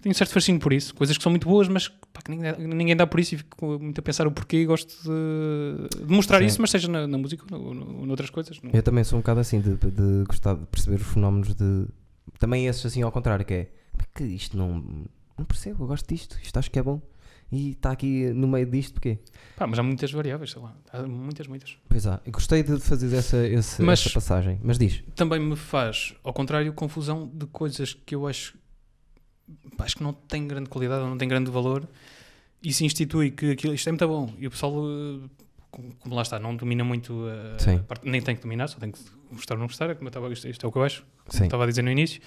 S2: Tenho um certo fascínio por isso. Coisas que são muito boas, mas pá, que ninguém, ninguém dá por isso e fico muito a pensar o porquê e gosto de, de mostrar
S1: Sim.
S2: isso, mas seja na, na música ou no- ou noutras coisas. no-
S1: Eu também sou um bocado assim, de, de gostar de perceber os fenómenos de. Também esses assim ao contrário, que é. "Como é Que isto não. Não percebo, eu gosto disto, isto acho que é bom. E está aqui no meio disto, porquê?
S2: Pá, mas há muitas variáveis, sei lá. Há muitas, muitas.
S1: Pois há, eu gostei de fazer essa, esse-
S2: Mas-
S1: essa passagem. Mas diz,
S2: Também me faz, ao contrário, confusão de coisas que eu acho, pá, acho que não têm grande qualidade ou não têm grande valor e se institui que aquilo, isto é muito bom e o pessoal, eh, como como lá está, não domina muito, a-
S1: Sim.
S2: a parte- nem tem que dominar, só tem que gostar ou não gostar, é como eu estava, isto, isto é o que eu acho,
S1: sim.
S2: estava a dizer no início.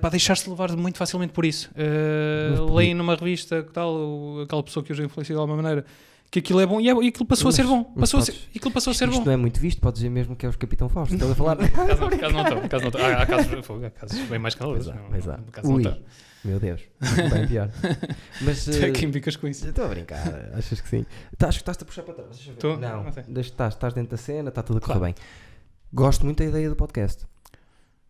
S2: para deixar-se levar muito facilmente por isso.
S1: Mas
S2: Uh,
S1: podia-
S2: leio numa revista que tal, ou aquela pessoa que os influencia de alguma maneira, que aquilo é bom e, é, e aquilo passou
S1: Mas-
S2: a ser bom.
S1: mas
S2: Passou a
S1: podes-
S2: ser, aquilo passou a
S1: Isto
S2: ser bom.
S1: não é muito visto, pode dizer mesmo que é os Capitão Fausto. Estás a falar.
S2: Caso, caso não estou, caso não estou. Há, há casos, fogo, há casos bem mais calorosos.
S1: Pois há,
S2: não-
S1: pois há.
S2: Caso não
S1: Ui.
S2: estou.
S1: Meu Deus, bem pior. Mas.
S2: Tu é que
S1: eh,
S2: embicas com isso.
S1: Estou a brincar, achas que sim? Tá, acho que estás-te a puxar para trás. Deixa eu ver.
S2: Estou?
S1: Não,
S2: Não sei.
S1: deixa- estás, estás dentro da cena, está tudo a correr
S2: Claro.
S1: bem. Gosto muito da ideia do podcast.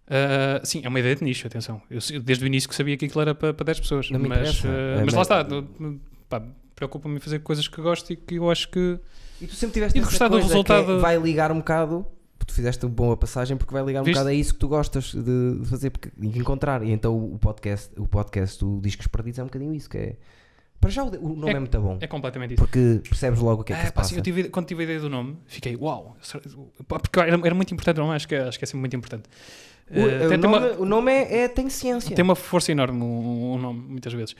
S2: Ah, sim, é uma ideia de nicho, atenção. Eu, se- desde o início que sabia que aquilo era para, para 10 pessoas.
S1: Não me
S2: mas,
S1: interessa.
S2: ah,
S1: É,
S2: mas lá
S1: mas-
S2: está. não- não- pá, Preocupa-me em fazer coisas que gosto e que eu acho que.
S1: E tu sempre tiveste
S2: E de
S1: essa
S2: gostar do
S1: coisa que é-
S2: resultado-
S1: vai ligar um bocado. Tu fizeste uma boa passagem porque vai ligar um
S2: Viste?
S1: bocado a isso que tu gostas de de fazer porque, de encontrar. E então o podcast, o podcast do Discos Perdidos é um bocadinho isso. Que é... Para já o, o nome é, muito bom.
S2: É completamente isso.
S1: Porque percebes logo o que é que
S2: Ah,
S1: se
S2: pá,
S1: passa.
S2: sim, eu tive- quando tive a ideia do nome, fiquei uau! será- pá, Porque era, era muito importante, não é? acho que, é- acho que é sempre muito importante.
S1: O,
S2: Ah,
S1: o
S2: tem- tem uma-
S1: nome, o nome é, é- tem ciência.
S2: Tem uma força enorme o um, nome, muitas vezes.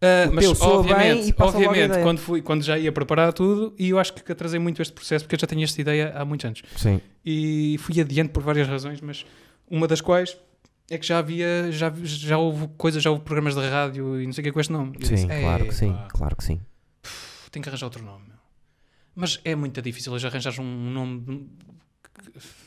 S2: Ah,
S1: O
S2: mas
S1: teu soa
S2: obviamente,
S1: bem e passa logo a
S2: obviamente
S1: ideia.
S2: quando, fui, quando já ia preparar tudo, e eu acho que atrasei muito este processo porque eu já tinha esta ideia há muitos anos.
S1: Sim.
S2: E fui adiante por várias razões, mas uma das quais é que já havia, já, já houve coisas, já houve programas de rádio e não sei o que é com este nome. Eu
S1: Sim,
S2: disse,
S1: claro que sim,
S2: "Epá,
S1: claro que sim.
S2: Tenho que arranjar outro nome. meu." Mas é muito difícil hoje arranjar um nome. de-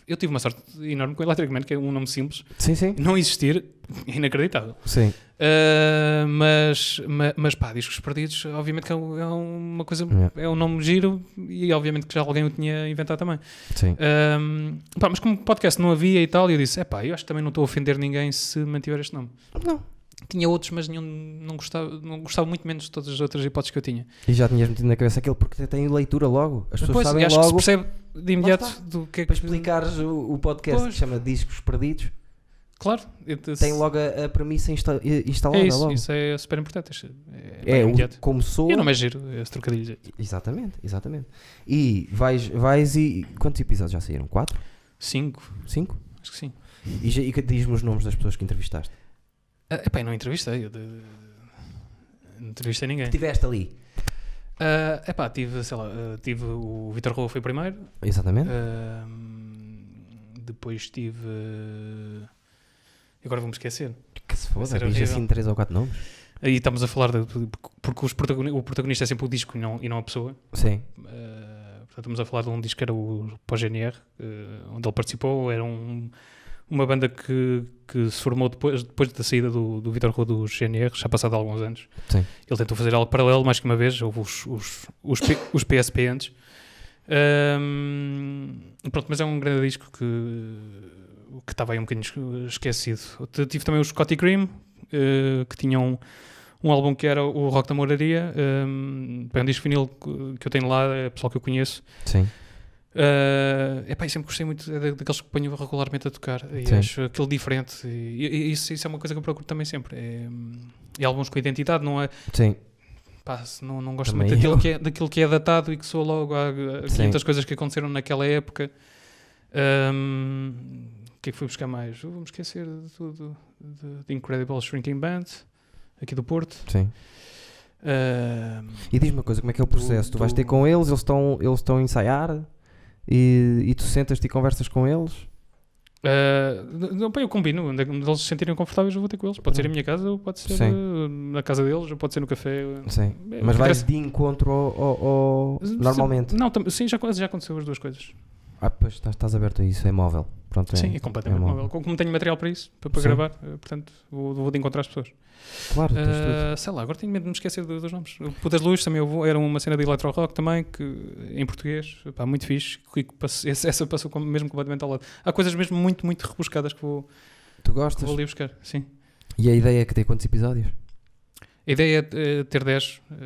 S2: Eu tive uma sorte enorme com o Electric Man, que é um nome simples.
S1: Sim, sim.
S2: Não existir é inacreditável.
S1: Sim.
S2: Uh, mas, ma- mas pá, Discos Perdidos, obviamente que é, um- é uma coisa,
S1: É.
S2: é um nome giro e obviamente que já alguém o tinha inventado também.
S1: Sim.
S2: Um, pá, mas como podcast não havia e tal, eu disse: é pá, eu acho que também não estou a ofender ninguém se mantiver este nome.
S1: Não.
S2: Tinha outros, mas nenhum, não, gostava, não gostava muito menos de todas as outras hipóteses que eu tinha.
S1: E já tinhas metido na cabeça aquele porque tem leitura logo. As pessoas
S2: Depois,
S1: sabem
S2: acho
S1: logo
S2: que se percebe de
S1: Lá
S2: imediato
S1: está.
S2: do que é que.
S1: para explicares o, o podcast
S2: Pois.
S1: que se chama Discos Perdidos.
S2: Claro, eu disse-
S1: Tem logo a, a premissa insta- i- instalada
S2: é isso,
S1: logo.
S2: isso é super importante. isto É,
S1: É,
S2: é
S1: o,
S2: imediato.
S1: como soa.
S2: E o nome é giro, esse trocadilho.
S1: Exatamente, exatamente. E vais, vais e. Quantos episódios já saíram? Quatro?
S2: 5,
S1: Cinco?
S2: acho que sim.
S1: E, já- e que- diz-me os nomes das pessoas que entrevistaste.
S2: Ah, Epá, eu não entrevistei. Eu de- de- Não entrevistei ninguém.
S1: Tiveste ali.
S2: Ah, epá, tive, sei lá, ah, tive o Vitor Roa foi o primeiro.
S1: Exatamente.
S2: Ah, depois tive. ah, Agora vou-me esquecer.
S1: que se
S2: vai
S1: foda,
S2: ser
S1: diz
S2: horrível.
S1: assim três ou quatro nomes.
S2: Aí estamos a falar de. Porque os protagoni- o protagonista é sempre o disco e não, e não a pessoa.
S1: Sim.
S2: Uh, portanto, estamos a falar de um disco que era o Pós-GNR, uh, onde ele participou. Era um- uma banda que, que se formou depois, depois da saída do, do Vitor Rua do GNR, já passado alguns anos.
S1: Sim.
S2: Ele tentou fazer algo paralelo mais que uma vez, houve os, os, os, P- os PSP antes. Um, pronto, mas é um grande disco que que estava aí um bocadinho es- esquecido. Eu tive também os Scotty Cream, eh, que tinham um álbum que era o Rock da Moraria, um, bem, um disco vinil que que eu tenho lá, é pessoal que eu conheço.
S1: Sim.
S2: Eh, epá, eu sempre gostei muito é da- daqueles que ponho regularmente a tocar, e
S1: Sim.
S2: acho aquilo diferente, e, e- e isso, isso é uma coisa que eu procuro também sempre. É, hum, e álbuns com identidade, não é?
S1: Sim.
S2: Pá, se não, não gosto
S1: Também
S2: muito daquilo
S1: eu.
S2: que, é, daquilo que é datado e que soa logo a, a
S1: Sim.
S2: 500 coisas que aconteceram naquela época. Ahm, o que é que fui buscar mais? Vou-me esquecer de tudo. De, de Incredible Shrinking Band, aqui do Porto.
S1: Sim.
S2: Ahm,
S1: E diz-me uma coisa, como é que é o processo?
S2: Do-
S1: Tu vais ter
S2: do-
S1: com eles, eles estão eles estão a ensaiar e, e tu sentas-te e conversas com eles?
S2: ah, não, pá, eu combino. Onde é que- onde eles se sentirem confortáveis, eu vou ter com eles. Pode ser em minha casa, ou pode ser
S1: Sim.
S2: ah, na casa deles, ou pode ser no café. ou-
S1: Sim.
S2: É,
S1: Mas vais
S2: interessa.
S1: de encontro ao, ao- ao- normalmente.
S2: Não, tam- sim, já, já aconteceu as duas coisas.
S1: Ah, pois estás, estás aberto a isso, é móvel. Pronto, é.
S2: Sim, é completamente
S1: é móvel.
S2: móvel. Como tenho material para isso, para, para
S1: Sim.
S2: gravar, eh, portanto, vou, vou de encontrar as pessoas.
S1: Claro, tens tudo.
S2: Ah, sei lá, agora tenho medo de me esquecer do- dos nomes. O Putas Luz também houve- era uma cena de electro rock também, que em português, pá, muito fixe. que passou- esse- essa passou com- mesmo completamente ao lado. Há coisas mesmo muito, muito rebuscadas que vou,
S1: Tu
S2: que
S1: gostas?
S2: vou ali buscar. Sim.
S1: E a ideia é que tem quantos episódios?
S2: A ideia é eh, ter 10 eh,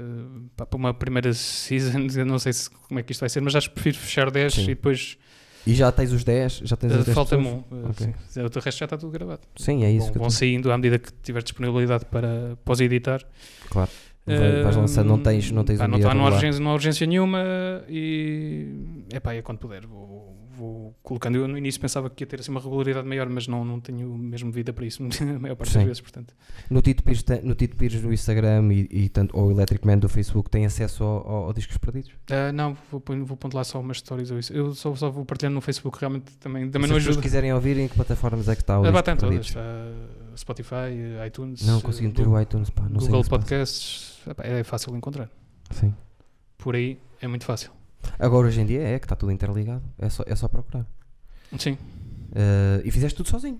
S2: pá, para uma primeira season. Eu não sei se- como é que isto vai ser, mas acho que prefiro fechar 10
S1: Sim.
S2: e depois
S1: E já tens os 10? Já tens
S2: eh,
S1: os 10
S2: falta-me
S1: pessoas?
S2: um. Eh,
S1: Ok.
S2: sim. O resto já está tudo gravado.
S1: Sim, é isso
S2: vão,
S1: que eu
S2: vão
S1: tô-
S2: saindo à medida que tiver disponibilidade para pós-editar.
S1: Claro. Vai- vais lançando, não tens- não tens
S2: pá,
S1: um
S2: não,
S1: dia
S2: tá- não há
S1: regular.
S2: urgência, não há urgência nenhuma e. É pá, é quando puder. Vou, vou colocando. Eu no início pensava que ia ter assim, uma regularidade maior, mas não, não tenho mesmo vida para isso, a maior parte das
S1: Sim.
S2: vezes, portanto.
S1: No Tito Pires, tem- no Tito Pires do Instagram e, e tanto, ou Electric Man do Facebook tem acesso ao, ao- ao Discos Perdidos?
S2: Ah, não, vou, pon- vou pondo lá só umas stories ou isso. Eu só, só vou partilhando no Facebook, realmente também, também
S1: Se
S2: não
S1: as pessoas
S2: ajuda.
S1: quiserem ouvir, em que plataformas é que está o
S2: Ah,
S1: Discos
S2: batem
S1: Perdidos?
S2: todas. Está ah, Spotify, iTunes,
S1: Não consegui meter
S2: Google,
S1: o iTunes, pá, não sei o
S2: Google
S1: que se passa.
S2: Podcasts. Ah, pá, é fácil de encontrar.
S1: Sim.
S2: Por aí é muito fácil.
S1: Agora hoje em dia é que está tudo interligado, é só, é só procurar.
S2: Sim.
S1: Eh, e fizeste tudo sozinho.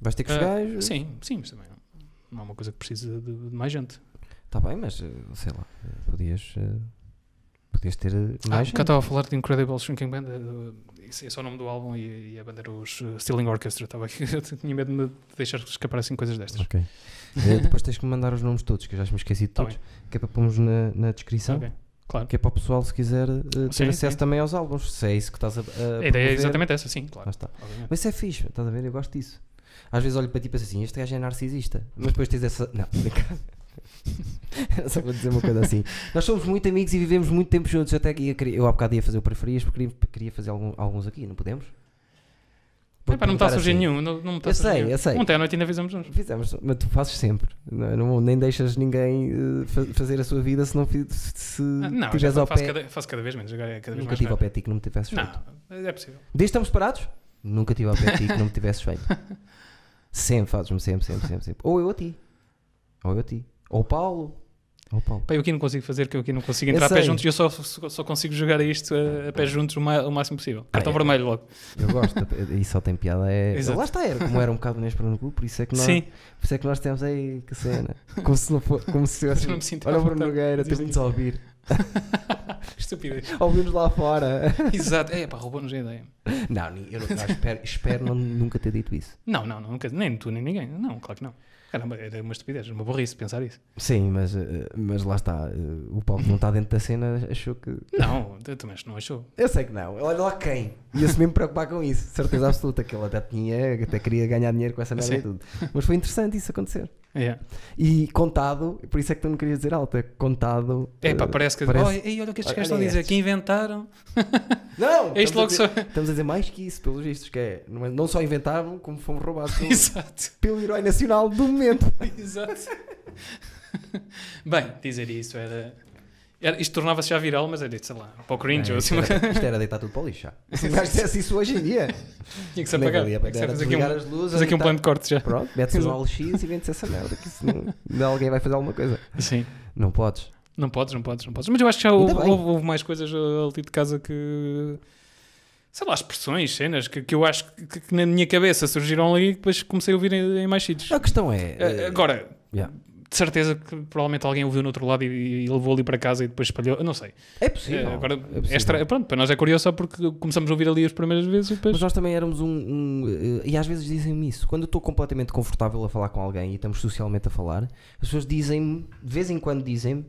S1: Vais ter que
S2: Ah,
S1: chegar.
S2: Sim, sim, mas também não, não é uma coisa que precisa de, de mais gente.
S1: Está bem, mas eh, sei lá, eh, podias, eh, podias ter eh,
S2: Ah,
S1: mais.
S2: cá estava a falar de Incredible Shrinking Band, eh, isso é só o nome do álbum e, e a banda era os eh, Stealing Orchestra. Estava aqui, eu tinha medo de me deixar escapar assim coisas destas.
S1: Ok. Eh, depois tens que me mandar os nomes todos, que eu já me esqueci de
S2: Tá
S1: todos, que é para pôrmos na, na descrição.
S2: Ok, Claro.
S1: Que é para o pessoal, se quiser, eh, ter
S2: Sim,
S1: acesso
S2: sim.
S1: também aos álbuns. Se é isso que estás a. a
S2: A ideia é
S1: promover.
S2: exatamente essa, sim,
S1: Lá
S2: claro.
S1: está.
S2: obviamente.
S1: Mas isso é fixe, estás a ver? Eu gosto disso. Às vezes olho para ti e penso assim: este gajo é narcisista. Mas depois tens essa. Não, brincadeira. Era Só para dizer uma coisa assim. Nós somos muito amigos e vivemos muito tempo juntos. Eu Até que ia, querer- eu há bocado ia fazer o preferias porque queria, queria fazer algum- alguns aqui, não podemos? Vou-te
S2: Epá, não me está a
S1: perguntar
S2: surgir
S1: assim.
S2: nenhum. Não, não me está
S1: Eu
S2: a surgir
S1: sei,
S2: nenhum.
S1: eu sei.
S2: Ontem à noite ainda fizemos uns.
S1: Fizemos, mas tu fazes sempre. Não, não- nem deixas ninguém eh, fa- fazer a sua vida se não fi- se se
S2: Ah, Não, já
S1: tiveres ao
S2: faço,
S1: pé.
S2: cada, faço cada vez menos. Agora é cada vez
S1: Nunca
S2: mais
S1: tive ao
S2: raro.
S1: pé de ti que não me tivesses feito.
S2: Não, é possível.
S1: Desde que estamos parados, nunca tive ao pé de ti que não me tivesses feito. Sempre fazes-me, sempre, sempre, sempre, sempre. Ou eu a ti. Ou eu a ti. Ou o Paulo. Ou o Paulo.
S2: Pá, eu aqui não consigo fazer, que eu aqui não consigo
S1: Eu
S2: entrar a pé
S1: sei.
S2: juntos e eu só, só só consigo jogar a isto eh, a, a pé juntos o, ma- o máximo possível. Cartão
S1: é.
S2: vermelho logo.
S1: Eu gosto. E só tem piada. É...
S2: Exato.
S1: Lá está, era como era um bocado Inês para no por isso é que nós,
S2: Sim,
S1: por isso é que nós temos aí que cena. Como se não for, como se fosse.
S2: Eu não me sinto à
S1: Olha o Bruno
S2: vontade.
S1: Nogueira,
S2: Diz
S1: teve-nos a ouvir.
S2: estupidez.
S1: Ouvimos lá fora.
S2: Exato. É, pá, roubou-nos a ideia.
S1: Não, ni- eu não, não, espero, espero não- nunca ter dito isso.
S2: Não, não, não, nunca- nem tu nem ninguém. Não, claro que não. Caramba, era uma estupidez, uma burrice pensar isso.
S1: Sim, mas, eh, mas lá está. eh, O Paulo que não está dentro da cena achou que.
S2: Não, eu também acho que não achou.
S1: Eu sei que não. Olha lá quem. Ia-se mesmo preocupar com isso. Certeza absoluta que ele até tinha, até queria ganhar dinheiro com essa merda
S2: Sim.
S1: e tudo. Mas foi interessante isso acontecer.
S2: É,
S1: E contado, por isso é que tu não querias dizer alta. Contado.
S2: é pá,
S1: eh,
S2: parece que.
S1: parece-
S2: Oh, ei, olha o que estes
S1: Olha
S2: gajos estão a dizer,
S1: estes.
S2: que inventaram.
S1: Não!
S2: É isto
S1: estamos a
S2: logo
S1: dizer-
S2: só.
S1: Estamos a dizer mais que isso, pelos vistos, que é. Não, é- não só inventaram, como fomos roubados pelo,
S2: Exato.
S1: pelo herói nacional do momento.
S2: Exato. Bem, dizer isso era. era- isto tornava-se já viral, mas era, sei lá, para o cringe ou
S1: É, isto,
S2: assim, uma coisa.
S1: era, isto era deitar tudo para o lixo. já. Se um gajo dissesse isso hoje em dia.
S2: tinha que se
S1: Nem
S2: apagar.
S1: valia
S2: Tinha
S1: a pena.
S2: que se
S1: Era
S2: fazer é aqui
S1: desligar
S2: um,
S1: as luzes.
S2: fazer aqui um
S1: deitar-
S2: plano de corte já.
S1: Pronto, metes um OLX e vendes essa merda. Que isso não... Alguém vai fazer alguma coisa.
S2: Sim.
S1: Não podes.
S2: Não podes, não podes, não podes. Mas eu acho que já
S1: Ainda
S2: houve,
S1: bem.
S2: houve- houve mais coisas uh, ali de casa que. Sei lá, expressões, cenas que, que eu acho que, que na minha cabeça surgiram ali e depois comecei a ouvir em, em mais sítios.
S1: A questão é.
S2: Uh, Agora,
S1: yeah.
S2: de certeza que provavelmente alguém ouviu no outro lado e, e levou ali para casa e depois espalhou. Eu não sei.
S1: É possível.
S2: É, agora,
S1: é
S2: é
S1: possível.
S2: estra- pronto, para nós é curioso só porque começamos a ouvir ali as primeiras vezes e depois.
S1: Mas nós também éramos um. um, eh, e às vezes dizem-me isso. Quando eu estou completamente confortável a falar com alguém e estamos socialmente a falar, as pessoas dizem-me, de vez em quando dizem-me,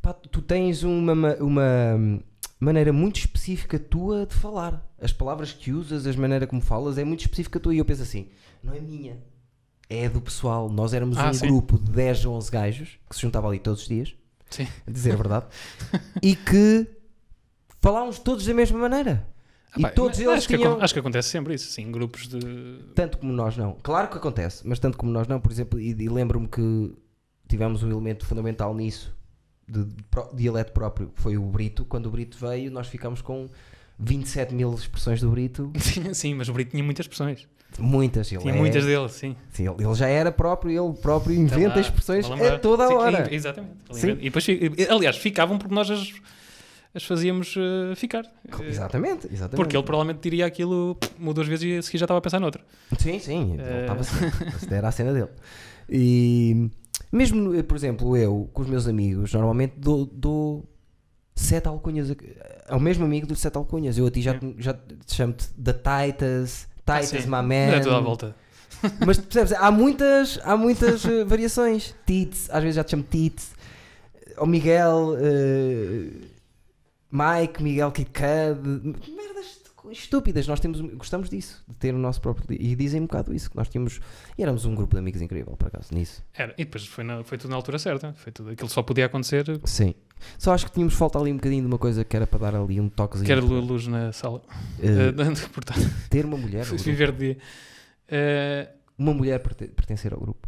S1: pá, tu tens uma, ma- uma maneira muito específica tua de falar. As palavras que usas, a maneira como falas, é muito específica tua. E eu penso assim, não é minha. É do pessoal. Nós éramos
S2: Ah,
S1: um
S2: sim.
S1: grupo de 10 ou 11 gajos que se juntava ali todos os dias,
S2: Sim.
S1: a dizer a verdade, e que falávamos todos da mesma maneira.
S2: Ah,
S1: e
S2: pá,
S1: todos
S2: mas
S1: eles
S2: acho, que,
S1: tinham...
S2: acon- acho que acontece sempre isso, sim, grupos de.
S1: Tanto como nós não. Claro que acontece, mas tanto como nós não, por exemplo, e, e lembro-me que tivemos um elemento fundamental nisso, de, de pró- dialeto próprio, que foi o Brito. Quando o Brito veio, nós ficámos com 27 mil expressões do Brito,
S2: Sim, sim, mas o Brito tinha muitas expressões.
S1: muitas. Ele,
S2: Tinha
S1: é-
S2: muitas deles, sim.
S1: sim, ele, ele já era próprio, ele próprio inventa
S2: Tá lá,
S1: expressões
S2: vou lembrar.
S1: a toda a
S2: Sim,
S1: hora.
S2: in- Exatamente.
S1: Sim.
S2: E depois, fi- aliás, ficavam porque nós as, as fazíamos eh, ficar. Eh,
S1: Exatamente, exatamente.
S2: Porque ele provavelmente diria aquilo uma ou duas vezes e a seguir já estava a pensar noutra.
S1: Sim, sim, ele
S2: Eh.
S1: estava sempre. Essa era a cena dele. E mesmo, eh, por exemplo, eu com os meus amigos, normalmente dou, dou sete alcunhas a- eh, ao mesmo amigo, dou sete alcunhas. Eu a ti já,
S2: Sim.
S1: já te chamo-te da Titus, Titus
S2: sim.
S1: My
S2: Não é
S1: Man.
S2: toda a volta.
S1: Mas percebes, há muitas, há muitas eh, variações. Tits, às vezes já te chamo Tits, ou Miguel, eh, Mike, Miguel Kid Cud, merdas estúpidas. Nós temos, gostamos disso, de ter o nosso próprio. li- E dizem um bocado isso, que nós tínhamos. E éramos um grupo de amigos incrível, por acaso, nisso.
S2: Era. E depois foi, na- foi tudo na altura certa. Foi tudo, aquilo só podia acontecer.
S1: Sim. Só acho que tínhamos falta ali um bocadinho de uma coisa que era para dar ali um toquezinho.
S2: Que era lu- luz na sala.
S1: Eh,
S2: Eh, Portanto,
S1: ter uma mulher. no grupo.
S2: viver de dia. Eh,
S1: Uma mulher perte- pertencer ao grupo.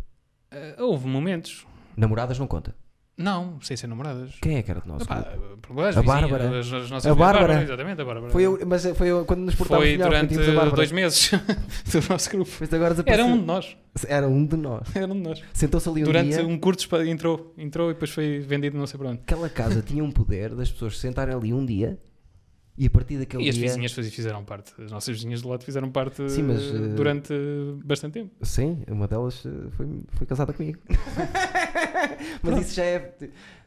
S2: eh, houve momentos.
S1: Namoradas não conta.
S2: Não, sem ser namoradas.
S1: Quem é que era do nosso
S2: Epá,
S1: grupo?
S2: por- as
S1: A
S2: vizinhas,
S1: Bárbara.
S2: as- as nossas
S1: A
S2: vizinhas.
S1: Bárbara.
S2: Exatamente, a Bárbara.
S1: Foi eu, mas eh, foi eu, quando nos portámos
S2: Foi
S1: melhor,
S2: durante
S1: tínhamos a Bárbara.
S2: dois meses do nosso grupo.
S1: Mas agora
S2: Era
S1: desapareceu.
S2: um de nós.
S1: Era um de nós.
S2: Era um de nós.
S1: Sentou-se ali um
S2: Durante
S1: dia.
S2: um curto espaço, entrou, entrou e depois foi vendido não sei para onde.
S1: Aquela casa tinha um poder das pessoas se sentarem ali um dia e a partir daquele
S2: E as
S1: dia.
S2: vizinhas fazi- fizeram parte. As nossas vizinhas do lado fizeram parte
S1: Sim, mas,
S2: eh,
S1: eh,
S2: durante eh, bastante tempo.
S1: Sim, uma delas eh, foi, foi casada comigo. mas
S2: Pronto.
S1: isso já é.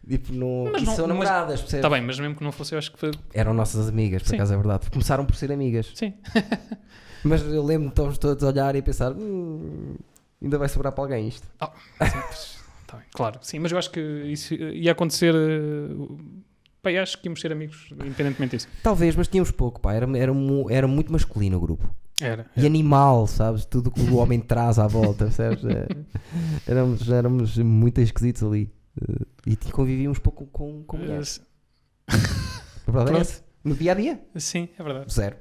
S1: Tipo, não.
S2: Mas
S1: isso
S2: não-
S1: são
S2: mas-
S1: namoradas, percebes?
S2: Está Tá bem, mas mesmo que não fosse, eu acho que foi.
S1: Eram nossas amigas, por
S2: Sim.
S1: acaso é verdade. Começaram por ser amigas.
S2: Sim.
S1: Mas eu lembro-me de estarmos todos a olhar e a pensar: "Hum, ainda vai sobrar para alguém isto.
S2: Tá bem, claro. Sim, mas eu acho que isso eh, ia acontecer. eh, Bem, acho que íamos ser amigos, independentemente disso.
S1: Talvez, mas tínhamos pouco, pá. Era, era, mu- era muito masculino o grupo.
S2: Era.
S1: E é animal, sabes? Tudo que o homem traz à volta, percebes? É, éramos, éramos muito esquisitos ali. Eh, E t- convivíamos pouco com, com
S2: Eh,
S1: mulheres.
S2: s-
S1: A verdade é
S2: pronto.
S1: essa. No dia a dia,
S2: Sim, é verdade.
S1: zero.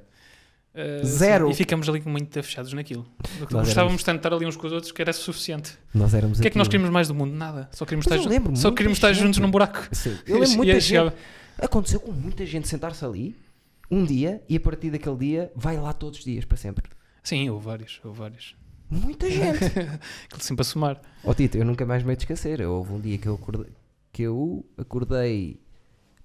S2: Uh,
S1: Zero.
S2: E ficamos ali muito fechados naquilo.
S1: Nós
S2: Gostávamos tanto de estar ali uns com os outros que era suficiente.
S1: Nós éramos um-
S2: O que é que nós
S1: aquilo.
S2: queríamos mais do mundo? Nada. Só queríamos
S1: Mas
S2: estar,
S1: eu
S2: ju-
S1: lembro
S2: só
S1: muita
S2: queríamos estar
S1: gente.
S2: juntos num buraco.
S1: Sim, eu
S2: E
S1: lembro muita
S2: aí
S1: gente.
S2: chegava.
S1: Aconteceu com muita gente sentar-se ali um dia e a partir daquele dia vai lá todos os dias para sempre.
S2: Sim, houve vários, houve vários.
S1: Muita gente.
S2: Aquilo sempre a somar.
S1: Ó Tito, eu nunca mais me hei de esquecer. Eu- Houve um dia que eu acordei, que eu acordei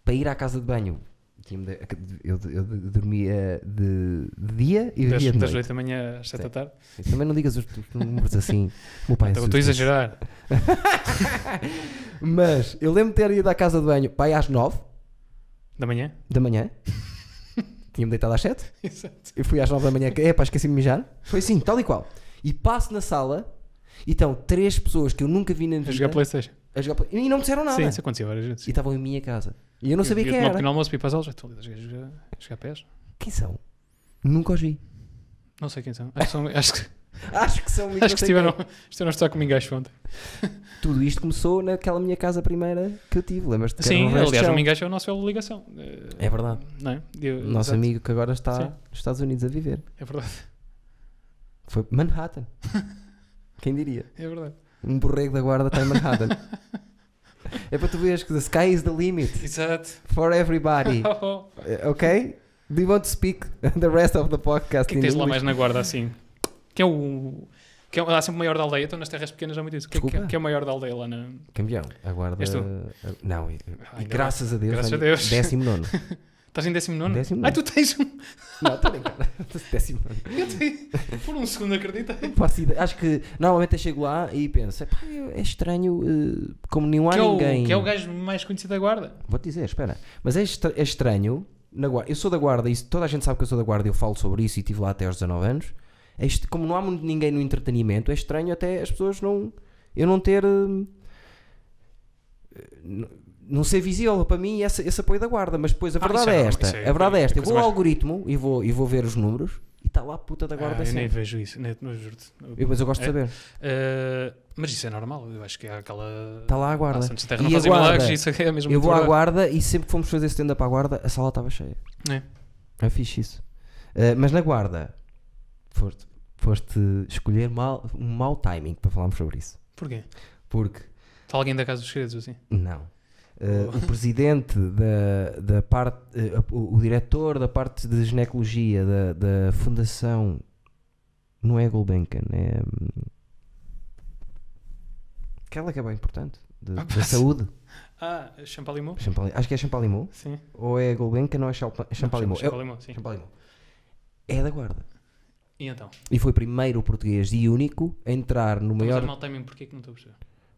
S1: para ir à casa de banho. Tinha-me de- Eu, eu dormia de, de dia e
S2: Das,
S1: vivia de
S2: das
S1: noite.
S2: 8 da manhã às 7 da
S1: Sim.
S2: tarde.
S1: Também não digas os os números assim. Meu pai
S2: Então, eu estou a
S1: assusta-se.
S2: exagerar.
S1: Mas eu lembro de ter ido à casa de banho pai às 9
S2: Da manhã?
S1: da manhã. Tinha-me deitado às 7.
S2: Exato.
S1: Eu fui às 9 da manhã, que- epá, esqueci-me de mijar. Foi assim, tal e qual. E passo na sala e estão três pessoas que eu nunca vi na vida
S2: A jogar Playstation.
S1: a jogar play- E não me disseram nada.
S2: Sim, isso acontecia várias vezes.
S1: E estavam em minha casa. E eu não sabia
S2: eu,
S1: quem
S2: Eu tomava
S1: era.
S2: pequeno almoço, pipa às aulas, estou ali a jogar, a jogar pés.
S1: Quem são? Nunca os vi.
S2: Não sei quem são. Acho que, são, acho que,
S1: Acho que são
S2: acho que estiveram,
S1: é.
S2: estiveram a estar comigo gajo ontem.
S1: Tudo isto começou naquela minha casa primeira que eu tive, lembras-te? que era
S2: Sim,
S1: um resto de
S2: aliás, o
S1: chão.
S2: Mingacho é o nosso velho ligação. Eh,
S1: É verdade.
S2: Não é? Eu-
S1: Nosso
S2: exato,
S1: amigo que agora está
S2: Sim.
S1: nos Estados Unidos a viver.
S2: É verdade,
S1: Foi Manhattan. Quem diria?
S2: é verdade.
S1: Um borrego da guarda está em Manhattan. é para tu veres que the sky is the limit
S2: Exato.
S1: for everybody.
S2: Oh, O é
S1: Eh, ok? Do you want to speak the rest of the podcast
S2: que é que
S1: in
S2: tens lá
S1: English?
S2: mais na guarda assim? Que é o. Que é, há sempre o maior da aldeia, então nas terras pequenas há muito isso. Que, que,
S1: Desculpa?
S2: que é o maior da aldeia lá na.
S1: Campeão, aguarda.
S2: És tu?
S1: Não, e,
S2: Ah,
S1: e
S2: ainda
S1: graças a Deus,
S2: Graças a
S1: olha,
S2: Deus.
S1: décimo nono.
S2: Estás em 19?
S1: Décimo
S2: Ah,
S1: nono.
S2: tu tens um.
S1: Não, estou a brincar. décimo nono.
S2: Eu tenho... Por um segundo acreditei.
S1: Não faço ideia. Acho que normalmente eu chego lá e penso, "Epá, eu- é estranho, eh, como não há
S2: Que é, o,
S1: ninguém.
S2: que é o gajo mais conhecido da guarda.
S1: Vou-te dizer, espera. Mas é, estra- é estranho. Na guarda. Eu sou da guarda e toda a gente sabe que eu sou da guarda e eu falo sobre isso e estive lá até aos 19 anos. É est- como não há muito ninguém no entretenimento, é estranho até as pessoas não. Eu não ter. hum, n- Não ser visível para mim esse, esse apoio da guarda, mas depois a
S2: Ah,
S1: verdade
S2: isso é
S1: é,
S2: normal,
S1: esta.
S2: isso é-
S1: a verdade é
S2: é
S1: esta. Eu
S2: coisa
S1: vou ao
S2: mais-
S1: algoritmo e vou, e vou ver os números e está lá a puta da guarda
S2: Ah, eu nem
S1: sempre.
S2: vejo isso, nem, não juro-te.
S1: Eu- mas eu gosto de
S2: É.
S1: saber.
S2: Eh, mas isso é normal, eu acho que há aquela.
S1: Está lá a
S2: Ah,
S1: Tá, guarda.
S2: Santos Terra não
S1: E a
S2: fazem
S1: guarda?
S2: milagres, isso é mesmo.
S1: Eu
S2: muito
S1: vou à
S2: verdade.
S1: guarda e sempre que fomos fazer stand-up à guarda, a sala estava cheia.
S2: É.
S1: É fixe isso. Uh, mas na guarda, foste, foste escolher mal, um mau timing para falarmos sobre isso.
S2: Porquê?
S1: Porque,
S2: Está alguém da Casa dos Segredos assim?
S1: não.
S2: Oh.
S1: Uh, o presidente da, da parte, uh, o, o diretor da parte de ginecologia da, da fundação, não é Gulbenkian, é. hum, aquela que é bem importante, de-
S2: Ah,
S1: da
S2: mas-
S1: saúde.
S2: Ah, Champalimau?
S1: Champali- acho que é Champalimau.
S2: Sim.
S1: Ou é Gulbenkian ou é Champa- Champalimau.
S2: Não,
S1: É-
S2: Champalimau, sim.
S1: Champalimau. É da guarda.
S2: E então?
S1: E foi primeiro o português e único a entrar no
S2: Maior...
S1: maior.
S2: Mas mal timing, porquê que não estou a perceber?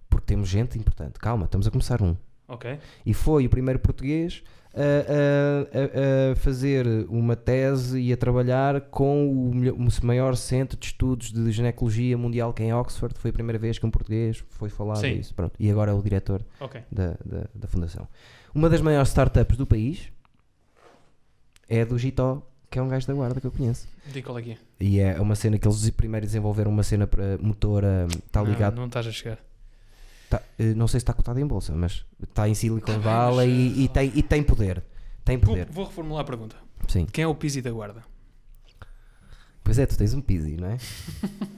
S1: Porque temos gente importante. Calma, estamos a começar um.
S2: Ok.
S1: E foi o primeiro português a, a- a- a fazer uma tese e a trabalhar com o melho- o maior centro de estudos de ginecologia mundial que é em Oxford. Foi a primeira vez que um português foi falar
S2: Sim.
S1: disso. Pronto. E agora é o diretor
S2: Ok.
S1: da, da, da fundação. Uma das maiores startups do país é a do Gitó, que é um gajo da guarda que eu conheço.
S2: Digo qual é que é.
S1: E é uma cena que eles primeiro desenvolveram uma cena para motora, está
S2: Não,
S1: Tá ligado.
S2: Não, estás a chegar.
S1: tá- eh, não sei se está cotada em bolsa, mas está em Silicon
S2: Tá bem,
S1: Valley
S2: mas,
S1: e, e tem, e tem poder. Tem
S2: Vou,
S1: poder,
S2: vou reformular a pergunta.
S1: sim.
S2: Quem é o Pizzi da guarda?
S1: Pois é, tu tens um Pizzi, não é?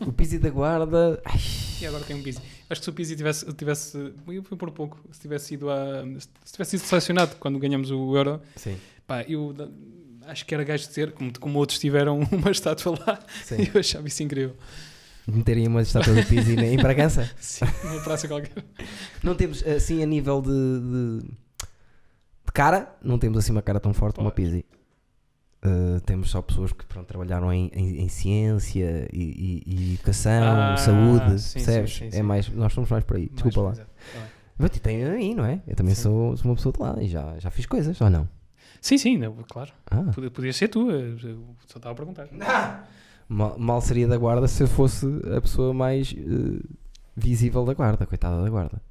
S1: o Pizzi da guarda. ai,
S2: E agora tem um Pizzi. Acho que se o Pizzi tivesse. tivesse eu fui por pouco. Se tivesse ido a. Se tivesse sido selecionado quando ganhamos o Euro,
S1: sim,
S2: pá, eu da- acho que era gajo de ter, como, como outros tiveram uma estátua lá.
S1: sim.
S2: Eu achava isso incrível.
S1: Meterem uma estátua do Pizzi na- em Bragança.
S2: Sim, numa praça qualquer.
S1: Não temos assim a nível de, de, de cara, não temos assim uma cara tão forte como a
S2: Pois.
S1: Pizzi. Uh, temos só pessoas que pronto, trabalharam em, em- em ciência e, e- e educação,
S2: Ah,
S1: saúde,
S2: sim,
S1: percebes?
S2: sim, sim,
S1: É
S2: sim.
S1: mais, nós somos mais por aí, desculpa lá.
S2: Mais- exato. Tá bem.
S1: Mas tem aí, não é? Eu também
S2: Sim.
S1: sou, sou uma pessoa de lá e já, já fiz coisas, ou não?
S2: Sim, sim, não, claro.
S1: Ah,
S2: Podia, podia ser tu, eu eu só estava a perguntar.
S1: mal, mal seria da guarda se eu fosse a pessoa mais eh, visível da guarda, coitada da guarda.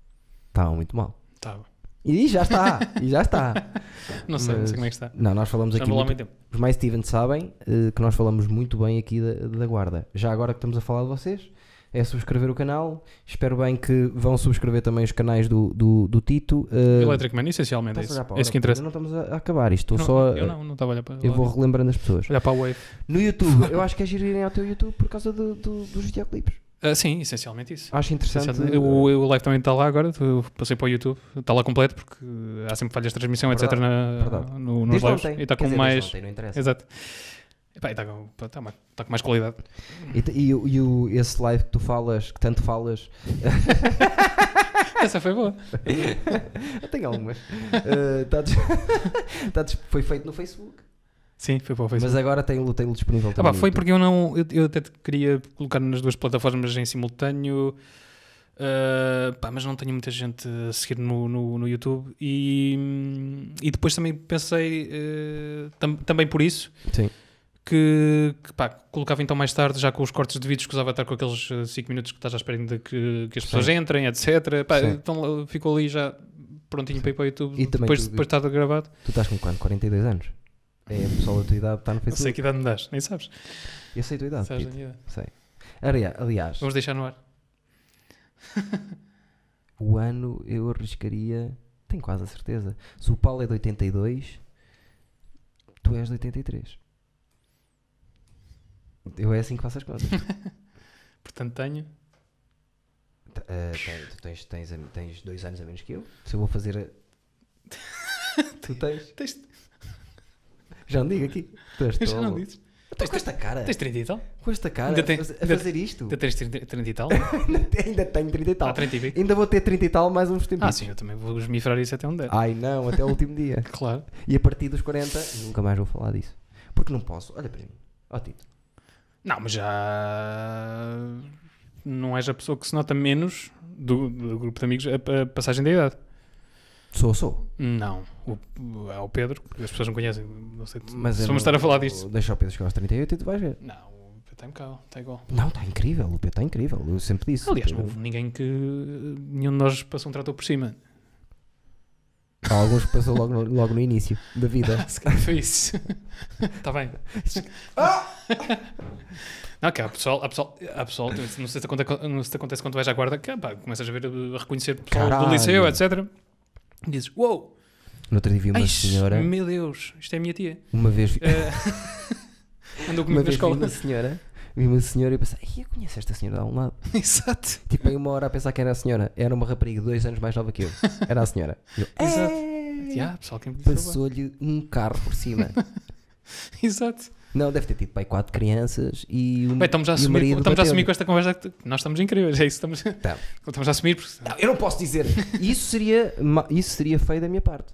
S1: Estava muito mal.
S2: Tá bom.
S1: E já está, e já está.
S2: Não sei, não
S1: Mas-
S2: sei como é que está.
S1: Não, nós falamos
S2: Já
S1: aqui
S2: não vou lá
S1: muito
S2: há muito tempo.
S1: Os mais Stevens sabem eh, que nós falamos muito bem aqui da, da Guarda. Já agora que estamos a falar de vocês, é subscrever o canal. Espero bem que vão subscrever também os canais do, do, do Tito. Uh,
S2: Electric Man, essencialmente é
S1: estás a
S2: isso.
S1: olhar para a
S2: É
S1: hora,
S2: isso que
S1: puta,
S2: interessa.
S1: Não estamos a a acabar isto. Estou
S2: Não,
S1: só. eh,
S2: eu não, não estava a olhar para
S1: eu
S2: lá.
S1: vou relembrando as pessoas.
S2: olhar para a Wave.
S1: No YouTube, eu acho que é giro irem ao teu YouTube por causa do- do- dos videoclipes.
S2: Ah, sim, essencialmente isso.
S1: Acho interessante.
S2: Essencialmente. O, o live também está lá agora, eu passei para o YouTube, está lá completo porque há sempre falhas de transmissão, etc.
S1: Verdade,
S2: na-
S1: verdade.
S2: no, nos
S1: Desde
S2: lives.
S1: ontem.
S2: E está
S1: Quer
S2: com
S1: dizer, desde
S2: mais.
S1: ontem, não interessa.
S2: Exato. Epá, e está com, pá, está ma- está com mais qualidade.
S1: E, te- e o- e o- esse live que tu falas, que tanto falas,
S2: Essa foi boa.
S1: eu tenho algumas. Eh, tá dis- tá dis- foi feito no Facebook,
S2: Sim, foi para o Facebook.
S1: mas é agora tem-lo tem disponível
S2: Ah,
S1: também.
S2: pá,
S1: no
S2: foi
S1: YouTube.
S2: porque eu não. Eu, eu até te queria colocar nas duas plataformas em simultâneo, ah, pá, mas não tenho muita gente a seguir no, no, no YouTube. E, e depois também pensei, eh, tam- também por isso,
S1: Sim.
S2: que, que, pá, colocava então mais tarde, já com os cortes de vídeos que usava estar com aqueles 5 minutos que estás à espera ainda que, que as pessoas
S1: Sim.
S2: entrem, etc. Pá,
S1: Sim.
S2: então eh, ficou ali já prontinho para ir para o YouTube
S1: E também
S2: depois,
S1: tu-
S2: depois de estar gravado.
S1: Tu estás com quanto? 42 anos? É, o pessoal da tua idade está no
S2: Não sei
S1: Facebook.
S2: que idade me das, nem sabes.
S1: Eu sei a tua idade.
S2: Sabes
S1: Pito,
S2: da minha idade.
S1: Sei. Aliás, aliás
S2: Vamos deixar no ar.
S1: o ano eu arriscaria, tenho quase a certeza. Se o Paulo é de 82, tu és de 83. Eu é assim que faço as contas.
S2: Portanto, tenho.
S1: T- eh, tem- tu tens, tens, a- tens dois anos a menos que eu. Se eu vou fazer. A... tu tens.
S2: Tens-
S1: Já não digo aqui. Tu és
S2: Eu já não
S1: tolo.
S2: disse.
S1: Então, com esta cara.
S2: Tens 30 e tal?
S1: Com esta cara.
S2: Ainda tem-
S1: a fazer- a
S2: ainda-
S1: fazer isto.
S2: Ainda tens 30, 30 e tal?
S1: Ainda tenho 30 e
S2: Há
S1: tal.
S2: 30 e pico?
S1: Ainda vou ter 30 e Ah. tal mais uns tempos.
S2: Ah, sim, eu também vou esmifrar isso até onde der.
S1: Ai não, até o último dia.
S2: Claro.
S1: E a partir dos 40, nunca mais vou falar disso. Porque não posso. Olha para mim. Ó Tito.
S2: Não, mas já. Não és a pessoa que se nota menos do, do grupo de amigos a, a passagem da idade.
S1: Sou, sou.
S2: Não. O, é o Pedro, que as pessoas não conhecem. Não sei
S1: Mas
S2: se
S1: eu
S2: vamos
S1: não-
S2: estar a falar disto.
S1: Deixa o Pedro chegar aos 38 e tu vais ver.
S2: Não, o Pedro está impecável, está igual.
S1: Não, está incrível. O Pedro está incrível. Eu sempre disse.
S2: Aliás,
S1: O
S2: não
S1: Pedro-
S2: houve ninguém que. Nenhum de nós passou um trator por cima.
S1: Há alguns que passou logo no, logo no início da vida.
S2: Se calhar foi isso. Está bem. Não, que há pessoal, há pessoal, há pessoal não sei se te acontece, não sei se te acontece quando vais à guarda, que pá, começas a ver, a reconhecer pessoal
S1: Caralho.
S2: do liceu, etc. E dizes, uou,
S1: No outro dia vi uma
S2: ai,
S1: senhora,
S2: meu Deus, isto é a minha tia.
S1: uma vez, vi-
S2: Eh,
S1: uma
S2: andou comigo na
S1: vez vi
S2: escola.
S1: uma senhora, vi uma senhora e pensei, "Ei, eu conheço esta senhora de algum lado.
S2: Exato.
S1: Tipo, aí uma hora a pensar que era a senhora. Era uma rapariga dois anos mais nova que eu. Era a senhora. E eu,
S2: Exato.
S1: "Ei!"
S2: Já, pessoal, quem me disse
S1: Passou-lhe um carro por cima.
S2: agora? Exato.
S1: Não, deve ter tido pai quatro crianças e um,
S2: Bem, estamos
S1: e
S2: a
S1: o
S2: assumir,
S1: marido
S2: estamos a assumir
S1: bateu-lhe.
S2: com esta conversa que nós estamos incríveis, é isso. Estamos,
S1: Tá.
S2: estamos a assumir, porque
S1: Não, eu não posso dizer. Isso seria, ma- isso seria feio da minha parte.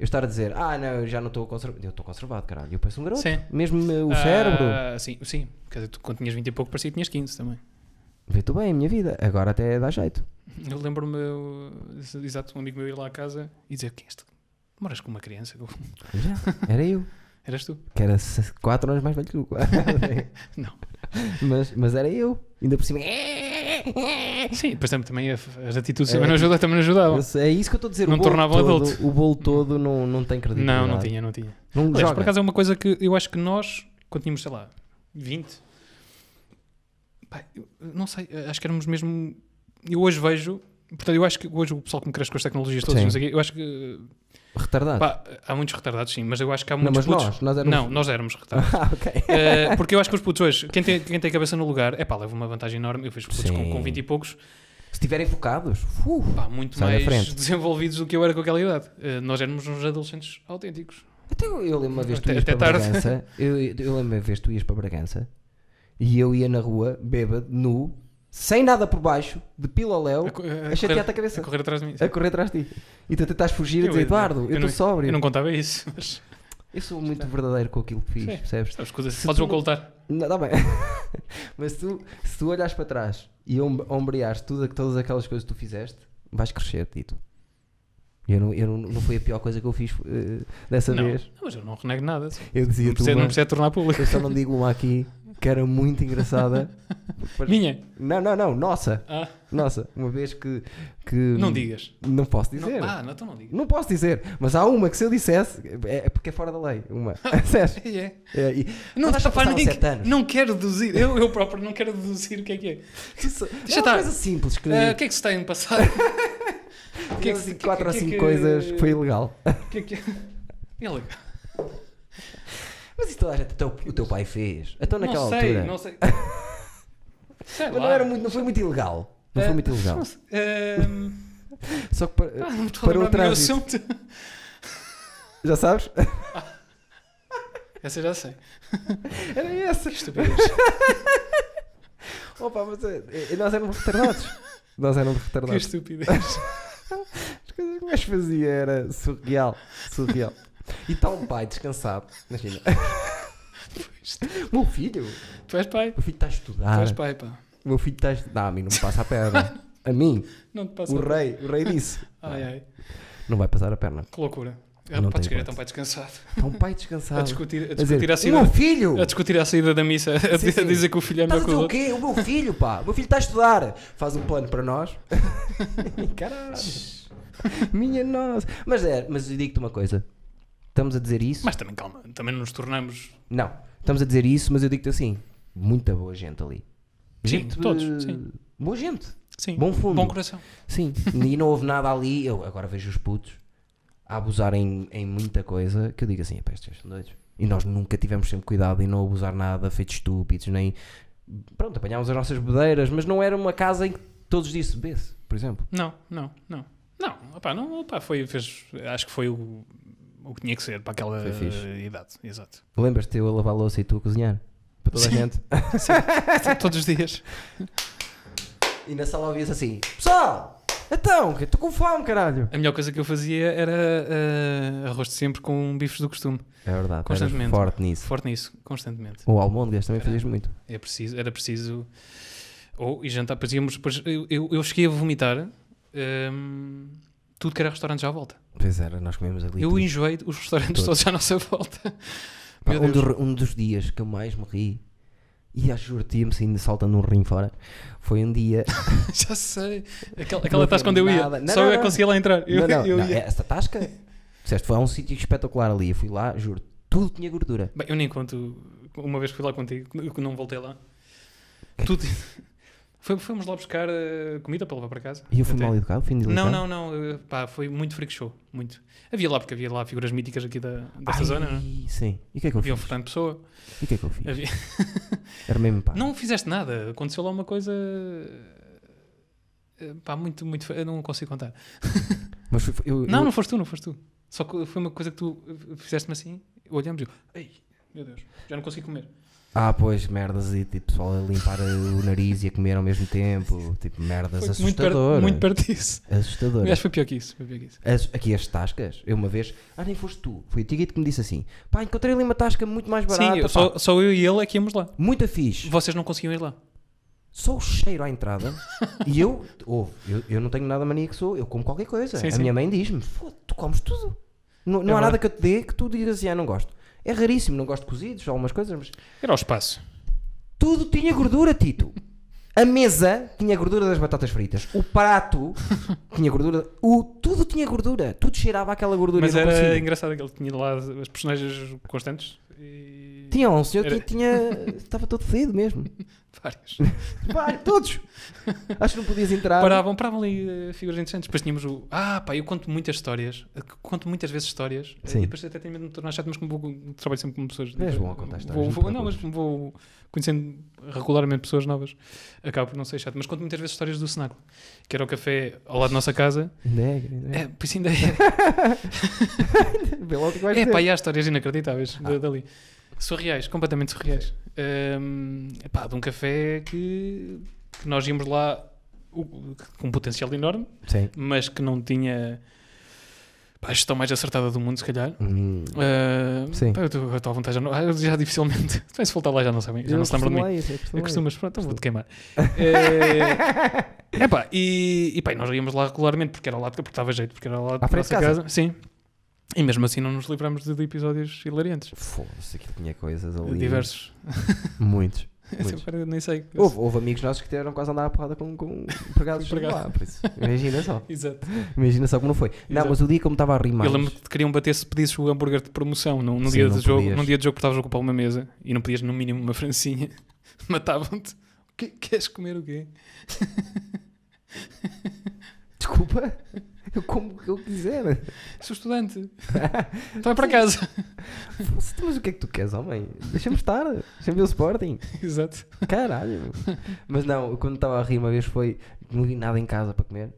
S1: Eu estar a dizer, ah, não, eu já não estou conservado. Eu estou conservado, caralho. Eu penso um garoto.
S2: Sim.
S1: Mesmo eh, o
S2: Ah,
S1: cérebro.
S2: Sim, sim. Quer dizer, tu quando tinhas 20 e pouco parecia que tinhas 15 também.
S1: Vê-te bem a minha vida. Agora até dá jeito.
S2: Eu lembro-me, eu- ex- exato, um amigo meu ir lá à casa e dizer: Quem é este? Moras com uma criança? Eu,
S1: Já, era eu.
S2: Eras tu?
S1: Que era 4 anos mais velho que tu. claro.
S2: Não.
S1: mas, mas era eu. Ainda por cima.
S2: Sim, depois também- também a- as atitudes
S1: É,
S2: também não ajudavam. Também não ajudavam.
S1: Eu sei, É isso que eu estou a dizer.
S2: Não
S1: o bolo
S2: tornava
S1: todo,
S2: adulto.
S1: O bolo todo não, não tem credibilidade.
S2: Não, não tinha, não tinha.
S1: Não
S2: Aliás, por
S1: joga.
S2: acaso é uma coisa que eu acho que nós, quando tínhamos, sei lá, 20, pá, eu não sei, acho que éramos mesmo. Eu hoje vejo. Portanto, eu acho que hoje o pessoal que me cresce com as tecnologias todas,
S1: Sim.
S2: não sei o quê, eu acho que.
S1: Retardado.
S2: pá, há muitos retardados, sim, mas eu acho que há
S1: não,
S2: muitos
S1: mas
S2: putos.
S1: nós, nós éramos.
S2: Não, nós éramos retardados.
S1: Ah, ok.
S2: Uh, porque eu acho que os putos hoje, quem tem, quem tem a cabeça no lugar, é pá, leva uma vantagem enorme. Eu vejo putos com,
S1: Sim.
S2: com 20 e poucos,
S1: Se estiverem focados, uh,
S2: pá, muito
S1: Sai da
S2: mais
S1: frente.
S2: desenvolvidos do que eu era com aquela idade. Uh, nós éramos uns adolescentes autênticos.
S1: Até eu, eu lembro uma vez que tu
S2: Até-
S1: ias
S2: até
S1: para
S2: tarde.
S1: Bragança. Eu, eu lembro uma vez que tu ias para Bragança e eu ia na rua, bêbado, nu, sem nada por baixo, de pilaléu,
S2: a, co- a
S1: a
S2: correr,
S1: É chatear-te a cabeça,
S2: a correr atrás de mim.
S1: a correr atrás de ti. E tu tentas fugir e
S2: Eu
S1: dizer,
S2: ia-
S1: Eduardo, eu
S2: eu não-
S1: estou sóbrio.
S2: Eu
S1: Eu,
S2: não contava isso, mas
S1: sou muito verdadeiro com aquilo que fiz,
S2: Sim.
S1: percebes?
S2: sabes, coisas-
S1: Se
S2: podes
S1: tu-
S2: ocultar.
S1: Não, tá bem. Mas tu, se tu olhares para trás e om- ombreares tudo, todas aquelas coisas que tu fizeste, vais crescer, Tito. Eu não, eu não, não foi a pior coisa que eu fiz eh, dessa
S2: Não,
S1: vez.
S2: não, mas eu não renego nada. só-
S1: Eu dizia
S2: Não precisa, não
S1: uma-
S2: precisa tornar público.
S1: Eu só não digo uma aqui que era muito engraçada.
S2: Minha.
S1: Não, não, não, nossa,
S2: Ah,
S1: nossa, uma vez que. que
S2: não digas.
S1: Não posso
S2: Não-
S1: dizer.
S2: ah, não, então não digas.
S1: Não posso dizer, mas há uma que se eu dissesse, é, é porque é fora da lei. Uma. Sério.
S2: É, é.
S1: É, e-
S2: Não,
S1: Mas acho
S2: tá,
S1: que
S2: pá,
S1: passaram
S2: nem,
S1: sete anos.
S2: não quero deduzir. Eu, eu próprio não quero deduzir o que é que é.
S1: é uma
S2: estar.
S1: coisa simples que.
S2: Ah, o que é que se tem no passado? O que é que se-
S1: 4
S2: o
S1: ou
S2: que é
S1: 5
S2: que-
S1: coisas foi ilegal.
S2: o que é que é? É legal.
S1: Mas isso toda a gente, o teu, o teu pai fez. Então naquela
S2: Não sei,
S1: altura.
S2: não sei. Sei
S1: Mas
S2: lá.
S1: não, era muito, não foi muito ilegal. Não
S2: Ah,
S1: foi muito ilegal.
S2: não sei. Ah,
S1: Só que para,
S2: ah, não me estou a
S1: para o
S2: lembrar do meu
S1: trânsito.
S2: assunto.
S1: Já sabes?
S2: Essa eu já sei.
S1: Era essa.
S2: Que estupidez.
S1: Opa, mas é, é, nós éramos retardados. Nós éramos
S2: que
S1: retardados.
S2: estupidez.
S1: As coisas que o gajo fazia era surreal. Surreal. E está um pai descansado. Imagina. Meu filho,
S2: Tu és pai.
S1: meu filho está a
S2: Tu
S1: estudar.
S2: és pai, pá.
S1: Meu filho está a estudar. A mim não me passa a perna. A mim,
S2: Não te passa.
S1: o rei, o rei disse.
S2: Ai, ai.
S1: Não vai passar a perna.
S2: Que loucura.
S1: Não
S2: Não
S1: tem
S2: podes crer,
S1: hipótese.
S2: então pai descansado.
S1: Está um pai
S2: A
S1: descansado.
S2: discutir, a
S1: A dizer,
S2: discutir assim é à
S1: o meu
S2: saída.
S1: filho!
S2: A discutir à saída da missa, a,
S1: Sim,
S2: di- a
S1: sim.
S2: dizer que o filho é
S1: Estás
S2: melhor
S1: a
S2: que
S1: dizer
S2: o
S1: o quê? O
S2: outro.
S1: meu filho, pá! O meu filho está a estudar! Faz um plano para nós. Caralho! Minha nossa! Mas é, mas eu digo-te uma coisa. Estamos a dizer isso?
S2: Mas também calma, também nos tornamos.
S1: Não. Estamos a dizer isso, mas eu digo-te assim. Muita boa gente ali.
S2: Sim,
S1: Gente,
S2: todos,
S1: eh,
S2: sim.
S1: Boa gente.
S2: Sim,
S1: Bom fundo.
S2: Bom coração.
S1: Sim. E não houve nada ali. Eu agora vejo os putos a abusarem em muita coisa que eu digo assim, "Epá, estes gajos são doidos. E nós nunca tivemos sempre cuidado em não abusar nada, feitos estúpidos, nem. Pronto, apanhámos as nossas bedeiras, mas não era uma casa em que todos os dias se bebesse, por exemplo.
S2: Não, não, não. Não, opá, não, opá, foi, fez, acho que foi o, o que tinha que ser para aquela
S1: Foi fixe.
S2: eh, idade, exato.
S1: Lembras-te eu a lavar louça e tu a cozinhar? Para toda a
S2: Sim.
S1: gente.
S2: Todos os dias.
S1: E na sala ouvia-se assim: Pessoal, então, que estou com fome, caralho.
S2: A melhor coisa que eu fazia era eh, arroz de sempre com bifes do costume.
S1: É verdade, eras
S2: Constantemente.
S1: forte nisso.
S2: Forte nisso, constantemente.
S1: Ou almôndegas também
S2: Era-
S1: fazias muito.
S2: É preciso, era preciso. Ou e jantar, depois íamos. Depois, eu, eu, eu cheguei a vomitar ehm, tudo que era restaurantes à volta.
S1: Pois era, nós comemos ali.
S2: Eu
S1: tudo.
S2: enjoei os restaurantes
S1: Todos.
S2: todos à nossa volta.
S1: Pá,
S2: Meu
S1: um,
S2: Deus.
S1: dos, um dos dias que eu mais me ri, e acho que me saindo saltando um rim fora, foi um dia.
S2: Já sei. Aquela,
S1: Não
S2: aquela tasca onde eu ia.
S1: nada. Não,
S2: Só
S1: não,
S2: eu é
S1: não.
S2: que conseguia lá entrar.
S1: não,
S2: Eu,
S1: não,
S2: eu
S1: não, é-
S2: ia.
S1: essa tasca. Disseste, foi a um sítio espetacular ali. Eu fui lá, juro, tudo tinha gordura.
S2: Bem, eu nem conto. Uma vez que fui lá contigo, eu que não voltei lá. Tudo. Foi- Fomos lá buscar eh, comida para levar para casa.
S1: E eu fui
S2: Até.
S1: mal educado, fui indelicado.
S2: Não, não, não. eh, Pá, foi muito freak show. Muito. Havia lá, porque havia lá figuras míticas aqui da, dessa
S1: Ai,
S2: zona, não é?
S1: Sim. E o que é que eu
S2: Havia um
S1: fiz?
S2: Fernando Pessoa.
S1: E o que é que eu fiz?
S2: Havia-
S1: Era mesmo pá.
S2: Não fizeste nada. Aconteceu lá uma coisa. eh, Pá, muito, muito. fe- Eu não consigo contar.
S1: Mas foi, foi- eu,
S2: Não,
S1: eu-
S2: não foste tu, não foste tu. Só que foi uma coisa que tu eh, fizeste-me assim, olhamos e eu, ei, meu Deus, já não consegui comer.
S1: Ah, pois, merdas. E tipo, pessoal a limpar o nariz e a comer ao mesmo tempo. Tipo, merdas
S2: Foi muito perto,
S1: assustadoras.
S2: muito perto disso.
S1: Assustadoras.
S2: Aliás, foi pior que isso, foi pior que isso.
S1: As- aqui as tascas, eu uma vez, ah, nem foste tu, foi o Tigito que me disse assim: pá, encontrei ali uma tasca muito mais barata,
S2: Sim, eu-
S1: pá,
S2: só, só eu e ele é que íamos lá.
S1: muito fixe,
S2: Vocês não conseguiam ir lá.
S1: só o cheiro à entrada. e eu, ouve, eu, eu não tenho nada mania que sou, eu como qualquer coisa.
S2: Sim,
S1: a
S2: sim. É
S1: minha mãe diz-me: foda tu comes tudo. Não, não há
S2: Agora-
S1: nada que eu te dê que tu digas assim, ah, não gosto. É raríssimo, não gosto de cozidos, algumas coisas, mas
S2: Era ao espaço.
S1: tudo tinha gordura, Tito. A mesa tinha gordura das batatas fritas, o prato tinha gordura, o, tudo tinha gordura, tudo cheirava aquela gordura.
S2: Mas
S1: e eu não
S2: era
S1: consigo.
S2: engraçado que ele tinha lá as as personagens constantes e.
S1: Tinha lá um senhor
S2: Era-
S1: que tinha. estava todo fedido mesmo.
S2: várias.
S1: Vai, todos! Acho que não podias entrar.
S2: Paravam, paravam ali eh, figuras interessantes. Depois tínhamos o. Ah, pá, eu conto muitas histórias. eh, Conto muitas vezes histórias. eh,
S1: Sim.
S2: E depois até tenho medo de me tornar chato, mas como vou, trabalho sempre com pessoas. eh,
S1: Mas é bom a contar histórias,
S2: Vou,
S1: não
S2: vou,
S1: te
S2: não, mas como vou conhecendo regularmente pessoas novas. Acabo por não ser chato. Mas conto muitas vezes histórias do Cenáculo, que era o café ao lado da nossa casa.
S1: Negra,
S2: É,
S1: negra.
S2: pois ainda é.
S1: Vê logo o que vais
S2: É,
S1: dizer.
S2: pá, e há histórias inacreditáveis
S1: Ah.
S2: da- dali. Surreais, completamente surreais. Ahm, pá, de um café que, que nós íamos lá o- com um potencial enorme.
S1: Sim.
S2: mas que não tinha pá, a gestão mais acertada do mundo, se calhar.
S1: Hum.
S2: Ah,
S1: Sim.
S2: pá, Eu estou eu estou à vontade, já, não- ah, eu já dificilmente. Também se voltar lá já não sabem, já não se lembram de mim. Eu costumo, mas pronto, eu vou-te queimar. É pá, e, e pá, e nós íamos lá regularmente porque era lá, porque estava jeito, porque era lá
S1: À frente de
S2: nossa
S1: casa?
S2: Sim. E mesmo assim não nos livramos de, de episódios hilariantes.
S1: Foda-se, aquilo tinha coisas ali.
S2: Diversos.
S1: Muitos.
S2: Esse cara nem sei.
S1: Houve, houve amigos nossos que tiveram quase a andar a porrada com, com pregados
S2: Com pregado.
S1: lá, por isso. Imagina só.
S2: Exato.
S1: Imagina só como não foi. Não,
S2: Exato.
S1: mas o dia como estava a rimar.
S2: Eu lembro que te queriam bater se pedisses o hambúrguer de promoção num, num
S1: Sim,
S2: dia,
S1: não
S2: de jogo,
S1: podias.
S2: num dia de jogo que estavas a ocupar uma mesa e não pedias no mínimo uma francinha. Matavam-te. O quê? Queres comer o quê?
S1: Desculpa, eu como o que eu quiser.
S2: Sou estudante. Então é para casa.
S1: Foda-se, Mas o que é que tu queres, homem? Deixa-me estar. Deixa-me ver o Sporting.
S2: Exato.
S1: Caralho. Mas não, quando estava a rir uma vez foi. Não vi nada em casa para comer.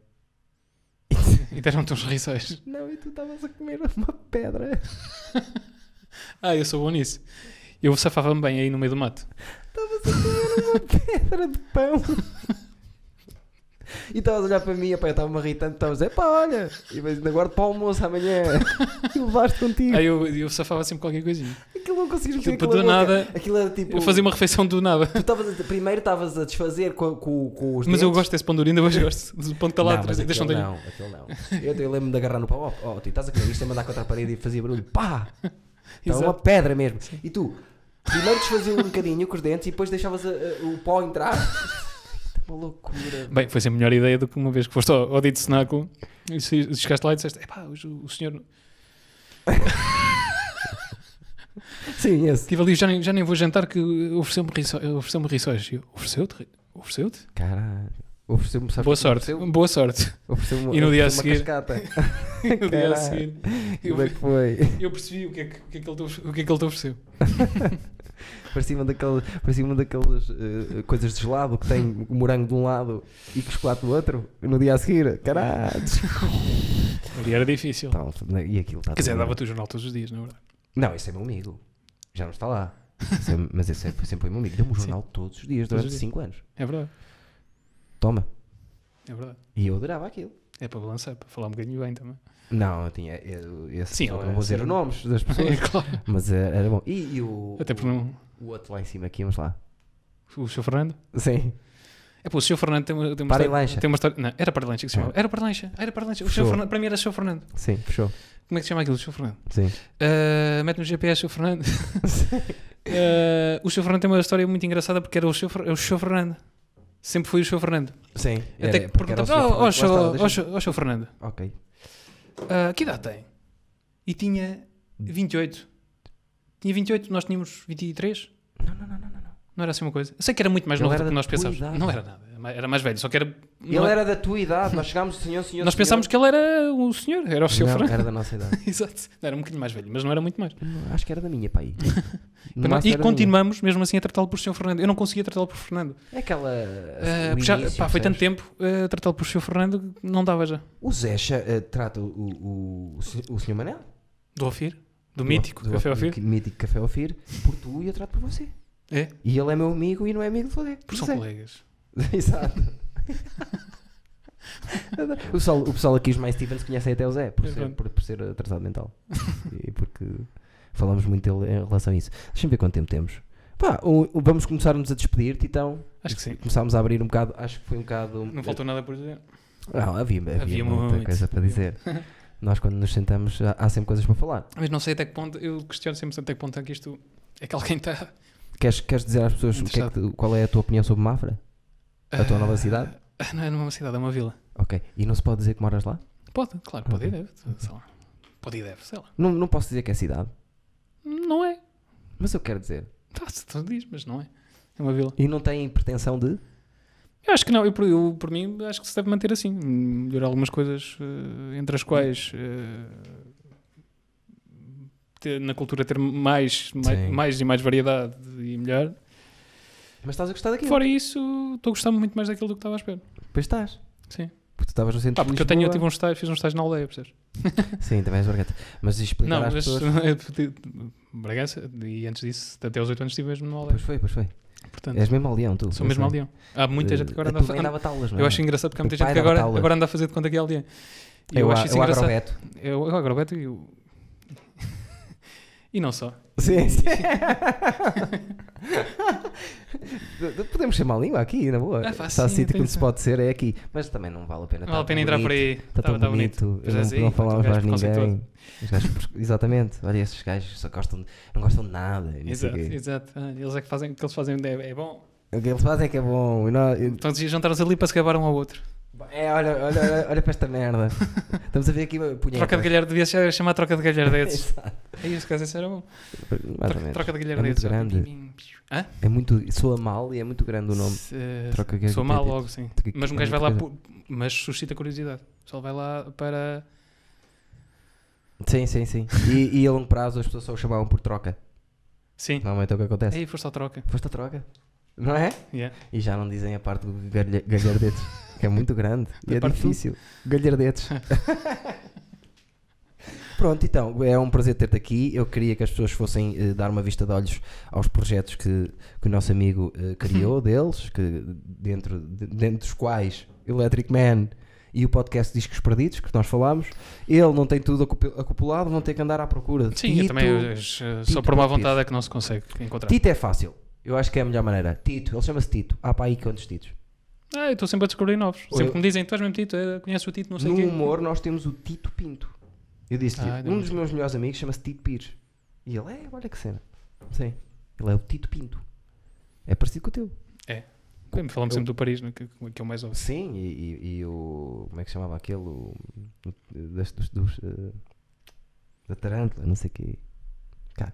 S2: E deram-te uns rissóis.
S1: Não, e tu estavas a comer uma pedra.
S2: Ah, eu sou bom nisso. Eu safava-me bem aí no meio do mato.
S1: Estavas a comer uma pedra de pão. E estavas a olhar para mim, epá, eu estava-me a rir tanto, estavas a dizer, pá, olha, e mas ainda guardo para o almoço amanhã. E levaste contigo.
S2: Ah, eu, eu safava sempre qualquer coisinha.
S1: Aquilo não consegues meter
S2: Tipo,
S1: aquilo na
S2: do
S1: boca.
S2: nada,
S1: Aquilo era tipo.
S2: Eu fazia uma refeição do nada.
S1: Tu estavas a- primeiro estavas a desfazer com, com, com os
S2: Mas eu
S1: dentes.
S2: gosto desse pão duro, ainda hoje gosto. Do pão é de
S1: Não,
S2: talatras.
S1: mas aquele
S2: Deixam-te
S1: não, aquele não. Eu, eu lembro-me de agarrar no pau. Oh, oh, tu estás a comer isto a mandar contra a parede e fazia barulho. Pá! Estava uma
S2: Exato.
S1: pedra mesmo. E tu, primeiro desfazias um bocadinho com os dentes e depois deixavas a- a- o pó entrar. Isto é uma loucura.
S2: Bem, foi sempre a melhor ideia do que uma vez que foste ao, ao dito cenáculo e se- chegaste lá e disseste: Epá, hoje o, o senhor.
S1: Sim, esse.
S2: Estive ali, já nem, já nem vou jantar, que ofereceu-me riçóis. Ofereceu-me riçóis. E eu, Ofereceu-te? ri- Ofereceu-te?
S1: Caralho. Ofereceu-me, sabes
S2: Boa
S1: que
S2: sorte.
S1: ofereceu?
S2: Boa sorte.
S1: Ofereceu-me
S2: E no dia a
S1: ofereceu-me
S2: seguir?
S1: uma cascata.
S2: E no dia a
S1: Caralho.
S2: seguir,
S1: Como é que
S2: eu,
S1: foi?
S2: eu percebi o que, é que, o que é que ele te ofe- o que é que ele te ofereceu.
S1: Parecia uma daquelas, parecia uma daquelas eh, coisas de gelado que tem o morango de um lado e que o chocolate do outro. E no dia a seguir, caralho.
S2: E era difícil.
S1: Tal, E aquilo está
S2: Quer dizer,
S1: tudo bem.
S2: dava-te o jornal todos os dias, na verdade.
S1: Não, esse é meu amigo. Já não está lá. Esse é- mas esse é- foi sempre foi meu amigo. Deu-me o
S2: Sim.
S1: jornal todos os dias,
S2: Todos
S1: durante
S2: os dias.
S1: 5 anos.
S2: É verdade.
S1: Toma.
S2: É verdade.
S1: E eu adorava aquilo.
S2: É para balançar, para falar um bocadinho bem também.
S1: Não, eu tinha. eu- esse,
S2: Sim,
S1: eu
S2: é,
S1: não vou dizer
S2: sim.
S1: os nomes das pessoas.
S2: É claro.
S1: mas era, era bom. E, e o,
S2: Até porque não.
S1: o outro lá em cima, aqui, vamos lá.
S2: O Sr. Fernando?
S1: Sim.
S2: É pô, o Sr. Fernando tem uma, tem uma
S1: Para e
S2: história-
S1: lancha.
S2: Tem uma história, não, era para e lancha que se
S1: Ah.
S2: chamava. Era para e lancha. Era para e lancha. O Sr.
S1: Fechou.
S2: Fernando, para mim era Sr. Fernando.
S1: Sim, fechou.
S2: Como é que se chama aquilo, Sr. Fernando?
S1: Sim.
S2: Ah, mete no GPS, Sr. Fernando. Ah, o Sr. Fernando tem uma história muito engraçada porque era o Sr. Fer- é o Sr. Fernando. Sempre foi o Sr. Fernando.
S1: Sim.
S2: Até que perguntava, oh, oh, Sr. oh, Sr. oh, Sr. Fernando,
S1: Ok.
S2: ah, que idade tem? E tinha 28. Tinha 28, nós tínhamos 23.
S1: Não, não, não, não. não. não.
S2: Não era assim uma coisa. Eu sei que era muito mais
S1: Ele
S2: novo
S1: era
S2: do que
S1: da
S2: nós
S1: tua
S2: pensávamos.
S1: idade.
S2: Não era nada. Era mais- Era mais velho, só que era.
S1: Ele
S2: não- é-
S1: era da tua idade. Nós chegámos, senhor, senhor.
S2: Nós
S1: senhor.
S2: pensámos que ele era o senhor, era o seu
S1: Não,
S2: Fernando.
S1: era da nossa idade.
S2: Exato. Não, era um bocadinho mais velho, mas não era muito mais.
S1: Não, Acho que era da minha, pai. No máximo era
S2: E
S1: da minha.
S2: continuamos, mesmo assim, a tratá-lo por senhor Fernando. Eu não conseguia tratá-lo por Fernando.
S1: É aquela.
S2: Ah,
S1: o
S2: porque já-
S1: início,
S2: pá, foi
S1: percebes?
S2: tanto tempo ah, tratá-lo por senhor Fernando que não dava já.
S1: O Zé cha- eh, trata o, o, o, se- o senhor Manel.
S2: Do Ofir? Do, mítico
S1: do,
S2: Café
S1: do
S2: Ofir?
S1: que- mítico Café ao Fir por tu e eu trato por você.
S2: É,
S1: E ele é meu amigo e não é amigo de você.
S2: porque são
S1: Zé.
S2: colegas.
S1: Exato. o, pessoal, o pessoal aqui, os mais Stevens, conhecem até o Zé por
S2: É
S1: ser,
S2: verdade.
S1: por, por ser atrasado mental. e porque falamos muito dele em relação a isso. Deixa-me ver quanto tempo temos. Pá, o- o- vamos começarmos a despedir-te então.
S2: Acho que sim.
S1: Começámos a abrir um bocado, acho que foi um bocado.
S2: Não faltou nada por dizer.
S1: Não, havia, havia,
S2: Havia
S1: muita
S2: muito,
S1: coisa para
S2: havia
S1: dizer. Nós, quando nos sentamos, há, há sempre coisas para falar.
S2: Mas não sei até que ponto, eu questiono sempre até que ponto é que isto é que alguém está.
S1: Queres, queres dizer às pessoas o que é que tu- qual é a tua opinião sobre Mafra? A tua
S2: Ah,
S1: nova cidade?
S2: ah, Não é numa cidade, é uma vila.
S1: Ok. E não se pode dizer que moras lá?
S2: Pode, claro, pode e deve. Sei lá. Pode e deve, sei lá.
S1: Não, não posso dizer que é cidade,
S2: Não é.
S1: mas eu quero dizer.
S2: Tá, se tu diz, mas não é. É uma vila.
S1: E não tem pretensão de.
S2: Eu acho que não, eu, por- eu, por mim acho que se deve manter assim. Melhorar algumas coisas, eh, entre as quais eh, ter- na cultura ter mais, mais,
S1: Sim.
S2: mais e mais variedade e melhor.
S1: Mas estás a gostar daquilo?
S2: Fora isso, estou a gostar muito mais daquilo do que estava à espera.
S1: Pois estás.
S2: Sim.
S1: Porque tu estavas no centro
S2: Ah, porque
S1: de
S2: eu, tenho, eu tive
S1: Lisboa.
S2: uns estágios, fiz uns estágios na aldeia, percebes?
S1: Sim, também és bargata. Mas explicar
S2: Não,
S1: às
S2: mas
S1: pessoas.
S2: Bragança, e antes disso, até aos 8 anos estive mesmo na aldeia.
S1: Pois foi, pois foi.
S2: Portanto,
S1: És mesmo aldeão, tu.
S2: sou
S1: eu
S2: mesmo
S1: sei.
S2: aldeão. Há muita
S1: Eh,
S2: gente que agora
S1: a
S2: anda
S1: tua
S2: a
S1: mãe
S2: fa-
S1: dava taulas, não
S2: Eu
S1: é?
S2: acho engraçado porque há
S1: Teu
S2: muita gente
S1: pai
S2: que
S1: dava
S2: agora,
S1: taulas.
S2: agora anda a fazer de conta que é aldeia. E
S1: Eu, a-
S2: eu
S1: é
S2: acho isso
S1: eu
S2: engraçado.
S1: agrobeto.
S2: Eu, eu agora o Beto e o. E não só.
S1: Sim, sim. Podemos chamar a língua aqui, na boa.
S2: É fácil,
S1: Está
S2: sim,
S1: sítio que
S2: tem
S1: onde se
S2: que-
S1: pode ser, é aqui. Mas também não vale a pena.
S2: Não vale a
S1: tá
S2: pena entrar por
S1: bonito,
S2: aí.
S1: Está tão
S2: Tá- tá
S1: bonito.
S2: Pois
S1: não,
S2: é, sim,
S1: não
S2: pronto, um
S1: falamos
S2: gajo
S1: mais
S2: preconceituoso.
S1: ninguém. Os gajos precon- Exatamente. Olha, esses gajos só gostam de- não gostam de nada. e Não sei o
S2: Exato,
S1: quê.
S2: exato. Ah, Eles é que fazem, o que eles fazem é, é bom.
S1: O que eles fazem é que é bom. e nós- e-
S2: Então juntaram-se ali para se gabar um ao outro.
S1: É, olha, olha, olha, olha para esta merda. Estamos a ver aqui punhetas.
S2: Troca um de galhardo, devia ser- chamar troca de galhardetes.
S1: É,
S2: É
S1: Exato.
S2: Aí os casos era bom.
S1: Mais ou
S2: Troca,
S1: menos.
S2: troca
S1: É
S2: de
S1: muito
S2: galhardetes.
S1: grande.
S2: Hã?
S1: É muito. Soa mal e é muito grande o nome.
S2: Se-
S1: Troca é de
S2: Sou mal
S1: galhardetes.
S2: logo, sim.
S1: Troca-
S2: Mas um
S1: é
S2: gajo vai
S1: muita
S2: lá, por- mas suscita curiosidade. Só vai lá para.
S1: Sim, sim, sim. E, e a longo prazo as pessoas só o chamavam por troca.
S2: Sim.
S1: Normalmente é o que acontece.
S2: Aí foste à troca.
S1: Foste a troca. Não é?
S2: Yeah.
S1: E já não dizem a parte do galha- galhardetes, que é muito grande e
S2: Da
S1: é
S2: parte do-
S1: difícil. Galhardetes. Pronto, então, é um prazer ter-te aqui. Eu queria que as pessoas fossem eh, dar uma vista de olhos aos projetos que, que o nosso amigo eh, criou deles, que dentro, de- dentro dos quais Electric Man e o podcast Discos Perdidos, que nós falámos. Ele não tem tudo acupu- acopulado, não tem que andar à procura de
S2: Sim, eu
S1: Tito.
S2: também eh, só
S1: Tito
S2: por má
S1: Português.
S2: vontade é que não se consegue encontrar.
S1: Tito é fácil. Eu acho que é a melhor maneira. Tito, ele chama-se Tito. Há para aí quantos Titos?
S2: Ah, eu estou sempre a descobrir novos.
S1: Ou
S2: Sempre
S1: eu-
S2: que me dizem, tu és mesmo Tito, eh, conheces o Tito, não sei
S1: no
S2: quem.
S1: humor nós temos o Tito Pinto. Eu disse,
S2: Ah, ainda
S1: um
S2: não
S1: dos
S2: sei.
S1: meus melhores amigos chama-se Tito Pires. E ele é, olha que cena. Sim. Ele é o Tito Pinto. É parecido com o teu.
S2: Falamos
S1: Eu-
S2: sempre do Paris, né, que, que é o mais óbvio.
S1: Sim, e, e- e o. Como é que chamava aquele? O, o- das- dos, dos, eh, da Tarântula, não sei o quê.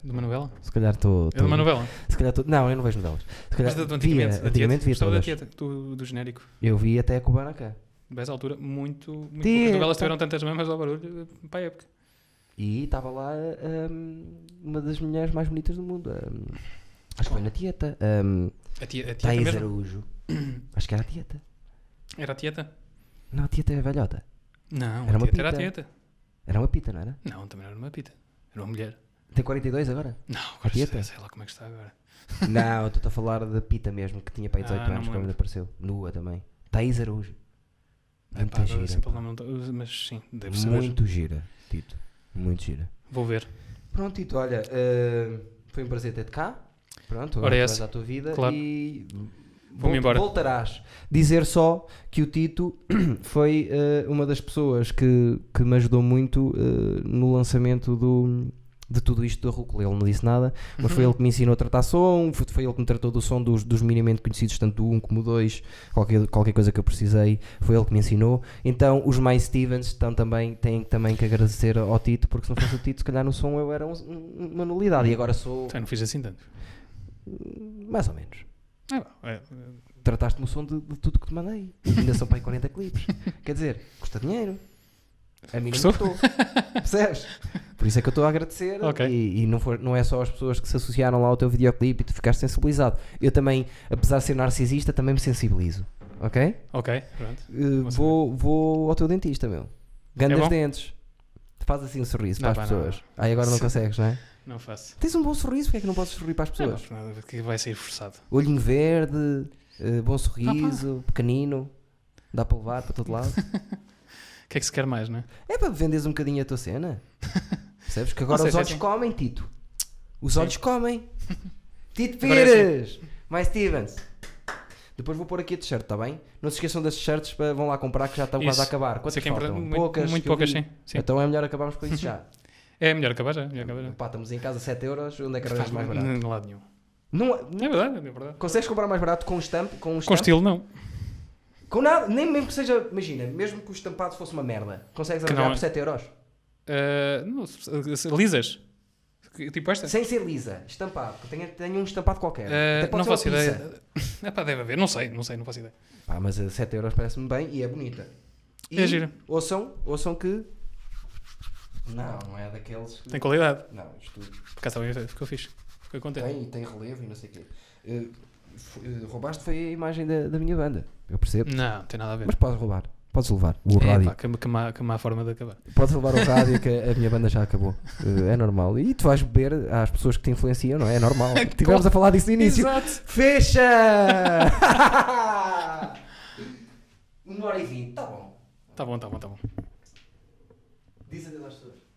S2: Do Manuela?
S1: Se calhar estou.
S2: É de uma novela.
S1: Se calhar estou. Não, eu não vejo novelas. Se calhar
S2: Mas do- do
S1: via,
S2: antigamente. da
S1: antigamente
S2: Tieta.
S1: via
S2: Gostava da
S1: todas.
S2: Tieta, do, do genérico.
S1: Eu vi até a Kubanacan.
S2: Dessa altura, muito, muito
S1: Tieta.
S2: poucas novelas tiveram tantas mesmas ao barulho eh, para a época.
S1: E estava lá hum, uma das mulheres mais bonitas do mundo. hum, acho que foi na Tieta. hum,
S2: A, tia, a Tieta
S1: Thaís
S2: mesmo?
S1: Araújo. Acho que era a Tieta.
S2: Era a Tieta?
S1: Não, a Tieta é a velhota.
S2: Não,
S1: Era
S2: a
S1: uma
S2: Tieta era a
S1: pita.
S2: Tieta.
S1: Era uma pita, não era?
S2: Não, também era uma pita. Era uma mulher.
S1: Tem 42 agora?
S2: Não,
S1: A
S2: agora
S1: Tieta?
S2: sei, sei lá como é que está agora.
S1: não, eu estou a falar da pita mesmo, que tinha para aí 18
S2: Ah, não
S1: anos
S2: me
S1: quando
S2: lembro.
S1: apareceu. Nua também. Thaís Araújo.
S2: É,
S1: Muito
S2: pá, agora
S1: gira.
S2: sempre o
S1: pá.
S2: nome não tô- mas sim, deve ser. mesmo.
S1: Muito gira, Tito. Muito gira.
S2: Vou ver.
S1: Pronto, Tito, olha, hum, foi um prazer ter-te cá. Pronto,
S2: Ora,
S1: agora tu
S2: esse.
S1: vais à tua vida
S2: Claro.
S1: e
S2: Vou-me embora.
S1: voltarás. Dizer só que o Tito foi eh, uma das pessoas que, que me ajudou muito eh, no lançamento do, de tudo isto da Rúcula. Ele não disse nada, mas foi ele que me ensinou a tratar som, foi, foi ele que me tratou do som dos, dos minimamente conhecidos, tanto do 1 como o 2, qualquer, qualquer coisa que eu precisei, foi ele que me ensinou. Então os mais Stevens estão também, têm também que agradecer ao Tito, porque se não fosse o Tito, se calhar no som eu era um- um- uma nulidade e agora sou
S2: Então, eu não fiz assim tanto.
S1: mais ou menos.
S2: Ah, bom, é,
S1: Trataste-me o som de, de tudo que te mandei. Ainda são para aí 40 clipes. Quer dizer, custa dinheiro. A mim
S2: Custou?
S1: não custou. Percebes? Por isso é que eu estou a agradecer.
S2: Ok.
S1: E, e não, for- não é só as pessoas que se associaram lá ao teu videoclipe e tu ficaste sensibilizado. Eu também, apesar de ser narcisista, também me sensibilizo. Ok?
S2: ok, pronto.
S1: Uh,
S2: Vou
S1: vou, vou ao teu dentista, meu. Ganha
S2: assim? É
S1: os
S2: bom?
S1: dentes. Faz assim um sorriso
S2: Não,
S1: para as
S2: pá, não,
S1: pessoas. Aí agora não
S2: Sim.
S1: consegues, não é?
S2: Não faço.
S1: Tens um bom sorriso, porque é que não podes sorrir para as pessoas?
S2: Ah, não, porque vai sair forçado.
S1: Olhinho verde, eh, bom sorriso, pequenino, dá para levar para todo lado.
S2: O que é que se quer mais, não é?
S1: É para venderes um bocadinho a tua cena. Percebes? Que agora
S2: Não sei
S1: os
S2: se é
S1: olhos
S2: assim.
S1: comem, Tito. Os
S2: Sim.
S1: olhos comem. Tito
S2: Agora é assim.
S1: Pires! Mais Stevens. Depois vou pôr aqui a t-shirt, está bem? Não se esqueçam das t-shirts, para- vão lá comprar que já estão quase
S2: Isso.
S1: a acabar.
S2: Isso é
S1: Quantas
S2: que é importante.
S1: faltam?
S2: Muito
S1: poucas.
S2: muito
S1: que eu
S2: poucas
S1: vi.
S2: sim. sim.
S1: Então é melhor acabarmos com isso já.
S2: É melhor acabar já. Melhor acabar já.
S1: Pá, estamos em casa 7 euros, onde é que arranjas mais barato?
S2: Não, de lado nenhum.
S1: Não,
S2: É verdade, é verdade.
S1: consegues comprar mais barato com um stamp? Com um
S2: Com
S1: stamp?
S2: estilo, não.
S1: Com nada, nem mesmo que seja, imagina, mesmo que o estampado fosse uma merda, consegues
S2: Que
S1: arranjar
S2: não
S1: por
S2: é.
S1: 7 euros?
S2: Ah, não, se- se- lisas. Que- Tipo esta.
S1: Sem ser lisa, estampado, que tenha, tenha um estampado qualquer.
S2: Ah,
S1: Até pode
S2: não
S1: ser uma
S2: faço
S1: pizza.
S2: ideia. É pá, deve haver. Não sei, não sei, não faço ideia.
S1: Pá, mas a 7 euros parece-me bem e é bonita. E
S2: É gira.
S1: Ouçam, ouçam que. Não, não é daqueles. que-
S2: Tem qualidade.
S1: Não, isto
S2: Por acaso também ficou fixe. Ficou contente.
S1: tem, tem relevo e não sei o quê. Eh, f- eh, roubaste foi a imagem da, da minha banda, eu percebo.
S2: Não, não tem nada a ver.
S1: Mas podes roubar, podes levar o
S2: É,
S1: rádio.
S2: pá, que, que, má, que má forma de acabar.
S1: Podes levar o rádio que a minha banda já acabou. Eh, é normal. E tu vais beber às pessoas que te influenciam, não é? É normal. Tivemos a falar disso no início.
S2: Exato.
S1: Fecha! Uma hora e vinte, tá bom.
S2: Tá bom, tá bom, tá bom.
S1: Diz adeus às pessoas.